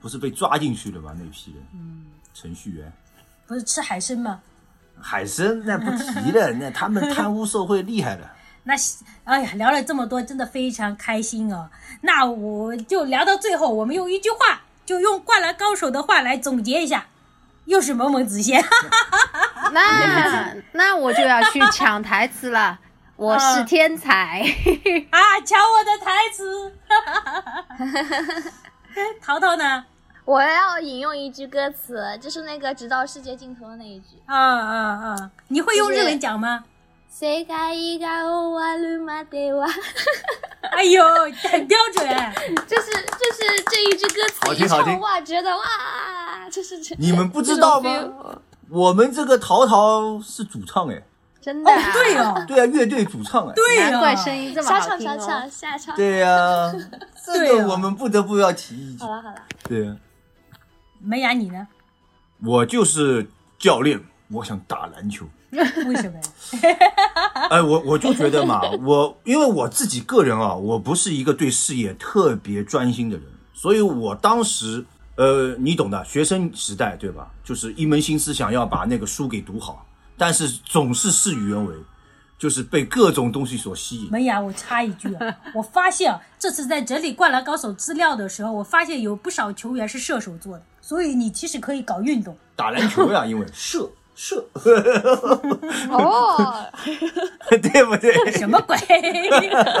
[SPEAKER 2] 不是被抓进去了吗？那批人，程序员。
[SPEAKER 4] 不是吃海参吗？
[SPEAKER 2] 海参那不提了，那他们贪污受贿厉害了。
[SPEAKER 4] 那哎呀，聊了这么多，真的非常开心哦。那我就聊到最后，我们用一句话，就用《灌篮高手》的话来总结一下，又是萌萌子先，
[SPEAKER 1] 那那我就要去抢台词了，我
[SPEAKER 4] 嗯
[SPEAKER 1] 是天 才。
[SPEAKER 4] 啊，抢我的台词。 淘淘呢？
[SPEAKER 3] 我要引用一句歌词，就是那个直到世界尽头的那一句。
[SPEAKER 4] 啊啊啊！你会用日文讲吗？
[SPEAKER 3] 世界が終わるまで は，
[SPEAKER 4] 哎呦，很标准哎。
[SPEAKER 3] 就是就是这一句歌
[SPEAKER 2] 好
[SPEAKER 3] 词
[SPEAKER 2] 听
[SPEAKER 3] 一
[SPEAKER 2] 好听
[SPEAKER 3] 唱，哇，觉得哇，就是这
[SPEAKER 2] 你们不知道
[SPEAKER 3] 这种
[SPEAKER 2] 吗？我们这个淘淘是主唱哎，
[SPEAKER 1] 真的、
[SPEAKER 4] 哦
[SPEAKER 1] 啊，
[SPEAKER 4] 对哦，
[SPEAKER 2] 对啊，乐队主唱哎，
[SPEAKER 4] 对哦，
[SPEAKER 1] 难怪声音这么
[SPEAKER 3] 下
[SPEAKER 1] 好
[SPEAKER 3] 场
[SPEAKER 1] 听
[SPEAKER 3] 下
[SPEAKER 1] 哦。
[SPEAKER 3] 场下场。
[SPEAKER 2] 对呀，这
[SPEAKER 4] 对啊
[SPEAKER 2] 个我们不得不要提一句
[SPEAKER 3] 好。了好了，
[SPEAKER 2] 对啊，
[SPEAKER 4] 门牙你呢？
[SPEAKER 2] 我就是教练，我想打篮球。
[SPEAKER 4] 为什么呀？
[SPEAKER 2] 哎，我我就觉得嘛，我因为我自己个人啊，我不是一个对事业特别专心的人，所以我当时，呃，你懂的，学生时代对吧？就是一门心思想要把那个书给读好，但是总是事与愿违，就是被各种东西所吸引。
[SPEAKER 4] 门牙，我插一句啊，我发现啊，这次在整理《灌篮高手》资料的时候，我发现有不少球员是射手座的，所以你其实可以搞运动。
[SPEAKER 2] 打篮球呀、因为射射，
[SPEAKER 3] 哦，
[SPEAKER 2] 对不对？
[SPEAKER 4] 什 么鬼？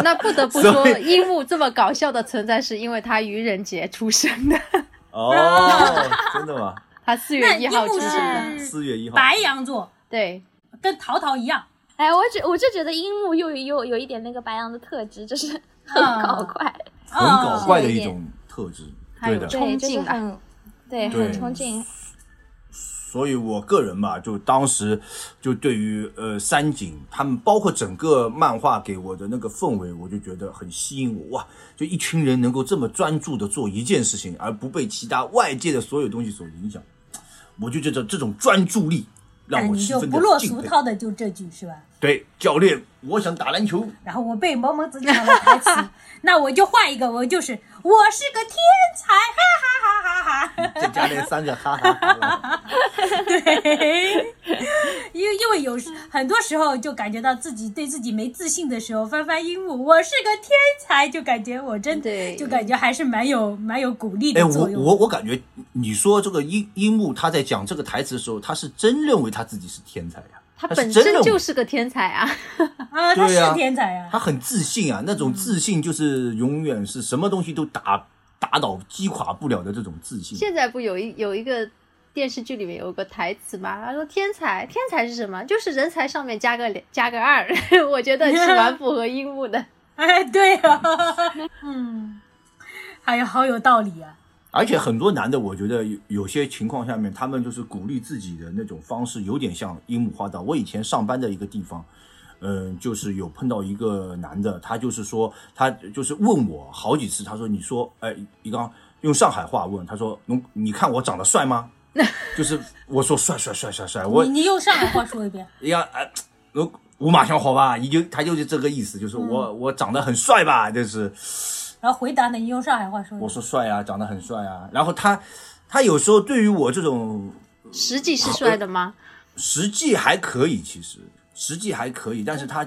[SPEAKER 1] 那不得 不
[SPEAKER 2] 所
[SPEAKER 1] 说，
[SPEAKER 2] 以
[SPEAKER 1] 樱木这么搞笑的存在，是因为他愚人节出生的，
[SPEAKER 2] 哦，
[SPEAKER 4] 啊
[SPEAKER 2] 真的
[SPEAKER 4] 嗯
[SPEAKER 2] 吗？
[SPEAKER 1] 他四
[SPEAKER 4] 那
[SPEAKER 1] 月一
[SPEAKER 4] 樱
[SPEAKER 1] 号
[SPEAKER 4] 木
[SPEAKER 1] 出生的。
[SPEAKER 4] 是
[SPEAKER 2] 四月一号，
[SPEAKER 4] 白羊座，
[SPEAKER 1] 对，
[SPEAKER 4] 跟淘淘一样。
[SPEAKER 3] 哎，我觉我就觉得樱木又有有一点那个白羊的特质， 就是很
[SPEAKER 4] 啊
[SPEAKER 3] 搞怪，
[SPEAKER 2] 很搞怪的
[SPEAKER 3] 有一
[SPEAKER 2] 一
[SPEAKER 3] 点
[SPEAKER 2] 种特质，
[SPEAKER 4] 嗯还
[SPEAKER 2] 对
[SPEAKER 4] 有
[SPEAKER 2] 的。
[SPEAKER 3] 嗯对，就
[SPEAKER 1] 冲
[SPEAKER 3] 是
[SPEAKER 1] 劲啊
[SPEAKER 3] 很对
[SPEAKER 2] 对
[SPEAKER 3] 很冲劲，
[SPEAKER 2] 所以我个人吧，就当时就对于呃三井他们，包括整个漫画给我的那个氛围，我就觉得很吸引我哇！就一群人能够这么专注的做一件事情，而不被其他外界的所有东西所影响，我就觉得这种专注力让
[SPEAKER 4] 但
[SPEAKER 2] 啊我
[SPEAKER 4] 你
[SPEAKER 2] 十
[SPEAKER 4] 就
[SPEAKER 2] 分
[SPEAKER 4] 不落
[SPEAKER 2] 的敬
[SPEAKER 4] 俗
[SPEAKER 2] 佩。
[SPEAKER 4] 套的就这句是吧？
[SPEAKER 2] 对，教练，我想打篮球。
[SPEAKER 4] 然后我被萌萌子抢了台词，那我就换一个，我就是我是个天才，哈哈哈哈哈。
[SPEAKER 2] 再加那三个哈哈哈！
[SPEAKER 4] 对，因为因为有时很多时候就感觉到自己对自己没自信的时候，翻翻樱木，我是个天才，就感觉我真
[SPEAKER 1] 对
[SPEAKER 4] 就感觉还是蛮有蛮 有鼓励
[SPEAKER 2] 哎，
[SPEAKER 4] 的
[SPEAKER 2] 我
[SPEAKER 4] 作用。
[SPEAKER 2] 我我感觉你说这个樱樱木他在讲这个台词的时候，他是真认为他自己是天才啊呀、
[SPEAKER 1] 他
[SPEAKER 2] 是
[SPEAKER 1] 本
[SPEAKER 2] 真
[SPEAKER 1] 身
[SPEAKER 2] 认为
[SPEAKER 1] 就是个天才啊，
[SPEAKER 4] 啊，他
[SPEAKER 2] 对啊
[SPEAKER 4] 是天才啊，
[SPEAKER 2] 他很自信啊，那
[SPEAKER 1] 嗯
[SPEAKER 2] 种自信就是永远是什么东西都打打倒、击垮不了的这种自信。
[SPEAKER 1] 现在不有一有一个电视剧里面有个台词嘛，他说天才，天才是什么？就是人才上面加个零加个二， 我觉得是蛮符合樱木的。
[SPEAKER 4] 哎，对啊，嗯，哎呀，好有道理啊，
[SPEAKER 2] 而且很多男的，我觉得有有些情况下面，他们就是鼓励自己的那种方式，有点像樱木花道。我以前上班的一个地方，嗯，就是有碰到一个男的，他就是说，他就是问我好几次，他说：“你说，哎，一刚用上海话问，他说，侬你看我长得帅吗？”就是我说帅帅帅帅帅，我
[SPEAKER 4] 你你用上海话说一遍，
[SPEAKER 2] 呀，哎，我我马上好吧，你就他就是这个意思，就是我、我长得很帅吧，就是
[SPEAKER 4] 然后回答呢，你用上海话说一
[SPEAKER 2] 我
[SPEAKER 4] 遍，
[SPEAKER 2] 说帅啊，长得很帅啊。然后他他有时候对于我这种
[SPEAKER 1] 实际是帅的吗？
[SPEAKER 2] 实际还可以，其实实际还可以，但是他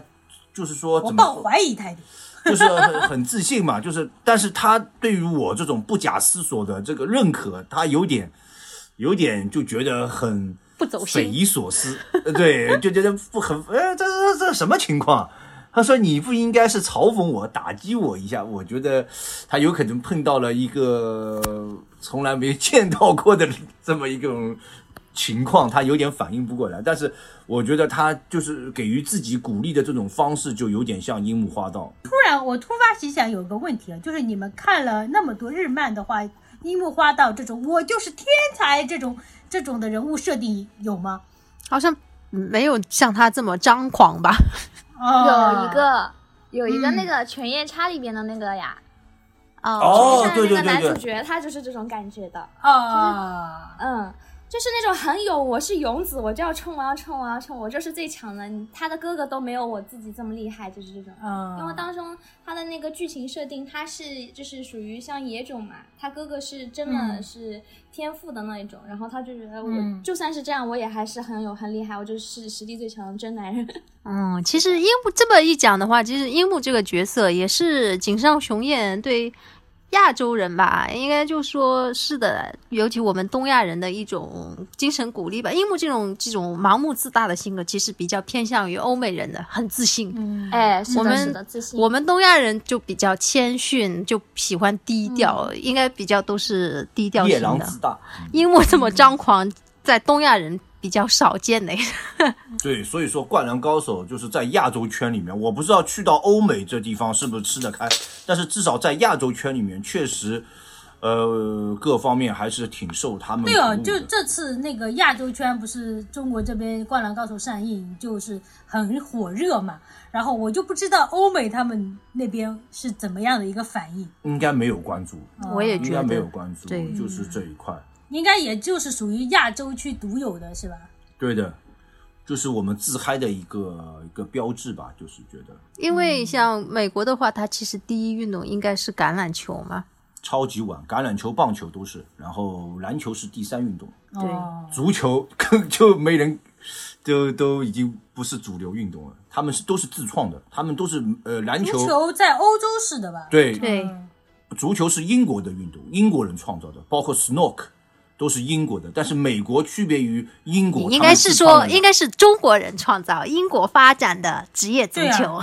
[SPEAKER 2] 就是说
[SPEAKER 4] 我
[SPEAKER 2] 怎
[SPEAKER 4] 抱
[SPEAKER 2] 么
[SPEAKER 4] 怀疑态度，
[SPEAKER 2] 就是很很自信嘛，就是但是他对于我这种不假思索的这个认可，他有点有点就觉得很。
[SPEAKER 1] 不走
[SPEAKER 2] 匪
[SPEAKER 1] 心，
[SPEAKER 2] 夷所思，呃对，就觉得不很，呃，这这这什么情况？他说你不应该是嘲讽我、打击我一下，我觉得他有可能碰到了一个从来没见到过的这么一种情况，他有点反应不过来。但是我觉得他就是给予自己鼓励的这种方式，就有点像樱木花道。
[SPEAKER 4] 突然，我突发奇想，有个问题啊，就是你们看了那么多日漫的话，樱木花道这种“我就是天才”这种这种的人物设定有吗？
[SPEAKER 1] 好像没有像他这么张狂吧？
[SPEAKER 4] 哦
[SPEAKER 3] 有一个有一个
[SPEAKER 4] 嗯
[SPEAKER 3] 那个《犬夜叉》里面的那个呀，
[SPEAKER 1] 哦，
[SPEAKER 2] 哦
[SPEAKER 3] 就是
[SPEAKER 2] 对对
[SPEAKER 3] 那个男
[SPEAKER 2] 对
[SPEAKER 3] 主
[SPEAKER 2] 对，
[SPEAKER 3] 角他就是这种感觉的，
[SPEAKER 4] 啊，
[SPEAKER 3] 嗯，就是那种很有我是勇子，我就要冲，我要冲，我要冲，我就是最强的。他的哥哥都没有我自己这么厉害，就是这种。
[SPEAKER 4] 嗯，
[SPEAKER 3] 因为当中他的那个剧情设定，他是就是属于像野种嘛，他哥哥是真的
[SPEAKER 4] 嗯
[SPEAKER 3] 是天赋的那一种，然后他就觉得我、
[SPEAKER 4] 嗯
[SPEAKER 3] 就算是这样，我也还是很有很厉害，我就是实力最强的真男人。
[SPEAKER 1] 嗯，其实樱木这么一讲的话，其实樱木这个角色也是井上雄彦对亚洲人吧，应该就说是的，尤其我们东亚人的一种精神鼓励吧。樱木这种这种盲目自大的性格，其实比较偏向于欧美人的，很自信。
[SPEAKER 4] 嗯，
[SPEAKER 3] 哎， 是
[SPEAKER 1] 我
[SPEAKER 3] 的，
[SPEAKER 1] 们
[SPEAKER 3] 是的，自信。
[SPEAKER 1] 我们东亚人就比较谦逊，就喜欢低调，应该比较都是低调
[SPEAKER 2] 夜
[SPEAKER 1] 型
[SPEAKER 2] 郎
[SPEAKER 1] 的。
[SPEAKER 2] 自大。
[SPEAKER 1] 樱木这么张狂，在东亚人比较少见的。
[SPEAKER 2] 对，所以说《灌篮高手》就是在亚洲圈里面，我不知道去到欧美这地方是不是吃得开，但是至少在亚洲圈里面，确实，呃，各方面还是挺受他们
[SPEAKER 4] 对
[SPEAKER 1] 啊
[SPEAKER 4] 哦，
[SPEAKER 2] 鼓舞
[SPEAKER 4] 就
[SPEAKER 2] 的
[SPEAKER 4] 这次那个亚洲圈不是中国这边《灌篮高手》上映就是很火热嘛，然后我就不知道欧美他们那边是怎么样的一个反应，
[SPEAKER 2] 应该没有关注，
[SPEAKER 1] 我也
[SPEAKER 2] 应
[SPEAKER 1] 觉
[SPEAKER 2] 该没有
[SPEAKER 1] 得，
[SPEAKER 2] 关注
[SPEAKER 1] 对，
[SPEAKER 2] 就是这一块，
[SPEAKER 4] 应该也就是属于亚洲区独有的是吧？
[SPEAKER 2] 对的，就是我们自嗨的一个一个标志吧，就是觉得
[SPEAKER 1] 因为像美国的话，它其实第一运动应该是橄榄球嘛。
[SPEAKER 2] 超级碗，橄榄球、棒球都是，然后篮球是第三运动，
[SPEAKER 1] 对
[SPEAKER 4] 哦
[SPEAKER 2] 足球 更就没人，就都已经不是主流运动了。他们是都是自创的，他们都是呃篮球
[SPEAKER 4] 足球在欧洲是的吧？
[SPEAKER 2] 对
[SPEAKER 1] 对
[SPEAKER 4] 嗯
[SPEAKER 2] 足球是英国的运动，英国人创造的，包括 snook 都是英国的。但是美国区别于英国，
[SPEAKER 1] 应该是说，应
[SPEAKER 2] 该
[SPEAKER 1] 该是中国人创造、英国发展的职业足
[SPEAKER 4] 对啊
[SPEAKER 1] 球。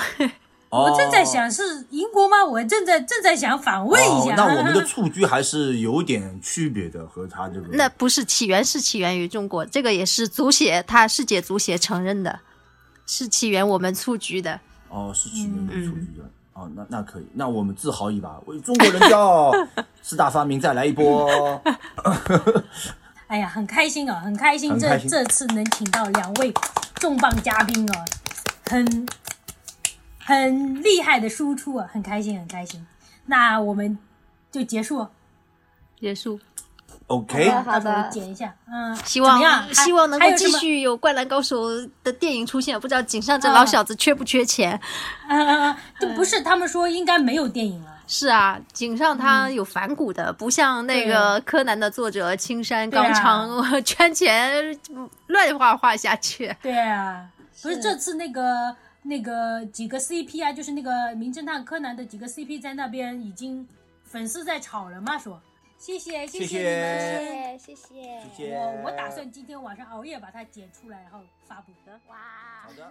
[SPEAKER 2] 我
[SPEAKER 4] 我正
[SPEAKER 2] 哦
[SPEAKER 4] 在想是英国吗？我正在正在想反问一
[SPEAKER 2] 哦，
[SPEAKER 4] 下。
[SPEAKER 2] 那我们的蹴鞠还是有点区别的，和他这个
[SPEAKER 1] 那不是起源，是起源于中国，这个也是足协，它世界足协承认的，是起源我们蹴鞠的。
[SPEAKER 2] 哦，是起源于蹴鞠的。哦，那那可以，那我们自豪一把，为中国人骄傲，四大发明再来一波哦。
[SPEAKER 4] 哎呀，很开心哦，很开心，
[SPEAKER 2] 很
[SPEAKER 4] 这
[SPEAKER 2] 开心
[SPEAKER 4] 这次能请到两位重磅嘉宾哦，很很厉害的输出啊，很开心，很开心。那我们就结束，
[SPEAKER 1] 结束，
[SPEAKER 2] OK，
[SPEAKER 3] 好
[SPEAKER 4] 到时候
[SPEAKER 3] 的，
[SPEAKER 4] 剪一下，嗯，
[SPEAKER 1] 希
[SPEAKER 4] 怎么样
[SPEAKER 1] 望
[SPEAKER 4] 还
[SPEAKER 1] 希望能够
[SPEAKER 4] 还有什
[SPEAKER 1] 继
[SPEAKER 4] 么
[SPEAKER 1] 续有《灌篮高手》的电影出现。不知道井上这
[SPEAKER 4] 嗯
[SPEAKER 1] 老小子缺不缺钱？
[SPEAKER 4] 啊啊 啊！就不是他们说应该没有电影了，
[SPEAKER 1] 是啊，井上
[SPEAKER 4] 嗯
[SPEAKER 1] 他有反骨的，不像那个柯南的作者青山
[SPEAKER 4] 对啊
[SPEAKER 1] 刚昌、圈钱乱画画下去。
[SPEAKER 4] 对啊，不是这次那个那个几个 CP 啊，就是那个名侦探柯南的几个 CP 在那边已经粉丝在吵了嘛，说谢谢谢
[SPEAKER 2] 谢
[SPEAKER 4] 你
[SPEAKER 2] 谢
[SPEAKER 4] 们。
[SPEAKER 3] 谢谢谢
[SPEAKER 2] 谢
[SPEAKER 3] 谢，
[SPEAKER 2] 谢。
[SPEAKER 4] 我我打算今天晚上熬夜把它剪出来，然后发布。
[SPEAKER 3] 哇
[SPEAKER 2] 好。的。